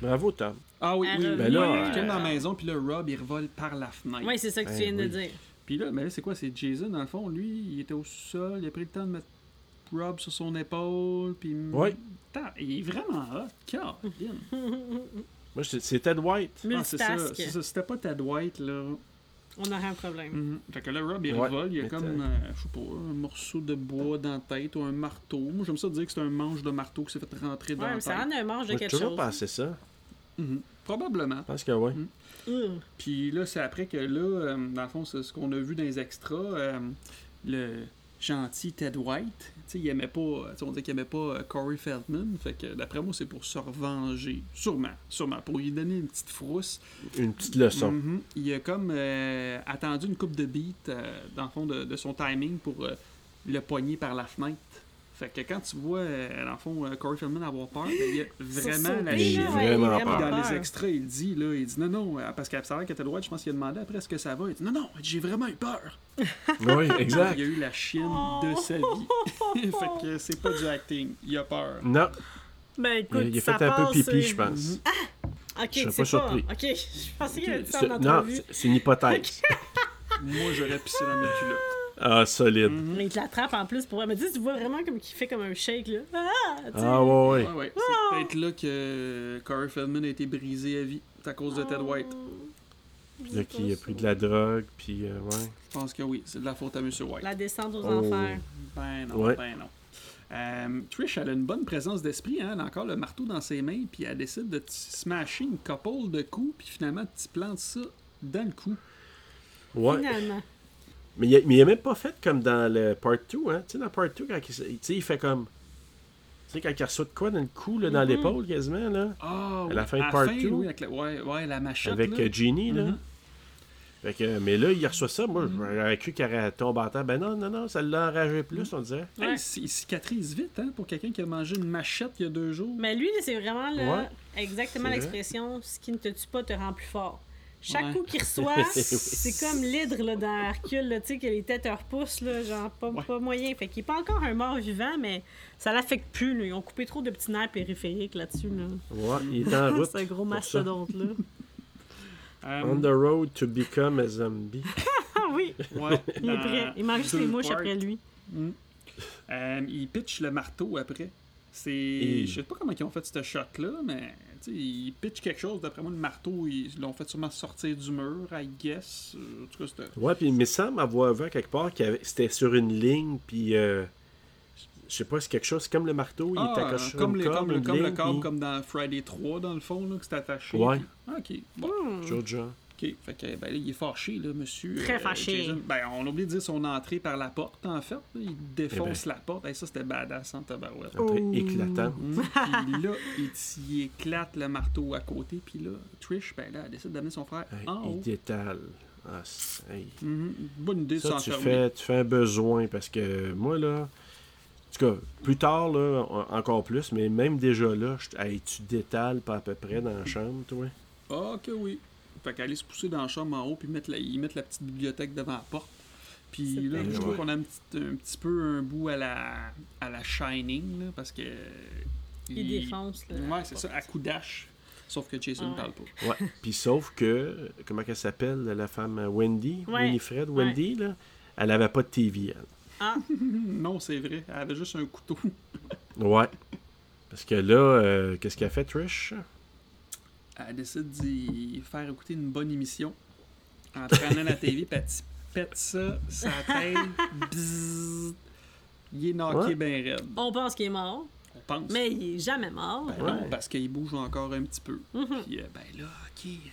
S3: bravo, Tom.
S4: Ah oui,
S2: Ah,
S4: oui.
S2: ben
S4: oui,
S3: là,
S4: oui, il
S3: euh,
S4: tourne dans la maison, puis là, Rob, il revole par la fenêtre.
S2: Oui, c'est ça que tu
S3: Ben
S2: viens de
S3: oui.
S2: dire.
S4: Puis là, mais là, c'est quoi C'est Jason, dans le fond. Lui, il était au sol, il a pris le temps de mettre Rob sur son épaule, puis.
S3: Oui.
S4: Attends, il est vraiment hot. Caroline.
S3: Moi, c'est c'est Ted White.
S4: Ah, c'est ça,
S2: Multitask.
S4: c'est ça. C'était pas Ted White, là.
S2: On aurait un problème.
S3: Mm.
S4: Mhm. Fait que là, Rob, il
S3: Ouais,
S4: revole, il a
S3: mais
S4: comme,
S3: t'as-
S4: euh, je sais pas, un morceau de bois dans la tête ou un marteau. Moi, j'aime ça dire que c'est un manche de marteau qui s'est fait rentrer dans
S2: Ouais,
S4: la
S2: mais
S4: tête.
S2: ça rend un manche de
S3: Moi, j'ai
S2: quelque
S3: toujours
S2: chose.
S3: pensé ça.
S4: Mhm. Probablement.
S3: Je pense que oui.
S2: Hum.
S4: Puis là, c'est après que là, euh, dans le fond, c'est ce qu'on a vu dans les extras, euh, le gentil Ted White, tu sais, il aimait pas, tu sais, on dit qu'il aimait pas euh, Corey Feldman, fait que d'après moi, c'est pour se revenger, sûrement, sûrement, pour lui donner une petite frousse.
S3: Une petite leçon.
S4: Mhm. Il a comme euh, attendu une coupe de beat euh, dans le fond de, de son timing pour euh, le poigner par la fenêtre. Fait que quand tu vois, euh, dans le fond, euh, Corey Feldman avoir peur, ben, il a vraiment
S2: J'ai
S4: la
S3: Sursauter, J'ai
S4: chienne.
S3: vraiment
S4: Puis
S3: peur.
S4: dans les extraits, il dit, là, il dit non, non, euh, parce qu'à savoir qu'à Ted White, je pense qu'il a demandé après est-ce que ça va. Il dit non, non, j'ai vraiment eu peur.
S3: Oui, exact.
S4: Il a eu la chienne de sa vie. fait que c'est pas du acting, il a peur.
S3: Non,
S2: Ben
S3: il,
S2: écoute,
S3: il a
S2: ça
S3: fait un peu
S2: passe,
S3: pipi,
S2: euh,
S3: je pense.
S2: Ok,
S3: Je
S2: tu
S3: serais
S2: sais
S3: pas
S2: pas.
S3: surpris.
S2: Ok, je pensais qu'il avait dit ça
S3: C'est-
S2: en
S3: Non,
S2: entrevue.
S3: c'est- c'est une hypothèse.
S4: Moi, j'aurais pissé dans mes culottes.
S3: Ah, solide.
S2: Mais il te l'attrape en plus pour vrai. Mais dis, tu vois vraiment comme qu'il fait comme un shake là. Ah, tu sais.
S3: Ah, ouais, ouais.
S4: Ouais, ouais. C'est peut-être là que euh, Corey Feldman a été brisé à vie. C'est à cause de
S2: Oh.
S4: Ted White.
S3: Puis là, qui a pris de la drogue, puis euh, ouais.
S4: Je pense que oui, c'est de la faute à Monsieur White.
S2: La descente aux
S3: Oh.
S2: enfers.
S4: Ben non,
S3: Ouais.
S4: ben non. Euh, Trish, elle a une bonne présence d'esprit, hein, elle a encore le marteau dans ses mains, puis elle décide de t- smasher une couple de coups, puis finalement, tu plantes ça dans le cou.
S3: Ouais.
S2: Finalement.
S3: Mais il, a, mais il a même pas fait comme dans le Part 2, hein. Tu sais, dans Part 2, quand il, se- tu sais, il fait comme. Tu sais, quand il reçoit de quoi dans le cou, là,
S2: Mhm.
S3: dans l'épaule, quasiment, là.
S4: Ah,
S3: À la
S4: oui,
S3: fin de part two?
S4: oui, avec la, ouais, ouais, la machette.
S3: avec
S4: là.
S3: euh, Genie, là.
S4: Mhm.
S3: Fait que, mais là, il reçoit ça. Moi,
S2: Mhm.
S3: j'aurais cru qu'elle tombe en terre. Ben non, non, non, ça l'a enragé
S2: Mhm.
S3: plus, on dirait.
S4: Hey,
S2: Ouais.
S4: il c- il cicatrise vite, hein, pour quelqu'un qui a mangé une machette il y a deux jours.
S2: Mais lui, là, c'est vraiment là, exactement
S3: C'est vrai.
S2: l'expression ce qui ne te tue pas te rend plus fort. Chaque
S4: Ouais.
S2: coup qu'il reçoit,
S3: Oui.
S2: c'est comme l'hydre là, dans Hercule, là, tu sais, que les têtes te repoussent, là, genre pas,
S4: Ouais.
S2: pas moyen. Fait qu'il est pas encore un mort vivant, mais ça l'affecte plus. là. Ils ont coupé trop de petits nerfs périphériques là-dessus. Là.
S3: Ouais, il est en route.
S2: C'est un gros
S3: Ah, pour ça.
S2: mastodonte, là.
S4: Euh,
S3: On the road to become a zombie.
S2: Ah oui,
S4: ouais,
S2: il est prêt. Il mange juste les mouches après lui.
S3: Mm.
S4: Euh, il pitch le marteau après. C'est.
S3: Et-
S4: Je sais pas comment ils ont fait ce shot-là, mais tu sais, ils pitchent quelque chose. D'après moi, le marteau, ils l'ont fait sûrement sortir du mur, I guess. Euh, En tout cas, c'était.
S3: Ouais, puis il me semble avoir vu à quelque part qu'il y avait- c'était sur une ligne, puis euh, je sais pas, c'est quelque chose c'est comme le marteau, il est
S4: Ah,
S3: accroché sur
S4: comme,
S3: une
S4: les,
S3: corde,
S4: comme, le-
S3: une
S4: comme le
S3: ligne,
S4: câble,
S3: puis-
S4: comme dans Friday 3, dans le fond, là, que c'est attaché.
S3: Ouais.
S4: puis- Ah, ok. Bon,
S2: Hmm.
S3: Georgia.
S4: ok. Fait que, ben, là, il est fâché, là, monsieur.
S2: Très fâché.
S4: Jason. Ben, on oublie de dire son entrée par la porte, en fait. là.
S3: Eh
S4: Il défonce
S3: ben.
S4: la porte. Hey, ça, c'était badass en tabarouette.
S3: Entrée
S2: Oh.
S3: éclatante.
S4: Mm, puis là, il t'y éclate le marteau à côté. Puis là, Trish, ben là, elle décide d'amener son frère
S3: Hey,
S4: en
S3: il
S4: haut.
S3: détale. Ah, c'est- hey.
S4: Mhm, Bonne idée
S3: Ça,
S4: de
S3: tu
S4: s'enfermer.
S3: fais, tu fais un besoin parce que moi, là, en tout cas, plus tard, là, en- encore plus, mais même déjà là, je- hey, tu détales pas à peu près dans la chambre, toi.
S4: Ah, que oui. Fait qu'elle allait se pousser dans la chambre en haut, puis mettre la, ils mettent la petite bibliothèque devant la porte. Puis
S2: C'est
S4: là,
S3: bien.
S4: je trouve
S3: Ouais.
S4: qu'on a un petit, un petit peu un bout à la, à la Shining, là, parce que.
S2: Il défonce, euh, là.
S4: Ouais, c'est ça, à coup d'âge. Sauf que Jason ne
S2: Ah Ouais.
S4: parle pas.
S3: Ouais. Puis sauf que, comment qu'elle s'appelle, la femme euh, Wendy,
S2: Ouais.
S3: Winifred, Wendy, là, elle avait pas de TV, elle.
S4: Hum, Non, c'est vrai, elle avait juste un couteau.
S3: Ouais. Parce que là, euh, qu'est-ce qu'elle fait, Trish?
S4: Elle décide d'y faire écouter une bonne émission en prenant la TV, puis elle t'y pète ça, sa tête, bzzz. Il est knocké
S3: Ouais.
S4: bien raide,
S2: On pense qu'il est mort,
S4: on pense.
S2: mais il est jamais mort.
S4: Ben
S3: Ouais.
S4: non, parce qu'il bouge encore un petit peu.
S2: Mhm.
S4: Puis euh, ben là, OK, euh,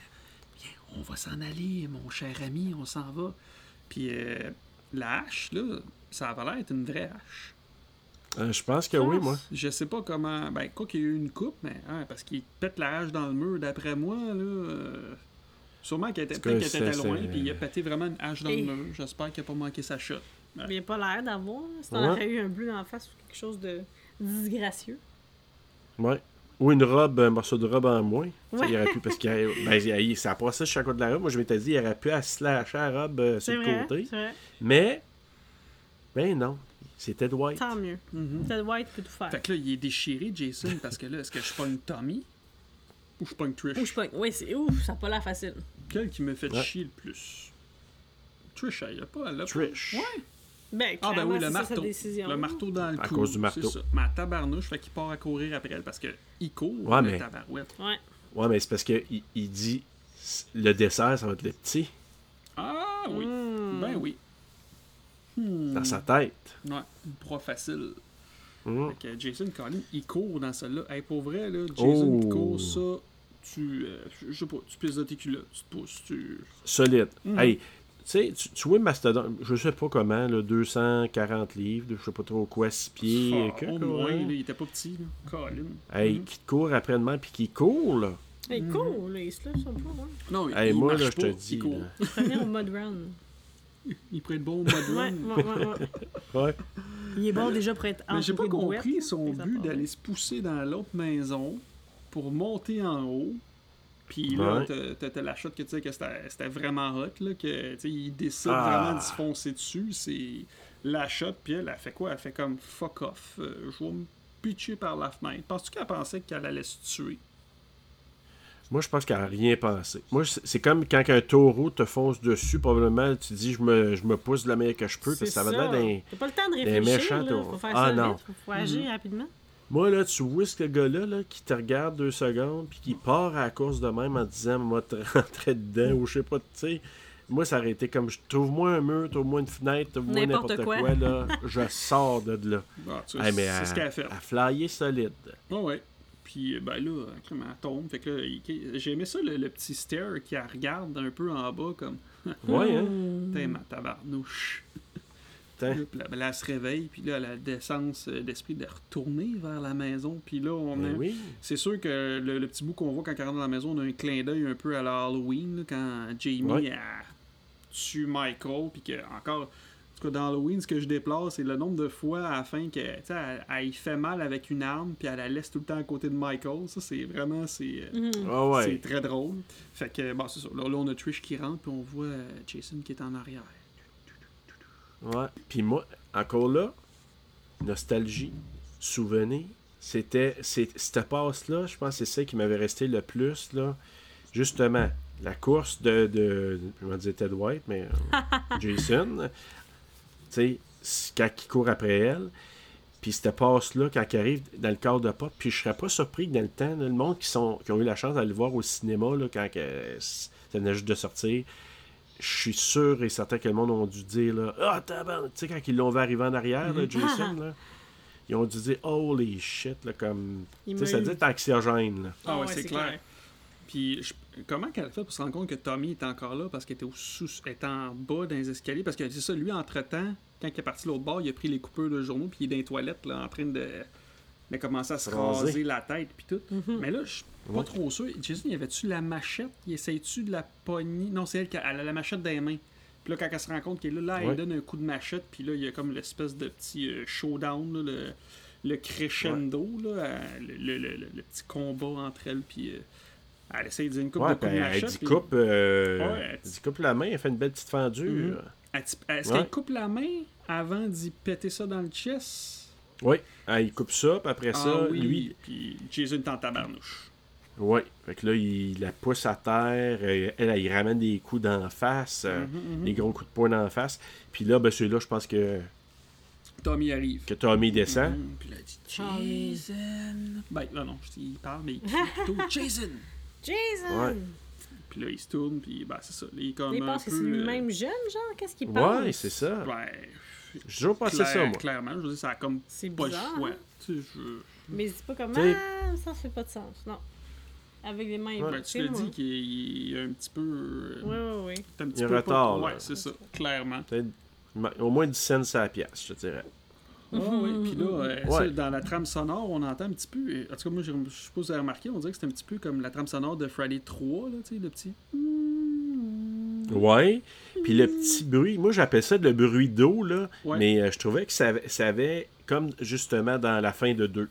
S4: viens, on va s'en aller, mon cher ami, on s'en va. Puis euh, la hache, là, ça avait l'air d'être une vraie hache.
S3: Euh, je pense que oui, moi.
S4: Je sais pas comment... Ben, quoi qu'il y ait eu une coupe, mais hein, parce qu'il pète la hache dans le mur, d'après moi, là... euh, Sûrement qu'il était,
S3: En tout cas,
S4: peut-être qu'il était
S3: c'est-
S4: loin,
S3: c'est-
S4: puis il a pété vraiment une hache dans
S2: Et-
S4: le mur. J'espère qu'il a pas manqué sa shot.
S2: Il n'y a pas l'air d'avoir. là. Si t'en
S3: Ouais.
S2: aurais eu un bleu dans la face ou quelque chose de disgracieux.
S3: Ouais. Ou une robe, un morceau de robe en moins. Tu sais,
S2: Ouais.
S3: Il aurait pu, parce que ben, il- il- ça a passé sur le côté de la robe. Moi, je m'étais dit, il aurait pu à se lâcher la robe euh, sur
S2: C'est
S3: le
S2: vrai.
S3: côté.
S2: C'est vrai.
S3: Mais, ben non, c'était Dwight.
S2: Tant mieux.
S4: Mhm.
S2: Ted White peut tout faire.
S4: Fait que là, il est déchiré, Jason, parce que là, est-ce que je pogne Tommy ou je pogne Trish
S2: Ou je pogne. Oui, c'est ouf, ça n'a pas l'air facile.
S4: Quel qui me fait
S3: Ouais.
S4: chier le plus Trish, elle l'a pas. Elle l'a pas.
S3: Trish.
S4: Ouais.
S2: Ben,
S4: Ah, ben
S2: clairement,
S4: oui,
S2: c'est
S4: le
S2: ça, sa
S4: marteau.
S2: décision.
S4: Le marteau dans le
S3: À
S4: cou.
S3: cause du marteau.
S4: C'est ça. Mais à tabarnouche, fait qu'il part à courir après elle parce que il court,
S3: Ouais,
S4: le
S3: mais-
S4: tabarouette.
S2: Ouais.
S3: Ouais, mais c'est parce que il, il dit le dessert, ça va être le petit
S4: Ah oui.
S2: Mm.
S4: Ben oui. Hmm.
S3: dans sa tête.
S4: Ouais, une proie facile.
S3: Mm.
S4: Fait que Jason Collins, il court dans celle-là. Hey, pour vrai, là, Jason
S3: Oh.
S4: il court, ça, tu. euh, je sais pas, tu pisses de tes culottes, tu te pousses, tu.
S3: Solide.
S4: Mm.
S3: Hey, tu sais, tu, tu vois Mastodon, je sais pas comment, là, 240 livres, je sais pas trop quoi, 6 pieds.
S4: Ah,
S3: que-
S4: au
S3: que-
S4: moins,
S3: ouais.
S4: là, il était pas petit, là. Colin.
S3: Hey,
S4: Mhm.
S3: qui te court après demain puis qui court, là.
S2: Mais cool, là, il se lève sur le pas, hein.
S4: Non, il,
S3: Hey,
S4: il
S3: moi,
S4: marche
S3: là, je
S4: pas,
S3: te
S4: il
S3: dis.
S4: court.
S3: là.
S2: Prenez au mode run.
S4: Il prend le bon mode
S2: Ouais,
S4: run.
S2: ouais, ouais, ouais.
S3: Ouais.
S2: Il est bon déjà pour être
S4: Mais j'ai
S2: entouré
S4: pas
S2: de bouettes,
S4: compris
S2: là,
S4: son
S2: ça
S4: but
S2: part.
S4: d'aller se pousser dans l'autre maison pour monter en haut. Puis là,
S3: Ouais.
S4: t'as- t'as t'as la shot que tu sais que c'était c'était vraiment hot, là, que tu sais, il décide
S3: Ah.
S4: vraiment de se foncer dessus. C'est la shot, puis elle, elle fait quoi Elle fait comme fuck off, euh, je vais me pitcher par la fenêtre. Penses-tu qu'elle pensait qu'elle allait se tuer
S3: Moi, je pense qu'elle n'a rien pensé. Moi, c'est c'est comme quand un taureau te fonce dessus, probablement, tu dis je me, je me pousse de la manière que je peux, parce
S2: C'est
S3: que ça va être d'un.
S2: T'as pas le temps de
S3: des
S2: réfléchir,
S3: méchants,
S2: là.
S3: toi.
S2: Faut faire
S3: Ah,
S2: ça
S3: non.
S2: vite, faut, faut agir rapidement.
S3: Moi, là, tu vois ce gars-là là, qui te regarde deux secondes, puis qui part à la course de même en disant moi, te rentrer dedans, ou je sais pas, tu sais. Moi, ça aurait été comme je trouve-moi un mur, trouve-moi une fenêtre, trouve-moi
S2: N'importe
S3: n'importe quoi.
S2: quoi.
S3: là, je sors de là.
S4: Ah, tu sais,
S3: Ah, mais
S4: C'est
S3: elle-
S4: ce qu'elle a fait.
S3: Elle flyait solide.
S4: Ouais, ouais. Puis euh, ben là, euh, crème, elle tombe. Fait que là, il- j'ai aimé ça, le, le petit stare qui la regarde un peu en bas, comme
S2: Mm.
S3: Ouais, hein?
S4: Putain, ma tabarnouche.
S3: Putain.
S4: Là, puis là, ben là, elle se réveille, puis là, elle a la décence euh, d'esprit de retourner vers la maison. Puis là, on
S3: Mais
S4: a-
S3: Ben oui.
S4: C'est sûr que le, le petit bout qu'on voit quand elle rentre dans la maison, on a un clin d'œil un peu à la Halloween, là, quand Jamie
S3: Ouais.
S4: elle tue Michael, puis que encore. En tout cas, dans Halloween, ce que je déplore, c'est le nombre de fois afin que, tu sais, elle, elle y fait mal avec une arme, puis elle la laisse tout le temps à côté de Michael. Ça, c'est vraiment, c'est, euh,
S2: Mhm.
S3: Ah ouais.
S4: c'est très drôle. Fait que, bon, c'est ça. Là, là, on a Trish qui rentre, puis on voit euh, Jason qui est en arrière.
S3: Ouais. Puis moi, encore là, nostalgie, souvenir, c'était c'est- cette passe-là, je pense que c'est ça qui m'avait resté le plus, là. Justement, la course de, de je vais dire Ted White, mais euh, Jason, tu sais, quand il court après elle, puis cette passe-là, quand il arrive dans le corps de pop, puis je serais pas surpris que dans le temps, là, le monde qui, sont, qui ont eu la chance d'aller le voir au cinéma, là, quand que, euh, ça venait juste de sortir, je suis sûr et certain que le monde ont dû dire là, ah tabarnak! tu sais quand ils l'ont vu arriver en arrière là,
S2: Mm-hmm.
S3: Jason là, ils ont dû dire holy shit là comme
S2: Il
S3: tu
S2: m'a
S3: sais ça
S2: eu.
S3: dit anxiogène là.
S4: Ah ouais, c'est clair. Puis, je- comment qu'elle a fait pour se rendre compte que Tommy est encore là parce qu'elle était, au sous- elle était en bas dans les escaliers? Parce que c'est ça, lui, entre-temps, quand il est parti de l'autre bord, il a pris les coupeurs de journaux, puis il est dans les toilettes, là, en train de, de commencer à se
S3: Raser.
S4: raser la tête, puis tout. Mais là, je suis pas
S3: Ouais.
S4: trop sûr. Jason, y avait-tu la machette? Il essaye-tu de la pogner? Non, c'est elle qui a, elle a la machette dans les mains. Puis là, quand elle se rend compte qu'elle est là, là,
S3: Ouais.
S4: elle donne un coup de machette, puis là, il y a comme l'espèce de petit euh, showdown, là, le, le crescendo, là, à- le, le- le- le- le petit combat entre elle, puis euh, elle essaye de dire une coupe
S3: ouais,
S4: de coups
S3: ben,
S4: de
S3: elle
S4: machette.
S3: dit
S4: puis
S3: coupe euh,
S4: Ouais, elle
S3: elle dit coupe la main elle fait une belle petite fendue euh.
S4: Mhm. elle dit- Est-ce
S3: Ouais.
S4: qu'elle coupe la main avant d'y péter ça dans le chest?
S3: oui Ah, il coupe ça puis après ça
S4: ah oui,
S3: lui
S4: puis Jason est en tabarnouche.
S3: ouais fait que là il la pousse à terre euh, elle, elle, il ramène des coups d'en face euh,
S4: Mhm, mhm.
S3: des gros coups de poing d'en face puis là ben celui-là je pense que
S4: Tommy arrive.
S3: que Tommy descend
S4: Mhm, Puis là, il dit
S2: Tommy.
S4: Jason. Ben, non, non, je dis, il parle, mais il crie plutôt Jason.
S2: Jason!
S3: Ouais.
S4: Puis là, il se tourne, puis ben, c'est ça. là, il est comme
S2: Il
S4: un
S2: pense que
S4: peu,
S2: c'est
S4: euh,
S2: lui-même jeune, genre? Qu'est-ce qu'il pense?
S3: ouais c'est ça
S4: Ouais,
S3: j'ai toujours pensé
S4: clair-
S3: ça moi
S4: clairement. Je veux dire, ça a comme
S2: C'est
S4: pas le
S2: bizarre.
S4: choix.
S2: hein?
S4: Tu sais, je-
S2: Mais il dit pas comme
S3: T'sais-
S2: Ah, ça fait pas de sens. Non. Avec les mains
S3: Ouais.
S4: Ben,
S2: éboncées,
S4: tu le
S2: moi.
S4: dis qu'il est un petit peu. euh,
S2: Ouais, ouais, ouais.
S4: t'as un petit
S3: Il a
S4: peu
S3: retard,
S4: pas-
S3: là.
S4: Ouais, c'est ça, clairement.
S3: Peut-être ma- au moins 10 cents à la pièce, je te dirais.
S4: Ah ouais, puis là, euh,
S3: Ouais.
S4: ça, dans la trame sonore, on entend un petit peu. euh, En tout cas, moi, j'ai- je sais pas si vous avez remarqué, on dirait que c'est un petit peu comme la trame sonore de Friday 3, là, tu sais, le petit. Mhm.
S3: Ouais. Puis le petit bruit, moi j'appelle ça le bruit d'eau, là.
S4: Ouais.
S3: Mais euh, je trouvais que ça, avait- ça avait, comme justement dans la fin de 2.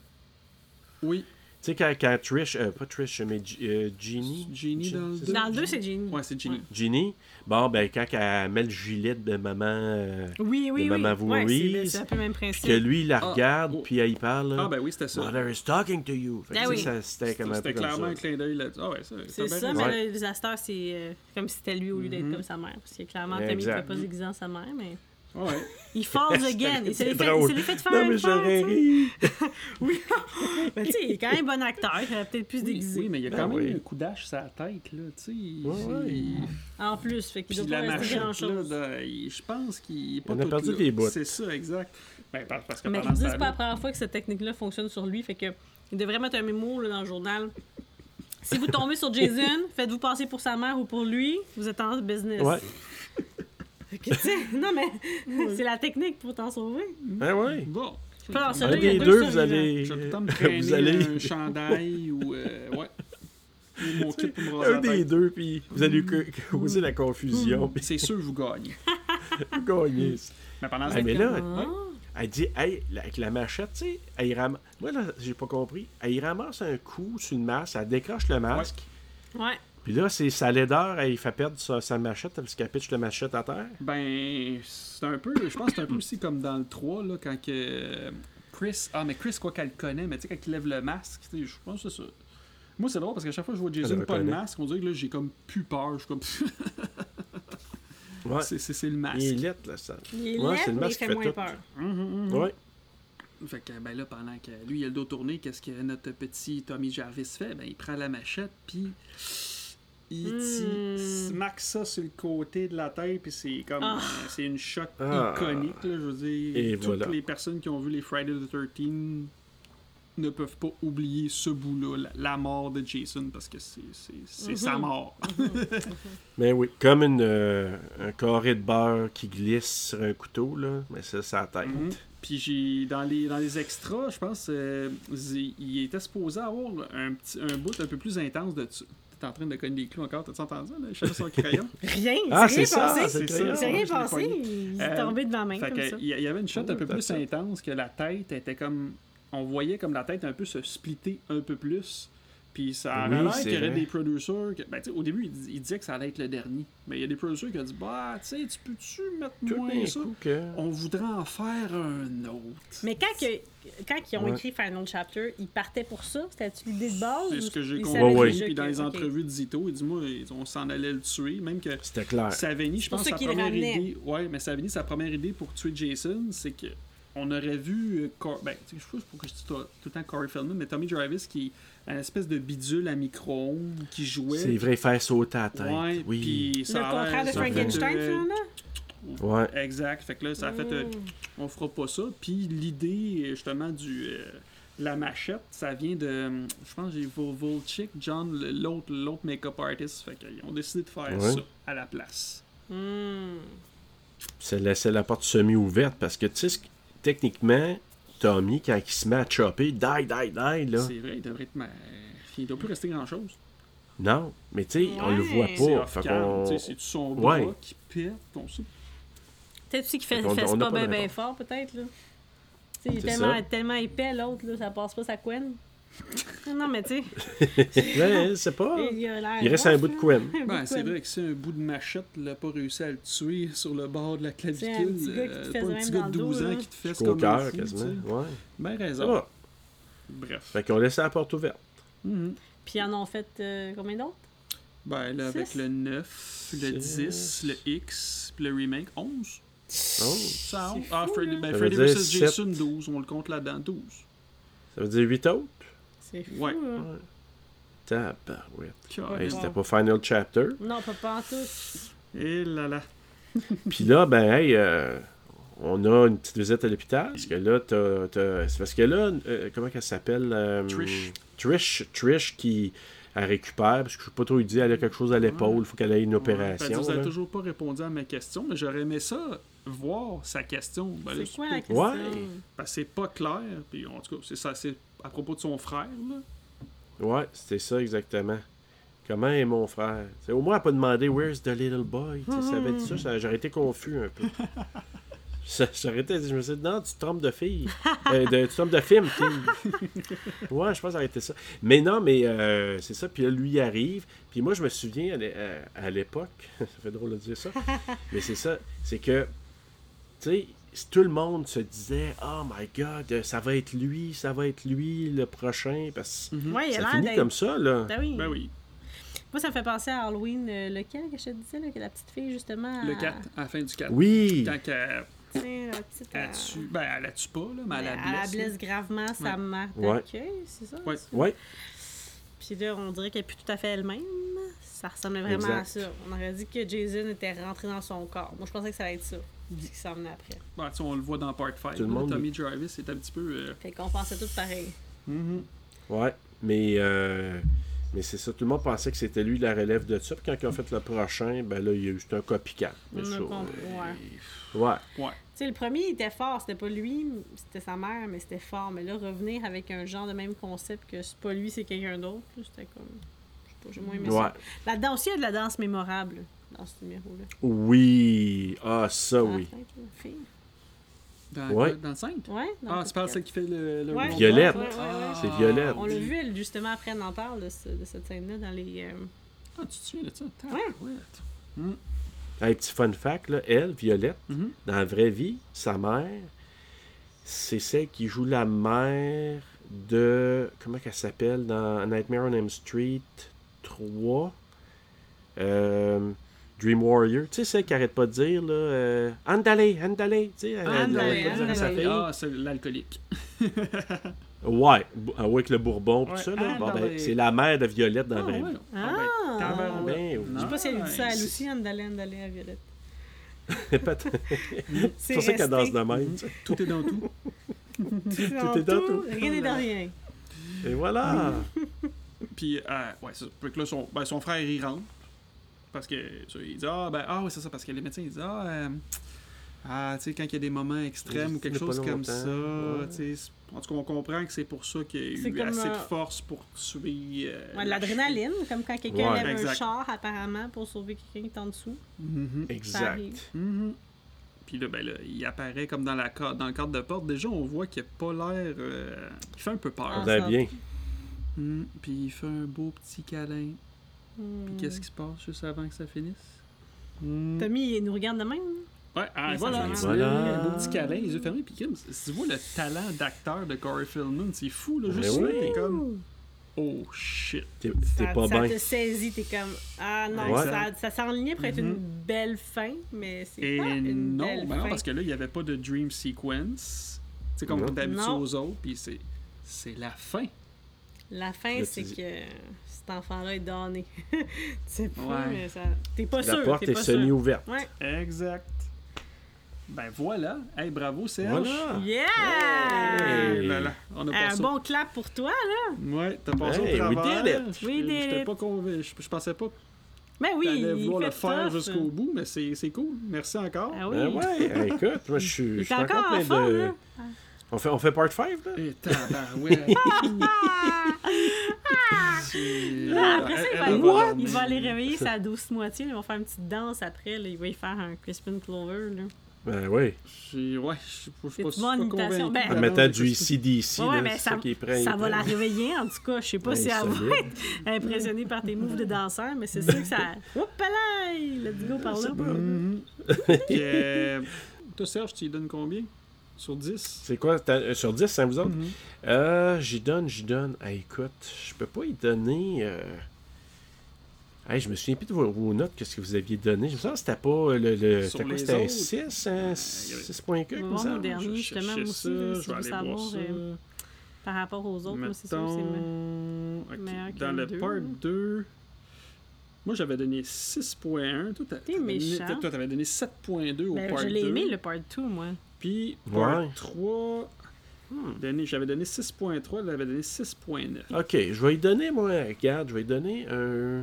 S4: Oui.
S3: Tu sais, quand, quand Trish, euh, pas Trish, mais G- euh, Jeannie.
S4: Genie
S3: Jean-
S4: dans le deux.
S3: c'est ça?
S2: Dans le 2, c'est Genie.
S4: Ouais, c'est Ginny.
S3: Jeannie. Bon, ben, quand elle met le gilet de maman, euh,
S2: Oui, oui,
S3: De
S2: oui.
S3: Maman
S2: Ouais, c'est-
S3: Voorhees,
S2: c'est un peu le même
S3: puis
S2: principe.
S3: que lui, il la
S4: Ah.
S3: regarde,
S4: Oh.
S3: puis elle y parle. là,
S4: Ah, ben oui, c'était ça.
S3: Mother is talking to you. Fait que,
S2: Ah
S3: tu sais,
S2: oui.
S3: ça, C'était comme un peu
S4: C'était
S3: comme
S4: clairement
S3: ça.
S4: un clin d'œil là-dessus. Ah, ouais, ça.
S2: C'est
S4: t'as
S2: ça,
S4: bien
S2: mais
S4: raison.
S2: là, les Astor, c'est euh, comme si c'était lui au lieu d'être
S4: Mhm.
S2: comme sa mère. Parce que clairement, Tommy ne
S3: Exact.
S2: peut
S4: Mm-hmm.
S2: pas se déguiser en sa mère, mais.
S4: Ah, ouais.
S2: Il falls again. Il s'est
S3: C'est
S2: fait,
S3: drôle.
S2: il s'est fait de faire
S3: Non,
S2: un
S3: mais
S2: faire,
S3: j'aurais
S2: tu sais.
S3: ri.
S2: Oui. Mais tu sais, il est quand même bon acteur. Il aurait peut-être plus se déguiser.
S4: Oui, mais il y a
S3: Ben
S4: quand
S3: oui.
S4: même un coup d'âge sur la tête, là, tu sais. il-
S3: Ouais, ouais, il-
S2: En plus, fait qu'il
S4: Puis
S2: doit
S4: la
S2: pas rester
S4: machette, là,
S2: grand-chose.
S4: dans- il- je pense qu'il est pas
S3: On a
S4: tout
S3: perdu
S4: là.
S3: des bouts.
S4: C'est ça, exact. Ben, par- parce que
S2: Mais
S4: pendant
S2: dit
S4: ce
S2: c'est pas la
S4: temps-là,
S2: première fois que cette technique-là fonctionne sur lui. Fait que il devrait mettre un mémo là, dans le journal. Si vous tombez sur Jason, faites-vous passer pour sa mère ou pour lui, vous êtes en business.
S3: Ouais.
S2: Fait que, tu sais, non, mais c'est la technique pour t'en sauver.
S3: Ben ouais.
S4: bon.
S2: Pas dans
S3: Un
S2: Celui-là, il y a
S3: des
S2: deux
S3: deux, vous
S2: survivants.
S3: allez.
S4: Je vais tout le temps me
S3: Vous
S4: traîner euh, un
S3: allez.
S4: chandail ou. euh, ouais. Ou mon kit pour me raser
S3: Un
S4: la
S3: des
S4: tête.
S3: deux, puis vous allez
S4: Mm.
S3: que- causer la confusion, puis
S4: C'est sûr, vous gagnez.
S3: vous gagnez.
S4: Mais pendant ce
S3: Ah, mais
S4: temps-
S3: là,
S2: Ah.
S3: Elle dit, hey, la- avec la machette, tu sais, elle y ram... Moi, là, j'ai pas compris. Elle y ramasse un coup sur une masse, elle décroche le masque.
S2: Ouais.
S3: Puis là, c'est sa laideur, elle y fait perdre sa, sa machette parce qu'elle pitche la machette à terre.
S4: Ben, c'est un peu. Je pense que c'est un peu aussi comme dans le 3, là, quand que. euh, Chris. Ah, mais Chris, quoi qu'elle le connaît, mais tu sais, quand il lève le masque, tu sais, je pense que c'est ça. Moi, c'est drôle parce qu'à chaque fois que je vois Jason
S3: le
S4: pas le
S3: reconnaît.
S4: masque, on dirait que là, j'ai comme plus peur. Je suis comme.
S3: Ouais.
S4: c'est- c'est Ah, c'est le masque.
S3: Il est laid, là, ça.
S2: Il est
S3: Ouais,
S2: laid, mais
S3: c'est le
S2: il
S3: masque qui
S2: fait
S3: fait
S2: moins
S3: tout.
S2: peur.
S3: Ouais.
S4: Fait que, ben là, pendant que lui, il a le dos tourné, qu'est-ce que notre petit Tommy Jarvis fait? Ben, il prend la machette, puis il
S2: Hmm.
S4: t'y smack ça sur le côté de la tête, puis c'est comme...
S2: Ah.
S4: euh, C'est une shot
S3: Ah.
S4: iconique, là, je veux dire.
S3: Et
S4: Toutes
S3: voilà.
S4: les personnes qui ont vu les Friday the 13 ne peuvent pas oublier ce bout-là, la, la mort de Jason, parce que c'est c'est- c'est sa
S2: Mhm.
S4: mort.
S3: Mais oui, comme une, euh, un carré de beurre qui glisse sur un couteau, là, mais c'est sa tête.
S4: Mhm. Puis j'ai dans les dans les extras, je pense, euh, zi- il était supposé avoir un petit un bout un peu plus intense de dessus. T'es en train de cogner des clous encore, t'as-tu entendu là? Cherche son crayon.
S2: Rien,
S3: Ah,
S2: c'est rien
S3: c'est ça,
S2: passé.
S3: c'est
S4: c'est
S3: ça.
S4: ça.
S2: C'est rien
S4: Je l'ai pas
S2: passé.
S4: eu.
S2: Il est
S4: Euh,
S2: tombé de ma main
S4: fait
S2: comme
S4: que
S2: ça.
S4: il y, il y avait une shot
S3: Oh,
S4: un peu
S3: t'as
S4: plus
S3: ça.
S4: intense que la tête était comme on voyait comme la tête un peu se splitter un peu plus. Puis ça a
S3: Oui,
S4: l'air
S3: c'est
S4: qu'il y aurait
S3: vrai.
S4: des producers que- ben, tu sais, au début il, dis- il disait que ça allait être le dernier, mais il y a des producers qui ont dit bah tu sais tu peux-tu mettre
S3: Tout d'un
S4: moins ça
S3: coup que...
S4: On voudrait en faire un autre.
S2: Mais quand, que- quand ils ont
S3: Ouais.
S2: écrit Final Chapter, ils partaient pour ça? C'était-tu l'idée de base?
S4: C'est
S2: ou
S4: ce que j'ai
S2: ils
S4: compris.
S2: savaient
S3: Ouais, ouais.
S2: déjà
S4: Puis dans
S2: que-
S4: les
S2: ok.
S4: entrevues de Zito, il dit moi, on s'en allait le tuer. Même que
S3: C'était clair.
S4: Savini,
S2: C'est
S4: je
S2: pour
S4: pense
S2: ça
S4: sa
S2: qu'il le
S4: première
S2: ramenait.
S4: idée. Ouais, mais Savini, sa première idée pour tuer Jason, c'est que on aurait vu euh, Cor- ben, tu sais, je sais pas pourquoi je dis to- tout le temps Corey Feldman, mais Tommy Jarvis qui est un espèce de bidule à micro-ondes qui jouait.
S3: C'est vrai, faire sauter la tête.
S4: Ouais,
S3: oui.
S4: puis
S2: Le
S4: ça a l'air-
S2: contrat de
S3: ça fait-
S2: Frankenstein, Mm.
S4: euh,
S2: finalement?
S3: Ouais.
S4: Exact. Fait que là, ça a fait euh, on fera pas ça. Puis l'idée, justement, du euh, la machette, ça vient de, euh, je pense, que j'ai Vol- Volchik, John, l'autre, l'autre make-up artist. Fait qu'ils ont décidé de faire
S3: Ouais.
S4: ça à la place.
S2: Hmm.
S3: C'est laisser la porte semi-ouverte parce que, tu sais, ce qui- techniquement, Tommy, quand il se met à chopper, die, die, die, là.
S4: C'est vrai, il devrait être, ma- il doit plus rester grand-chose.
S3: Non, mais tu sais, on le voit
S2: Ouais.
S4: C'est
S3: pas. Oh, fait
S4: off-cam,
S3: qu'on-
S4: tu sais, c'est son bras
S3: Ouais.
S4: qui pète, on sait.
S2: Peut-être aussi qu'il fait,
S3: Fait qu'on-
S2: fesse
S3: on a
S2: pas
S3: pas
S2: bien
S3: de
S2: ben
S3: réponse.
S2: fort, peut-être. là. Tu sais, Il est
S3: C'est
S2: tellement,
S3: ça.
S2: tellement épais, l'autre, là, ça passe pas sa couenne. non, mais tu sais,
S3: Ouais, c'est pas.
S2: il a l'air
S3: Il reste
S2: rough,
S3: un bout de
S2: là.
S3: couenne.
S2: Un bout
S4: Ben,
S2: de
S4: Oh. c'est
S2: couenne.
S4: vrai que si un bout de machette l'a pas réussi à le tuer sur le bord de la
S2: C'est
S4: clavicule,
S2: un petit gars qui te
S4: euh,
S2: fesse
S4: pas un
S2: même
S4: petit gars
S2: dans
S4: de
S2: le
S4: 12
S2: dos,
S4: ans
S2: là.
S4: qui te fesse
S3: Au
S4: comme un
S3: cœur,
S4: fou, tu sais.
S3: quasiment. Ouais.
S4: Ben
S3: Ça
S4: raison.
S3: va.
S4: Bref.
S3: Fait qu'on laisse la porte ouverte.
S4: Mhm.
S2: Puis ils en ont fait euh, combien d'autres?
S4: Ben là, avec
S2: Six?
S4: le 9, le 10, le X, puis le remake, 11.
S3: Oh.
S4: Ça, on- ah,
S2: fou,
S4: Freddy,
S2: là.
S4: ben,
S3: Ça
S4: Freddy
S3: veut dire
S4: vs.
S3: sept.
S4: Jason, 12, on le compte là-dedans, 12.
S3: Ça veut dire 8 autres?
S2: C'est fou,
S4: Ouais.
S2: hein?
S3: Tabarouette.
S4: Carré.
S3: Hey, c'était pas Final Chapter.
S2: Non, pas, pas en tous.
S4: Et Eh là là.
S3: Puis là, ben, hey, euh, on a une petite visite à l'hôpital. Parce que là, t'as. t'as- C'est parce que là, euh, comment qu'elle s'appelle euh,
S4: Trish.
S3: Trish. Trish qui. Elle récupère, parce que je sais pas trop, il dit elle a quelque chose à l'épaule, faut qu'elle ait une
S4: Ouais, ben,
S3: opération.
S4: vous avez
S3: là.
S4: toujours pas répondu à ma question, mais j'aurais aimé ça, voir sa question. Ben, là,
S2: C'est quoi la
S4: pas-
S2: question?
S3: Ouais.
S4: ben, c'est pas clair, puis en tout cas, c'est ça, c'est à propos de son frère, là.
S3: Ouais, c'était ça exactement. Comment est mon frère? C'est- au moins, elle n'a pas demandé Where's the little boy? Tu sais, Ça avait dit ça, ça- j'aurais été confus un peu. Ça, ça aurait été- je me suis dit, non, tu te trompes de fille. Euh, de, tu te trompes de film, fille. ouais, je pense que ça aurait été ça. Mais non, mais euh, c'est ça. Puis là, lui, il arrive. Puis moi, je me souviens à l'é- à- à l'époque, ça fait drôle de dire ça, mais c'est ça. C'est que, tu sais, si tout le monde se disait, oh my god, euh, ça va être lui, ça va être lui le prochain. Parce que
S2: Mm-hmm. Ouais, il a
S3: ça
S2: l'air
S3: finit
S2: d'être.
S3: comme ça, là.
S2: Ben oui.
S4: Ben oui.
S2: Moi, ça me fait penser à Halloween, euh, lequel que je te disais, là, que la petite fille, justement.
S4: Le
S2: elle-
S4: 4, à la fin du 4.
S3: Oui!
S4: Tant qu'elle
S2: tu sais, la petite.
S4: elle
S2: elle-
S4: tue. Ben, elle la tue pas, là, mais elle
S2: Ben, elle
S4: la
S2: la
S4: blesse.
S2: blesse gravement sa
S4: Ouais.
S2: mère
S3: Ouais.
S2: d'accueil, c'est ça?
S4: Ouais.
S3: Ouais.
S2: Puis là, on dirait qu'elle n'est plus tout à fait elle-même. Ça ressemblait vraiment à
S3: Exact.
S2: ça. On aurait dit que Jason était rentré dans son corps. Moi, je pensais que ça allait être ça, ce qui s'en venait après.
S4: Ben, tu sais, on le voit dans Part 5.
S3: Tout le monde-
S4: Tommy Jarvis est un petit peu. euh,
S2: Fait qu'on pensait tout pareil.
S3: Mhm. Ouais, mais, euh, mais c'est ça. Tout le monde pensait que c'était lui la relève de ça. Puis quand ils ont fait le prochain, ben là, il y a eu juste un copycat. Mais
S2: On a
S3: ça,
S2: compris. Ouais.
S3: euh, ouais.
S2: Tu sais, le premier, il était fort. C'était pas lui, c'était sa mère, mais c'était fort. Mais là, revenir avec un genre de même concept que c'est pas lui, c'est quelqu'un d'autre, là, c'était comme. Je sais pas, j'ai moins aimé
S3: Ouais.
S2: ça. Là-dedans aussi, il y a de la danse mémorable dans ce numéro-là.
S3: Oui. Ah, ça,
S2: À la
S3: Ah oui.
S2: fin, la fille.
S4: Dans,
S3: Ouais.
S4: dans le 5
S2: Ouais? dans
S4: Ah,
S2: le
S4: tu parles
S2: podcast.
S4: celle qui fait le. le
S2: Ouais.
S4: robot?
S3: Violette.
S2: Ouais, ouais, ouais.
S4: Ah.
S3: C'est Violette.
S2: On l'a vu, elle, justement, après, elle en parle de, ce- de cette scène-là dans les. euh,
S4: Ah, tu te souviens de ça?
S2: Ouais.
S4: Tabarouette.
S3: Hey, petit fun fact, là, elle, Violette,
S4: Mhm.
S3: dans la vraie vie, sa mère, c'est celle qui joue la mère de. Comment qu'elle s'appelle dans Nightmare on Elm Street 3 Euh, Dream Warrior. Tu sais, celle qui arrête pas de dire, là. euh, Andale, andale. Tu sais, elle- elle
S4: Anne,
S3: arrête pas de dire à sa
S2: andale.
S3: fille.
S4: Ah, c'est l'alcoolique.
S3: Ouais, bou- ah ouais, avec le Bourbon, pis
S4: Ouais,
S3: tout ça, là.
S4: ah,
S3: Bon,
S4: dans
S3: ben,
S4: les-
S3: c'est la mère de Violette dans
S4: Ah,
S3: la vraie
S4: ouais.
S3: vie.
S2: Ah!
S4: Ah, ben, tabarouette.
S3: Ben, oui.
S2: Je sais pas si elle dit ça à
S4: Nice.
S2: Lucie, Anne d'aller, Anne d'aller à Violette.
S3: Peut-être. C'est pour ça qu'elle danse de même, tu sais.
S4: Tout est dans tout.
S3: Tout est dans tout.
S2: Rien n'est dans rien.
S3: Et voilà.
S4: Puis, euh, ouais, c'est ça. Fait que là, son, ben, son frère, il rentre. Parce que, ça, il dit, ah, ben, ah, oui, c'est ça, parce que les médecins, ils disent, ah, euh, ah, tu sais, quand il y a des moments extrêmes ou quelque
S3: Pas
S4: chose comme
S3: longtemps,
S4: ça,
S3: ouais.
S4: tu sais, c'est- en tout cas, on comprend que c'est pour ça qu'il y a
S2: C'est
S4: eu
S2: comme,
S4: assez de
S2: euh,
S4: force pour tuer. euh,
S2: Ouais, de
S4: la
S2: l'adrénaline, comme quand quelqu'un
S3: Ouais.
S2: lève un
S4: Exact.
S2: char, apparemment, pour sauver quelqu'un qui est en dessous.
S4: cheville. Mhm,
S2: Ça
S3: Exact.
S2: arrive.
S4: mhm. Puis là, ben, là, il apparaît comme dans, la, cor- dans le cadre de porte. Déjà, on voit qu'il a pas l'air. euh, il fait un peu peur.
S2: Ah,
S3: Vous avez bien. Ah.
S4: Mhm. Puis il fait un beau petit câlin. Puis
S2: Hmm.
S4: qu'est-ce qui se passe juste avant que ça finisse? Mhm.
S2: Tommy, il nous regarde de même.
S4: Ouais, ah,
S2: Mais
S4: voilà,
S2: ça,
S4: tu
S2: c'est
S3: vraiment-
S4: vois,
S3: Voilà.
S4: un beau petit câlin, les yeux fermés, puis Kim, tu vois le talent d'acteur de Corey Feldman, c'est fou, là,
S3: Ben
S4: juste là,
S3: oui.
S4: t'es comme, oh shit.
S3: T'es
S2: Ça,
S3: t'es pas
S2: ça
S3: bien.
S2: te saisit, t'es comme Ah non,
S3: Ouais.
S2: ça, ça s'enlignait pour être
S4: Mhm.
S2: une belle fin, mais c'est
S4: Et
S2: pas une
S4: non,
S2: belle
S4: ben non,
S2: fin.
S4: parce que là, il n'y avait pas de dream sequence, tu sais, comme
S3: Non.
S4: on t'habitue
S2: Non.
S4: aux autres, puis c'est, c'est la fin.
S2: La fin,
S3: Là, tu
S2: c'est
S3: dis-
S2: que cet enfant-là est donné. tu sais pas,
S4: Ouais.
S2: mais ça. T'es pas
S3: La
S2: sûr.
S3: porte
S2: t'es
S3: est
S2: pas sûr.
S3: semi-ouverte.
S2: Ouais.
S4: Exact. Ben voilà, hey, bravo Serge.
S3: Voilà.
S2: Yeah!
S4: Hey, là, là, on a
S2: Euh, Un
S4: passé
S2: bon clap pour toi, là.
S4: Ouais, t'as passé
S3: Hey,
S4: au
S3: we
S4: travers.
S3: did
S4: Je-
S2: We did
S4: j'étais
S2: it.
S4: pas convaincu, je, je pensais pas que
S2: Ben oui,
S4: t'allais
S2: il
S4: vouloir
S2: fait
S4: le faire
S2: tough.
S4: jusqu'au bout, mais c'est, c'est cool. Merci encore.
S2: Ah oui.
S3: Ben ouais, écoute, moi, je suis
S2: Il
S3: je
S2: est
S3: suis
S2: encore
S3: encore
S2: en
S3: plein
S2: forme, hein.
S3: de. Ah,
S2: là.
S3: On fait, on fait part 5, là?
S4: Et tabarouette. C'est-
S2: Ah, Après ça,
S4: Elle-
S2: il
S4: elle
S2: va,
S4: va
S2: il va
S4: dormir.
S2: aller réveiller sa douce moitié. là, Ils vont faire une petite danse après. là, Il va y faire un Crispin Clover. Là.
S3: Ben oui.
S4: J'ai- Ouais, je suis pas, je suis pas
S2: C'est une bonne
S4: je suis pas
S2: imitation.
S4: convaincu.
S2: Ben,
S3: En
S2: Ah,
S3: mettant du ICDC,
S2: Ouais,
S3: là,
S2: mais
S3: c'est
S2: ça,
S3: ça qui est prêt.
S2: ça
S3: Ben, il
S2: va
S3: prend.
S2: la réveiller, en tout cas. Je sais pas
S3: Ouais,
S2: si elle va
S3: solide.
S2: être impressionnée par tes moves de danseur, mais c'est sûr que ça... Oups, là! Let's go par là.
S4: Mhm.
S2: Mm-hmm.
S4: Puis, euh, Toi, Serge, tu lui donnes combien Sur 10
S3: C'est quoi? t'as- euh, Sur 10, ça vous autres?
S4: Mhm.
S3: Euh, j'y donne, j'y donne. Ah, écoute, je peux pas y donner. Euh... Hey, je me souviens plus de vos, vos notes, qu'est-ce que vous aviez donné. Je me sens que c'était pas euh, le. le
S4: Sur
S3: c'était quoi
S4: les
S3: C'était un
S4: autres?
S3: 6, hein?
S4: Euh,
S3: 6 points que,
S2: On va
S3: comme
S2: voir
S3: ça.
S2: nos derniers.
S4: Je vais
S2: justement,
S4: chercher
S2: moi aussi, là, si je veux
S4: je vais aller
S2: savoir,
S4: voir ça.
S2: euh, Par rapport aux autres, moi, c'est sûr que c'est... me-
S4: Mettons, ok,
S2: meilleur que
S4: Dans
S2: le
S4: le
S2: deux.
S4: part 2, moi j'avais donné 6.1. Toi, t'as-
S2: T'es
S4: t'avais donné-
S2: méchant.
S4: toi, t'avais donné 7.2 au
S2: Ben,
S4: part
S2: je
S4: 2.
S2: l'ai aimé, le part 2, moi.
S4: Puis,
S3: Ouais.
S4: part 3,
S3: Hmm.
S4: donné- j'avais donné 6.3, elle avait donné 6.9.
S3: Ok, je vais y donner, moi, regarde, je vais y donner un.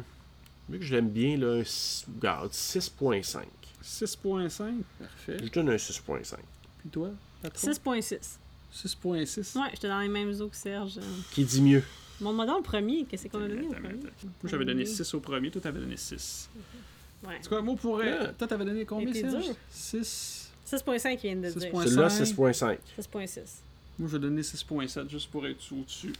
S3: Vu que je l'aime bien, là, un six- regarde, 6.5.
S4: 6.5, parfait.
S3: Je donne un 6.5.
S4: Puis toi, patron?
S2: 6.6.
S4: 6.6.
S2: Ouais, j'étais dans les mêmes eaux que Serge.
S3: Qui dit mieux?
S2: Montre-moi donc le premier. Qu'est-ce qu'on a donné au
S4: Attends, attends,
S2: premier?
S4: attends. Moi, j'avais donné 6 au premier, toi, t'avais donné 6.
S2: Ouais.
S4: C'est quoi, moi, pour. euh,
S3: Ouais.
S4: Toi, t'avais donné combien,
S2: C'était
S4: Serge
S2: dur.
S4: 6.
S2: 6.5 qu'il vient de dire.
S4: 6.5.
S3: Celui-là, 6.5.
S2: 6.6.
S4: Moi, je vais donner 6.7 juste pour être au-dessus.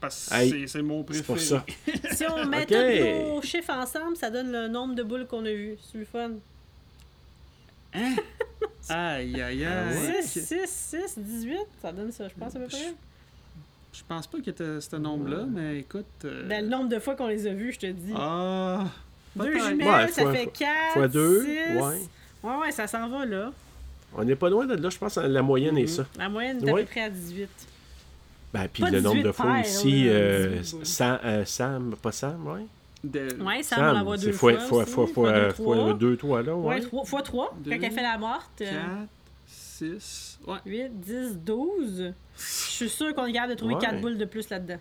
S4: Parce que
S3: Hey,
S4: c'est- c'est mon
S3: C'est
S4: préféré.
S3: pour ça.
S2: Si on met
S3: Ok.
S2: tous nos chiffres ensemble, ça donne le nombre de boules qu'on a vues. C'est le fun.
S4: Hein? Aïe, aïe, aïe.
S2: 6, 6, 6, 18, ça donne ça, je pense à peu près.
S4: Je pense pas que t'as euh, ce nombre-là, mais écoute. euh,
S2: Ben, le nombre de fois qu'on les a vues, je te dis.
S4: Ah!
S2: Deux
S4: peut-être.
S2: jumelles,
S3: Ouais,
S2: ça
S3: fois-
S2: fait 4.
S3: Fois 2,
S2: 6.
S3: ouais.
S2: Ouais, ouais, ça s'en va là.
S3: On n'est pas loin de là, je pense que la moyenne
S2: Mhm.
S3: est ça.
S2: La moyenne est à
S3: Ouais.
S2: peu près à 18.
S3: Ben, puis
S2: Pas
S3: le nombre
S2: 18
S3: de fois
S2: paires,
S3: aussi,
S2: là,
S3: euh,
S4: 18.
S3: Sam, euh, Sam, pas Sam, ouais.
S4: De...
S2: Ouais, ça, on
S3: Sam,
S2: la voit
S3: c'est
S2: deux
S3: fois,
S2: fois.
S3: fois,
S2: aussi,
S3: fois,
S2: deux,
S3: fois, euh,
S2: trois.
S3: fois deux, trois, là,
S2: Ouais,
S3: ouais.
S2: trois- fois 3,
S4: Deux.
S2: quand elle fait la morte.
S4: 4,
S2: euh,
S4: 6. Ouais.
S2: 8, 10, 12. Je suis sûr qu'on est capable de trouver
S3: Ouais.
S2: 4 boules de plus là-dedans.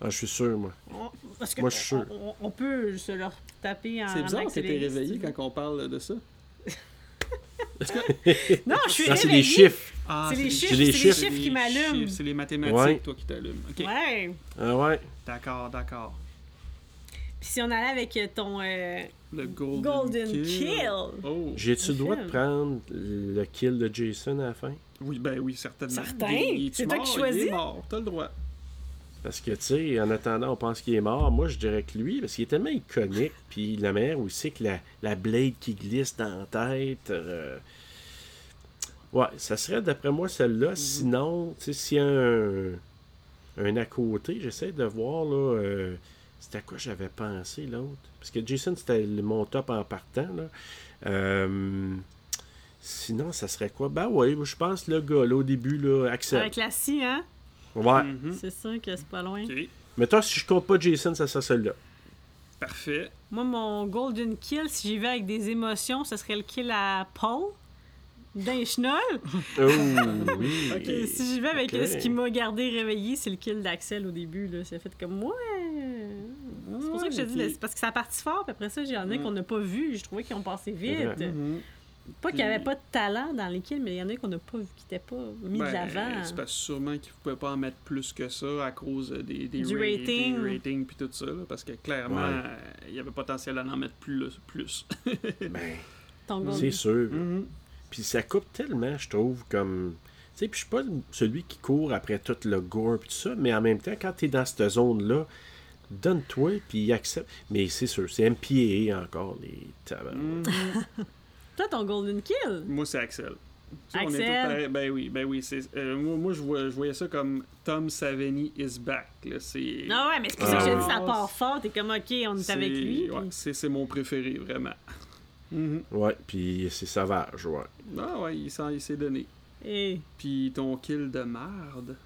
S3: Ah, je suis sûr, moi.
S2: On- Parce que
S3: Moi, je suis sûr.
S2: On, on- on peut se leur taper en.
S4: C'est bizarre
S2: en
S4: que t'es
S2: accéléré,
S4: réveillé
S2: si tu veux.
S4: quand on parle de ça.
S2: Non, je suis
S3: Ça, c'est
S2: réveillée.
S3: des chiffres.
S4: Ah,
S2: C'est les chiffres,
S3: c'est
S2: c'est
S3: les
S2: les
S3: chiffres.
S2: chiffres qui m'allument.
S4: C'est les mathématiques,
S3: Ouais.
S4: toi, qui t'allumes. OK.
S2: Ouais.
S3: Ah, ouais.
S4: D'accord, d'accord.
S2: Puis si on allait avec euh, ton euh,
S4: Le Golden,
S2: Golden
S4: Kill.
S2: Kill.
S4: Oh.
S3: J'ai-tu le droit de
S2: Film.
S3: prendre le kill de Jason à la fin?
S4: Oui, ben oui, certainement.
S2: Certain.
S4: Il- il est
S2: C'est toi
S4: mort,
S2: qui choisis.
S4: Il est mort, t'as le droit.
S3: Parce que, tu sais, en attendant, on pense qu'il est mort. Moi, je dirais que lui, parce qu'il est tellement iconique. Puis la manière aussi que la, la blade qui glisse dans la tête. euh, Ouais, ça serait, d'après moi, celle-là. Sinon, tu sais, s'il y a un, un à côté, j'essaie de voir, là. euh, C'était à quoi j'avais pensé, l'autre? Parce que Jason, c'était le- mon top en partant, là. Euh, Sinon, ça serait quoi? Ben ouais, je pense le gars, là, au début, là, Axel.
S2: avec la scie, hein?
S3: Ouais.
S4: Mhm.
S2: C'est sûr que c'est pas loin.
S4: OK,
S3: Mais toi, si je compte pas Jason, ça sera celle-là.
S4: parfait.
S2: Moi, mon Golden Kill, si j'y vais avec des émotions, ce serait le kill à Paul d'un chenol.
S3: Oh oui.
S4: Ok,
S2: Et si j'y vais avec
S3: ok.
S2: euh, ce qui m'a gardé réveillé, c'est le kill d'Axel au début. Là. C'est fait comme moi. C'est pour ça que
S3: Ah,
S2: je te dis,
S4: Ouais,
S2: là,
S4: Ah, ok.
S2: c'est parce que ça a parti fort, puis après ça, j'en ai
S4: Mm.
S2: qu'on n'a pas vu. Je trouvais qu'ils ont passé
S3: C'est
S2: vite.
S3: vrai.
S4: Mhm.
S2: Pas qu'il n'y avait
S4: Puis-
S2: pas de talent dans les kills, mais il y en a qu'on n'a pas vu, qui n'étaient pas mis
S4: Ben,
S2: de l'avant.
S4: C'est parce que sûrement qu'ils pouvaient pas en mettre plus que ça à cause des, des,
S2: Du
S4: ra-
S2: rating.
S4: des ratings puis tout ça, là, parce que clairement,
S3: Ouais.
S4: euh, il y avait potentiel à en mettre plus. plus.
S3: Ben,
S2: Ton
S3: c'est
S2: Golden
S3: sûr.
S4: Mhm.
S3: Puis ça coupe tellement, je trouve, comme. Tu sais, puis je suis pas le- celui qui court après tout le gore puis tout ça, mais en même temps, quand t'es dans cette zone-là, donne-toi puis accepte. Mais c'est sûr, c'est MPA encore les tabacs.
S4: Mhm.
S2: Toi, ton Golden Kill.
S4: Moi, c'est Axel. Tu sais, on est tous
S2: Axel.
S4: pareils. ben oui, ben oui. c'est- euh, moi, moi, je, vois- je voyais ça comme Tom Savini is back. là, C'est.
S2: Non, ouais, mais c'est pour
S3: Ah
S2: ça que je te
S3: oui.
S2: dis, ça part fort. T'es comme, OK, on est
S4: c'est-
S2: avec lui.
S4: ouais,
S2: puis-
S4: c'est c'est mon préféré, vraiment. Mhm.
S2: Mm.
S3: Ouais, puis c'est sauvage, ouais.
S4: Ah ouais, il s'en- il s'est donné.
S2: Et-
S4: Puis ton kill de merde.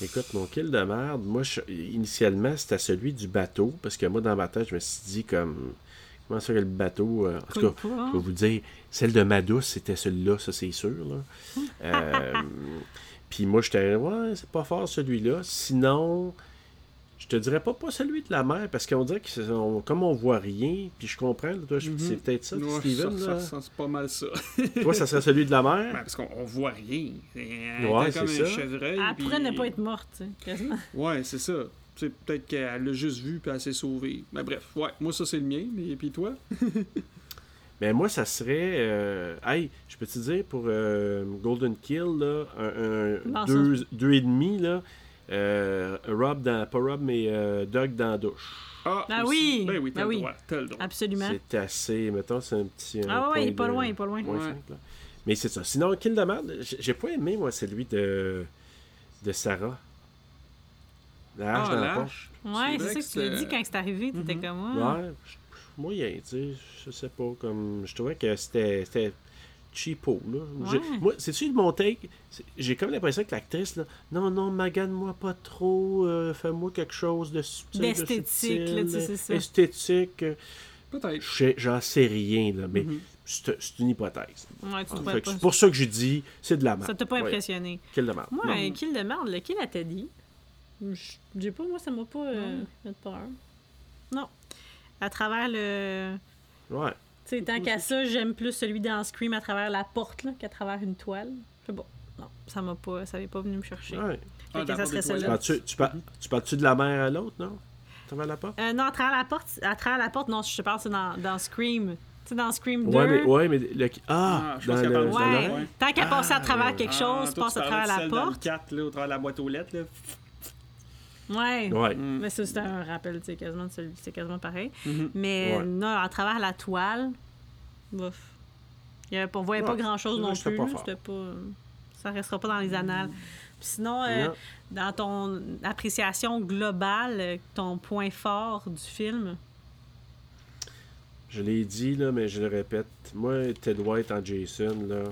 S3: Écoute, mon kill de merde, moi, je- initialement, c'était celui du bateau, parce que moi, dans ma tête, je me suis dit, comme. Comment ça que le bateau. euh, en tout cas,
S2: Coule pas.
S3: Je vais vous dire, celle de Madouce, c'était celle-là, ça c'est sûr. là. Euh, Puis moi, j'étais, ouais, c'est pas fort celui-là. Sinon, je te dirais pas, pas celui de la mer, parce qu'on dirait que c'est- on- comme on voit rien, puis je comprends, là, toi, je-
S4: Mhm.
S3: c'est peut-être ça,
S4: Ouais,
S3: Steven.
S4: ça- ça-
S3: là.
S4: ça- c'est pas mal ça.
S3: Toi, ça serait celui de la mer.
S4: Ben, parce qu'on on voit rien. Elle
S3: Ouais,
S4: était comme
S3: c'est
S4: un
S3: ça.
S4: chevreuil.
S2: Elle pourrait
S4: puis-
S2: ne pas être morte, tu sais, quasiment.
S4: Ouais, c'est ça. C'est peut-être qu'elle l'a juste vu puis elle s'est sauvée. Mais bref, ouais, moi ça c'est le mien. Mais puis toi
S3: Mais Ben, moi, ça serait. euh, hey, je peux te dire pour euh, Golden Kill, là, un, un-
S2: Bon,
S3: deux, deux et demi, là, euh, Rob dans. Pas Rob, mais euh, Doug dans la douche.
S2: Ah
S4: aussi.
S2: oui,
S4: Ben oui, t'as
S2: ben
S4: le
S2: oui.
S4: droit. T'as le droit.
S2: Absolument.
S3: C'est assez, mettons, c'est un petit. un
S2: Ah ouais, ouais, il est
S3: point
S2: pas
S3: de-
S2: loin, il est pas loin.
S3: moins
S4: Ouais.
S3: cinq, là. Mais c'est ça. Sinon, Kill de merde, j'ai j'ai pas aimé, moi, celui de, de Sarah. La hache
S4: Ah,
S3: dans
S4: la
S3: la
S4: hache.
S3: poche.
S2: Ouais,
S4: vrai
S2: c'est ça
S4: que
S2: que tu l'as
S4: c'est-
S2: dit quand c'est arrivé, t'étais
S4: Mhm.
S2: comme moi.
S3: Ouais, je- je- moyen, tu sais, je sais pas, comme, je trouvais que c'était, c'était cheapo, là. J'ai-
S2: Ouais.
S3: Moi, c'est-tu de mon take? C'est- J'ai comme l'impression que l'actrice, là, non, non, magane-moi pas trop, euh, fais-moi quelque chose de subtil, de
S2: D'esthétique,
S3: subtil,
S2: là, tu sais, c'est ça.
S3: Esthétique, euh,
S4: Peut-être.
S3: je sais- j'en sais rien, là, mais
S4: Mhm.
S3: c'est c'est une hypothèse.
S2: Ouais, tu
S3: Ah, Fait
S2: trouvais
S3: que
S2: pas.
S3: C'est pour ça que j'ai dit, c'est de la merde.
S2: Ça t'a pas
S3: Ouais,
S2: impressionné.
S3: quelle de merde.
S2: Moi,
S3: Non.
S2: un kill de merde, le kill à Teddy, je j'ai pas, moi, ça m'a pas euh, fait peur. Non. À travers le.
S3: Ouais.
S2: Tu sais, tant qu'à ça, j'aime plus celui dans Scream à travers la porte là, qu'à travers une toile. Je sais pas. Non, ça m'a pas. Ça avait pas venu me chercher.
S3: ouais.
S2: Fait que
S4: Ah,
S2: ça
S4: d'abord
S2: serait
S4: des toilettes.
S2: celle-là.
S3: Parles-tu- tu, par- tu parles-tu de la mère à l'autre, non? Tu la porte?
S2: Euh, non, à travers la porte, à travers la porte, non, je te parle, c'est dans, dans Scream. Tu sais, dans Scream 2.
S3: Ouais, mais, ouais, mais le... Ah,
S4: Ah, je pense
S3: dans
S4: qu'elle
S3: le...
S4: parle-
S3: dans l'oreille.
S2: Ouais, tant qu'à passer à travers quelque chose,
S4: Ah, toi,
S2: passe
S4: tu
S2: à
S4: parlais de
S2: travers la
S4: celle dans le
S2: porte.
S4: 4, là, au travers de la boîte aux lettres. Là.
S2: Ouais.
S3: Ouais.
S2: Mais ça, c'est un rappel, c'est quasiment, de celui- c'est quasiment pareil.
S4: Mhm.
S2: Mais
S3: Ouais.
S2: non, à travers la toile, bof. Il y avait, on voyait pas
S3: Ouais.
S2: grand-chose
S3: Ouais,
S2: non
S3: c'était
S2: plus.
S3: pas
S2: là.
S3: fort. Mm.
S2: C'était pas... euh, Ça restera pas dans les annales. Puis sinon, euh,
S3: Non.
S2: dans ton appréciation globale, euh, ton point fort du film,
S3: Je l'ai dit, là, mais je le répète. Moi, Ted White en Jason, là,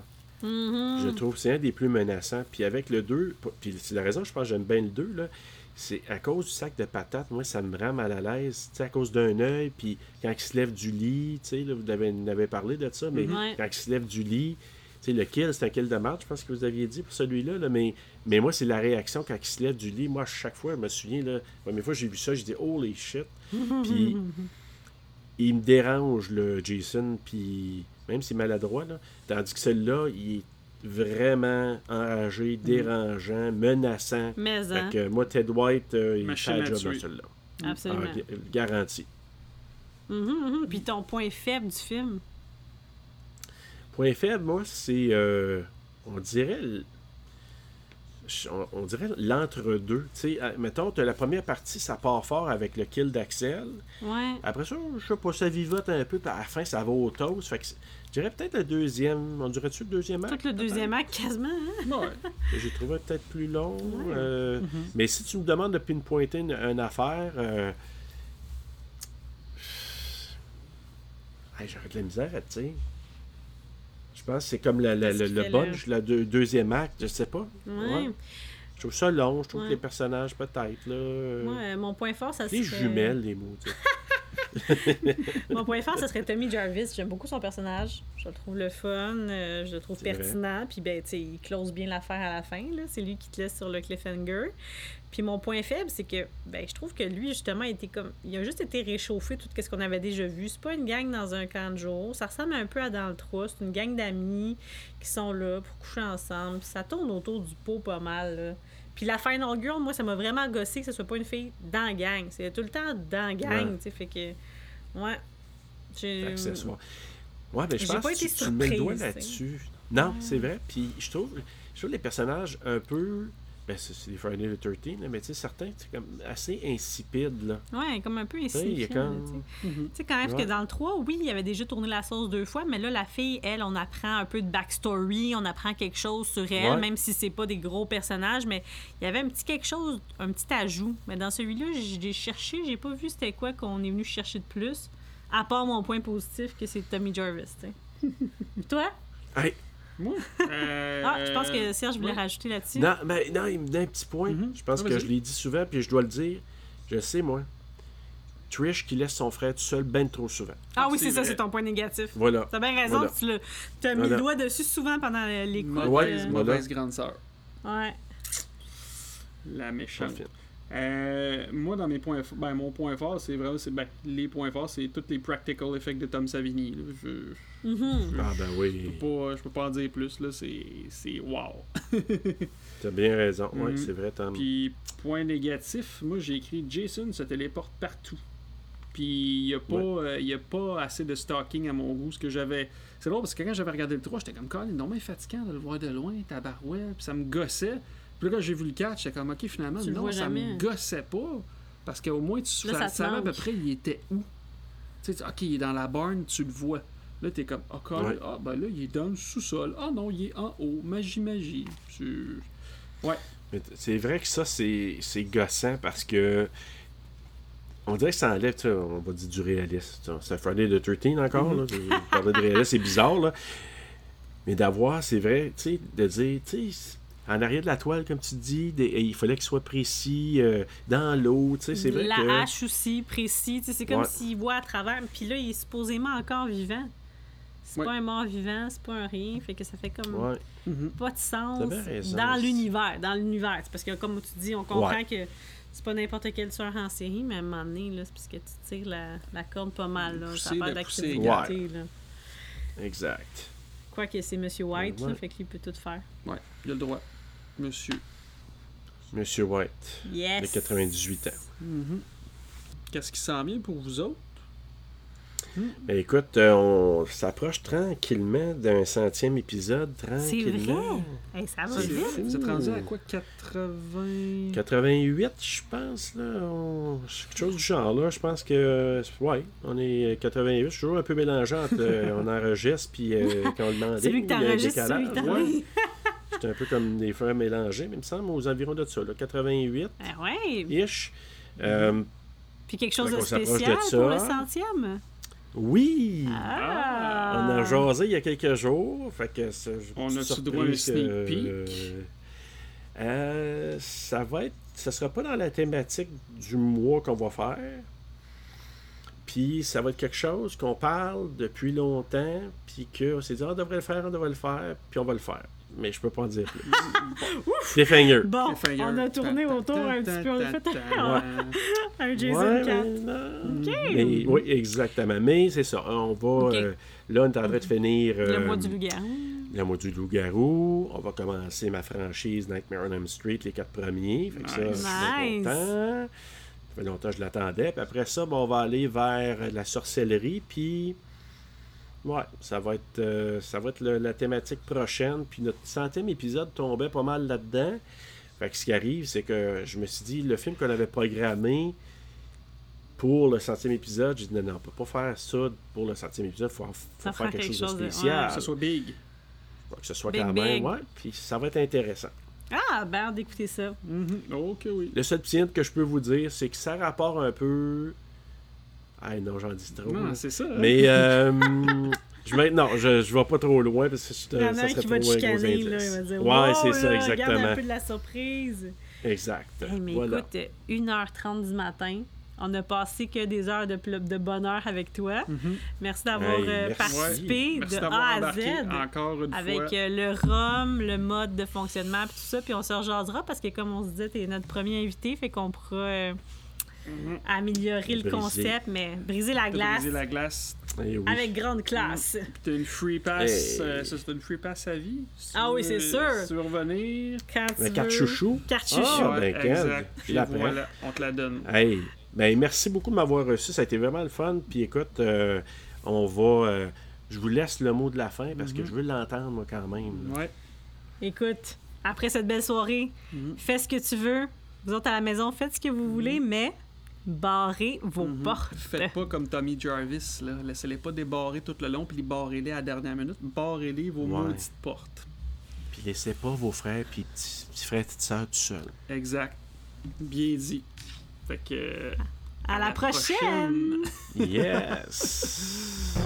S2: Mhm.
S3: je trouve que c'est un des plus menaçants. Puis avec le 2, puis c'est la raison, je pense que j'aime bien le 2, là, c'est à cause du sac de patates, moi, ça me rend mal à l'aise. Tu sais, à cause d'un œil, puis quand il se lève du lit, tu sais, là, vous avez, vous avez parlé de ça, mais
S2: Mhm. Ouais.
S3: quand il se lève du lit, tu sais, le kill, c'est un kill de marde, je pense que vous aviez dit pour celui-là, là, mais, mais moi, c'est la réaction quand il se lève du lit. Moi, à chaque fois, je me souviens, là, la première fois que j'ai vu ça, j'ai dit, holy shit. Puis il me dérange, le Jason, puis même s'il est maladroit, là, tandis que celui-là, il est vraiment enragé, dérangeant, menaçant.
S2: mais
S3: Fait
S2: hein,
S3: que moi, Ted White, euh, il
S4: Machine
S3: fait le
S4: à
S3: job
S4: tuer.
S3: dans celui-là.
S2: absolument.
S3: Ah, gu- garanti.
S2: Mhm, mhm. Puis ton point faible du film.
S3: Point faible, moi, c'est, euh, on dirait, l- ch- on, on dirait l'entre-deux. Tu sais, ah, mettons, t'as la première partie, ça part fort avec le kill d'Axel.
S2: Ouais.
S3: Après ça, je sais pas, ça vivote un peu, puis à la fin, ça va au toast. Fait que c'est- je dirais peut-être le deuxième. On dirait-tu le deuxième acte?
S2: Tout le deuxième acte, quasiment. hein?
S4: Ouais.
S3: que J'ai trouvé peut-être plus long. euh,
S2: Mm-hmm.
S3: Mais si tu me demandes de pinpointer une, une affaire. Euh... hey, J'aurais de la misère à te dire. Je pense que c'est comme la- la-
S2: Qu'est-ce
S3: le,
S2: qui
S3: le
S2: fait
S3: bunch, le deux- deuxième acte, je sais pas.
S2: Ouais.
S3: Ouais. Je trouve ça long, je trouve
S2: Ouais.
S3: que les personnages peut-être. là, euh,
S2: Moi, euh, mon point fort, ça
S3: Les
S2: serait.
S3: jumelles, les mots. tu sais.
S2: Mon point fort, ça serait Tommy Jarvis. J'aime beaucoup son personnage. Je le trouve le fun, euh, je le trouve
S3: C'est vrai.
S2: pertinent. Puis, ben, tu sais, il close bien l'affaire à la fin. là. C'est lui qui te laisse sur le cliffhanger. Puis, mon point faible, c'est que, ben, je trouve que lui, justement, a été comme. Il a juste été réchauffé tout ce qu'on avait déjà vu. C'est pas une gang dans un camp de jour. Ça ressemble un peu à Dans le Trou. C'est une gang d'amis qui sont là pour coucher ensemble. Puis ça tourne autour du pot pas mal, là. Puis la fin inaugurale, moi, ça m'a vraiment gossé que ce soit pas une fille dans la gang. C'est tout le temps dans la gang,
S3: Ouais.
S2: tu sais. Fait que. Ouais. J'ai-
S3: accessoires. Ouais, mais je
S2: Euh, J'ai
S3: pense
S2: pas
S3: que
S2: été
S3: tu, tu mets le doigt
S2: surprise, hein.
S3: là-dessus. Non, c'est vrai. Puis je trouve, je trouve les personnages un peu. Ben, c'est c'est des Friday the 13, là, mais tu sais, certains, c'est comme assez insipide, là.
S2: Ouais, comme un peu
S3: Tu sais, il y a
S2: insignifiant. là, tu sais.
S3: comme.
S4: Mhm.
S2: Tu sais, quand même, parce que
S3: Ouais.
S2: dans le 3, oui, il avait déjà tourné la sauce deux fois, mais là, la fille, elle, on apprend un peu de backstory, on apprend quelque chose sur elle,
S3: Ouais.
S2: même si c'est pas des gros personnages, mais il y avait un petit quelque chose, un petit ajout. Mais dans celui-là, j'ai cherché, j'ai pas vu c'était quoi qu'on est venu chercher de plus, à part mon point positif que c'est Tommy Jarvis, tu sais. Toi?
S3: Hey,
S4: Moi, euh,
S2: Ah, je pense que Serge voulait
S4: ouais.
S2: rajouter là-dessus.
S3: non, mais non, il me donne un petit point.
S4: Mhm.
S2: Mm-hmm.
S3: Je pense
S4: Ah,
S3: que
S4: vas-y.
S3: je l'ai dit souvent, puis je dois le dire. Je sais, moi. Trish qui laisse son frère tout seul ben trop souvent.
S2: Ah
S4: Ah,
S2: oui,
S4: c'est
S2: c'est ça,
S4: vrai.
S2: c'est ton point négatif.
S3: Voilà.
S2: T'as bien raison,
S3: Voilà.
S2: tu le- t'as mis
S3: Voilà.
S2: le doigt dessus souvent pendant les coups.
S4: Mauvaise,
S3: Ouais,
S4: mauvaise
S3: voilà.
S4: grande sœur.
S2: Ouais.
S4: La méchante.
S3: Parfait.
S4: Euh, moi, dans mes points, f- ben, mon point fort, c'est vraiment, c'est ben, les points forts, c'est tous les practical effects de Tom Savini. là. Je, Mm-hmm.
S2: Mhm.
S3: Ah, ben
S4: je
S3: oui.
S4: peux pas, je peux pas en dire plus là. C'est, c'est wow.
S3: T'as bien raison. Oui,
S4: Mhm.
S2: Mm-hmm.
S3: c'est vrai, Tom.
S4: Puis point négatif, moi j'ai écrit Jason se téléporte partout. Puis il n'y a, pas, euh, y a pas assez de stalking à mon goût. Ce que j'avais. C'est drôle parce que quand j'avais regardé le 3, j'étais comme Colin, non mais fatigant de le voir de loin, tabarouette, puis ça me gossait. Puis là, quand j'ai vu le 4, j'étais comme ok, finalement,
S2: Tu le
S4: non,
S2: vois
S4: ça
S2: jamais.
S4: me gossait pas. Parce qu'au moins, tu
S2: Là, ça
S4: sa-
S2: te
S4: savais à peu
S2: manque.
S4: près il était où. Tu sais, tu- ok, il est dans la barn, tu le vois. Là, t'es comme, ah, Colin,
S3: Ouais.
S4: ah, ben là, il est dans le sous-sol. Ah non, il est en haut. Magie, magie. Tu-
S3: Mais t- C'est vrai que ça, c'est c'est gossant parce que. On dirait que ça enlève, tu sais, on va dire du réalisme. tu sais, C'est un Friday the 13 encore, là.
S2: Mm-hmm.
S3: Je- je parlais de réalisme, c'est bizarre, là. Mais d'avoir, c'est vrai, tu sais, de dire, tu sais, c- en arrière de la toile, comme tu dis, des- et il fallait qu'il soit précis, euh, dans l'eau, tu sais, c'est vrai
S2: la
S3: que.
S2: hache aussi, précis. Tu sais, c'est comme
S3: Ouais.
S2: s'il voit à travers. Puis là, il est supposément encore vivant. C'est
S4: Ouais.
S2: pas un mort vivant, c'est pas un rien. Fait que ça fait comme
S3: Ouais.
S4: Mhm.
S2: pas de sens
S3: T'as bien raison.
S2: dans l'univers. Dans l'univers. C'est Parce que comme tu dis, on comprend que c'est pas n'importe quel tueur en série, mais à un moment donné, là, c'est parce que tu tires la, la corde pas mal. Là. Ça
S4: Pousser,
S2: parle
S4: de pousser.
S2: d'activité. là.
S3: Exact.
S2: Quoique c'est Monsieur White, là,
S3: Ouais.
S2: fait qu'il peut tout faire.
S4: Ouais, il a le droit. Monsieur.
S3: Monsieur White,
S2: Yes!
S3: de 98 ans.
S2: Mhm.
S4: Qu'est-ce qui s'en vient pour vous autres?
S3: Ben, écoute, euh, on s'approche tranquillement d'un centième épisode,
S2: C'est
S3: tranquillement.
S2: vrai. Hey, ça va
S3: C'est
S2: vite.
S3: fou.
S4: Vous êtes rendu à quoi 80.
S3: 88, je pense, là. on- c'est Quelque chose du genre, là. Je pense que. euh, Ouais, on est 88. Je suis toujours un peu mélangé entre euh, on enregistre puis euh, quand on le demande.
S2: Celui que t'enregistres, celui que t'enregistres.
S3: C'est un peu comme des frères mélangés, mais il me semble aux environs de ça, là. 88-ish.
S2: Ah ouais.
S3: Euh,
S2: Puis quelque chose
S3: Fait
S2: de
S3: qu'on s'approche de
S2: spécial
S3: ça.
S2: pour le centième.
S3: oui!
S2: Ah.
S3: On a jasé il y a quelques jours. Fait que ça- je-
S4: Euh, On
S3: petite
S4: a-tu droit à un
S3: surprise
S4: sneak
S3: que,
S4: peek?
S3: euh, euh, ça va être. Ça sera pas dans la thématique du mois qu'on va faire. Puis ça va être quelque chose qu'on parle depuis longtemps. Puis qu'on s'est dit, Ah, on devrait le faire, on devrait le faire. Puis on va le faire. Mais je peux pas en dire plus. Cliffhanger.
S2: Bon,
S4: Enfin, il y a
S2: on a tourné
S4: ta- ta-
S2: autour
S4: ta-
S2: un
S4: ta-
S2: petit peu. On a fait
S4: ta-
S2: un Jason
S3: Ouais,
S2: 4.
S3: mais non. Mais- oui, exactement. Mais c'est ça. On va.
S2: Ok.
S3: euh, là, on est en train de finir.
S2: Le
S3: euh,
S2: mois du loup-garou.
S3: Le mois du loup-garou. On va commencer ma franchise Nightmare on Elm Street, les quatre premiers. Fait que ça,
S4: Nice.
S3: je suis bien
S2: Nice.
S3: content. Ça fait longtemps que je l'attendais. Puis après ça, ben, on va aller vers la sorcellerie. Puis, ouais, ça va être, euh, ça va être le- la thématique prochaine. Puis notre centième épisode tombait pas mal là-dedans. Fait que ce qui arrive, c'est que je me suis dit, le film qu'on avait programmé pour le centième épisode, j'ai dit, non, non, on peut pas faire ça pour le centième épisode. Il faut, faut
S2: Ça
S3: faire
S2: fera
S3: quelque,
S2: quelque
S3: chose
S2: chose de-
S3: de
S2: ouais,
S3: spécial.
S4: Que ce soit big.
S3: Faut que ce soit
S2: Big,
S3: quand même,
S2: big.
S3: ouais. Puis ça va être intéressant.
S2: Ah, ben d'écouter
S3: Euh,
S2: ça.
S4: Mhm. Ok, oui.
S3: Le seul petit hint que je peux vous dire, c'est que ça rapporte un peu. Ah non, j'en dis trop.
S4: Non,
S3: là.
S4: c'est ça. hein.
S3: Mais euh, je vais... non, je, je vais pas trop loin parce que c'est- euh,
S2: Il y en
S3: ça
S2: a un qui
S3: serait trop
S2: va
S3: un
S2: te
S3: gros
S2: chicaner,
S3: indice.
S2: là. Il va dire
S3: Ouais,
S2: Wow,
S3: c'est ça,
S2: là, Regarde un
S3: exactement.
S2: peu de la surprise.
S3: Exact.
S2: Hey, mais
S3: voilà.
S2: écoute, euh, 1h30 du matin, on a passé que des heures de, pl- de bonheur avec toi.
S4: Mhm.
S2: Merci d'avoir
S3: Hey,
S2: euh,
S3: merci.
S2: participé
S4: Merci
S2: de
S4: d'avoir
S2: A à Z.
S4: embarqué encore une
S2: Avec
S4: fois.
S2: euh, le rhum, le mode de fonctionnement, puis tout ça. Puis on se rejasera parce que, comme on se disait, t'es notre premier invité, fait qu'on pourra euh, améliorer le
S3: Briser.
S2: concept, mais briser la
S4: Mhm. T'as
S2: glace
S4: brisé la glace. Mm.
S3: Eh oui.
S2: avec grande classe.
S4: Puis t'as une free pass.
S3: Hey.
S4: euh, ça, c'est une free pass à vie. Si tu
S2: Ah oui,
S4: veux-
S2: c'est sûr.
S4: Si tu veux revenir.
S2: Quand tu
S3: La carte
S2: veux.
S3: chouchou.
S2: Carte
S3: Ah,
S2: chouchou.
S3: ben,
S4: Ouais,
S3: regarde,
S4: exact.
S3: je
S4: Et
S3: la prends.
S4: voilà, on te la donne.
S3: Hey, ben merci beaucoup de m'avoir reçu. Ça a été vraiment le fun. Puis écoute, euh, on va. euh, je vous laisse le mot de la fin parce que
S2: Mm-hmm.
S3: je veux l'entendre moi quand même. là.
S4: Ouais.
S2: Écoute, après cette belle soirée,
S4: Mhm.
S2: fais ce que tu veux. Vous autres à la maison, faites ce que vous voulez, mais barrez vos
S4: Mhm.
S2: portes.
S4: Mm. Faites pas comme Tommy Jarvis, là. Laissez-les pas débarrer tout le long, puis barrez-les à la dernière minute. Barrez-les vos
S3: Ouais.
S4: maudites portes.
S3: Puis laissez pas vos frères puis petits, petits frères et petites sœurs tout seuls.
S4: Exact. Bien dit. Fait que.
S2: À, la prochaine.
S3: Yes!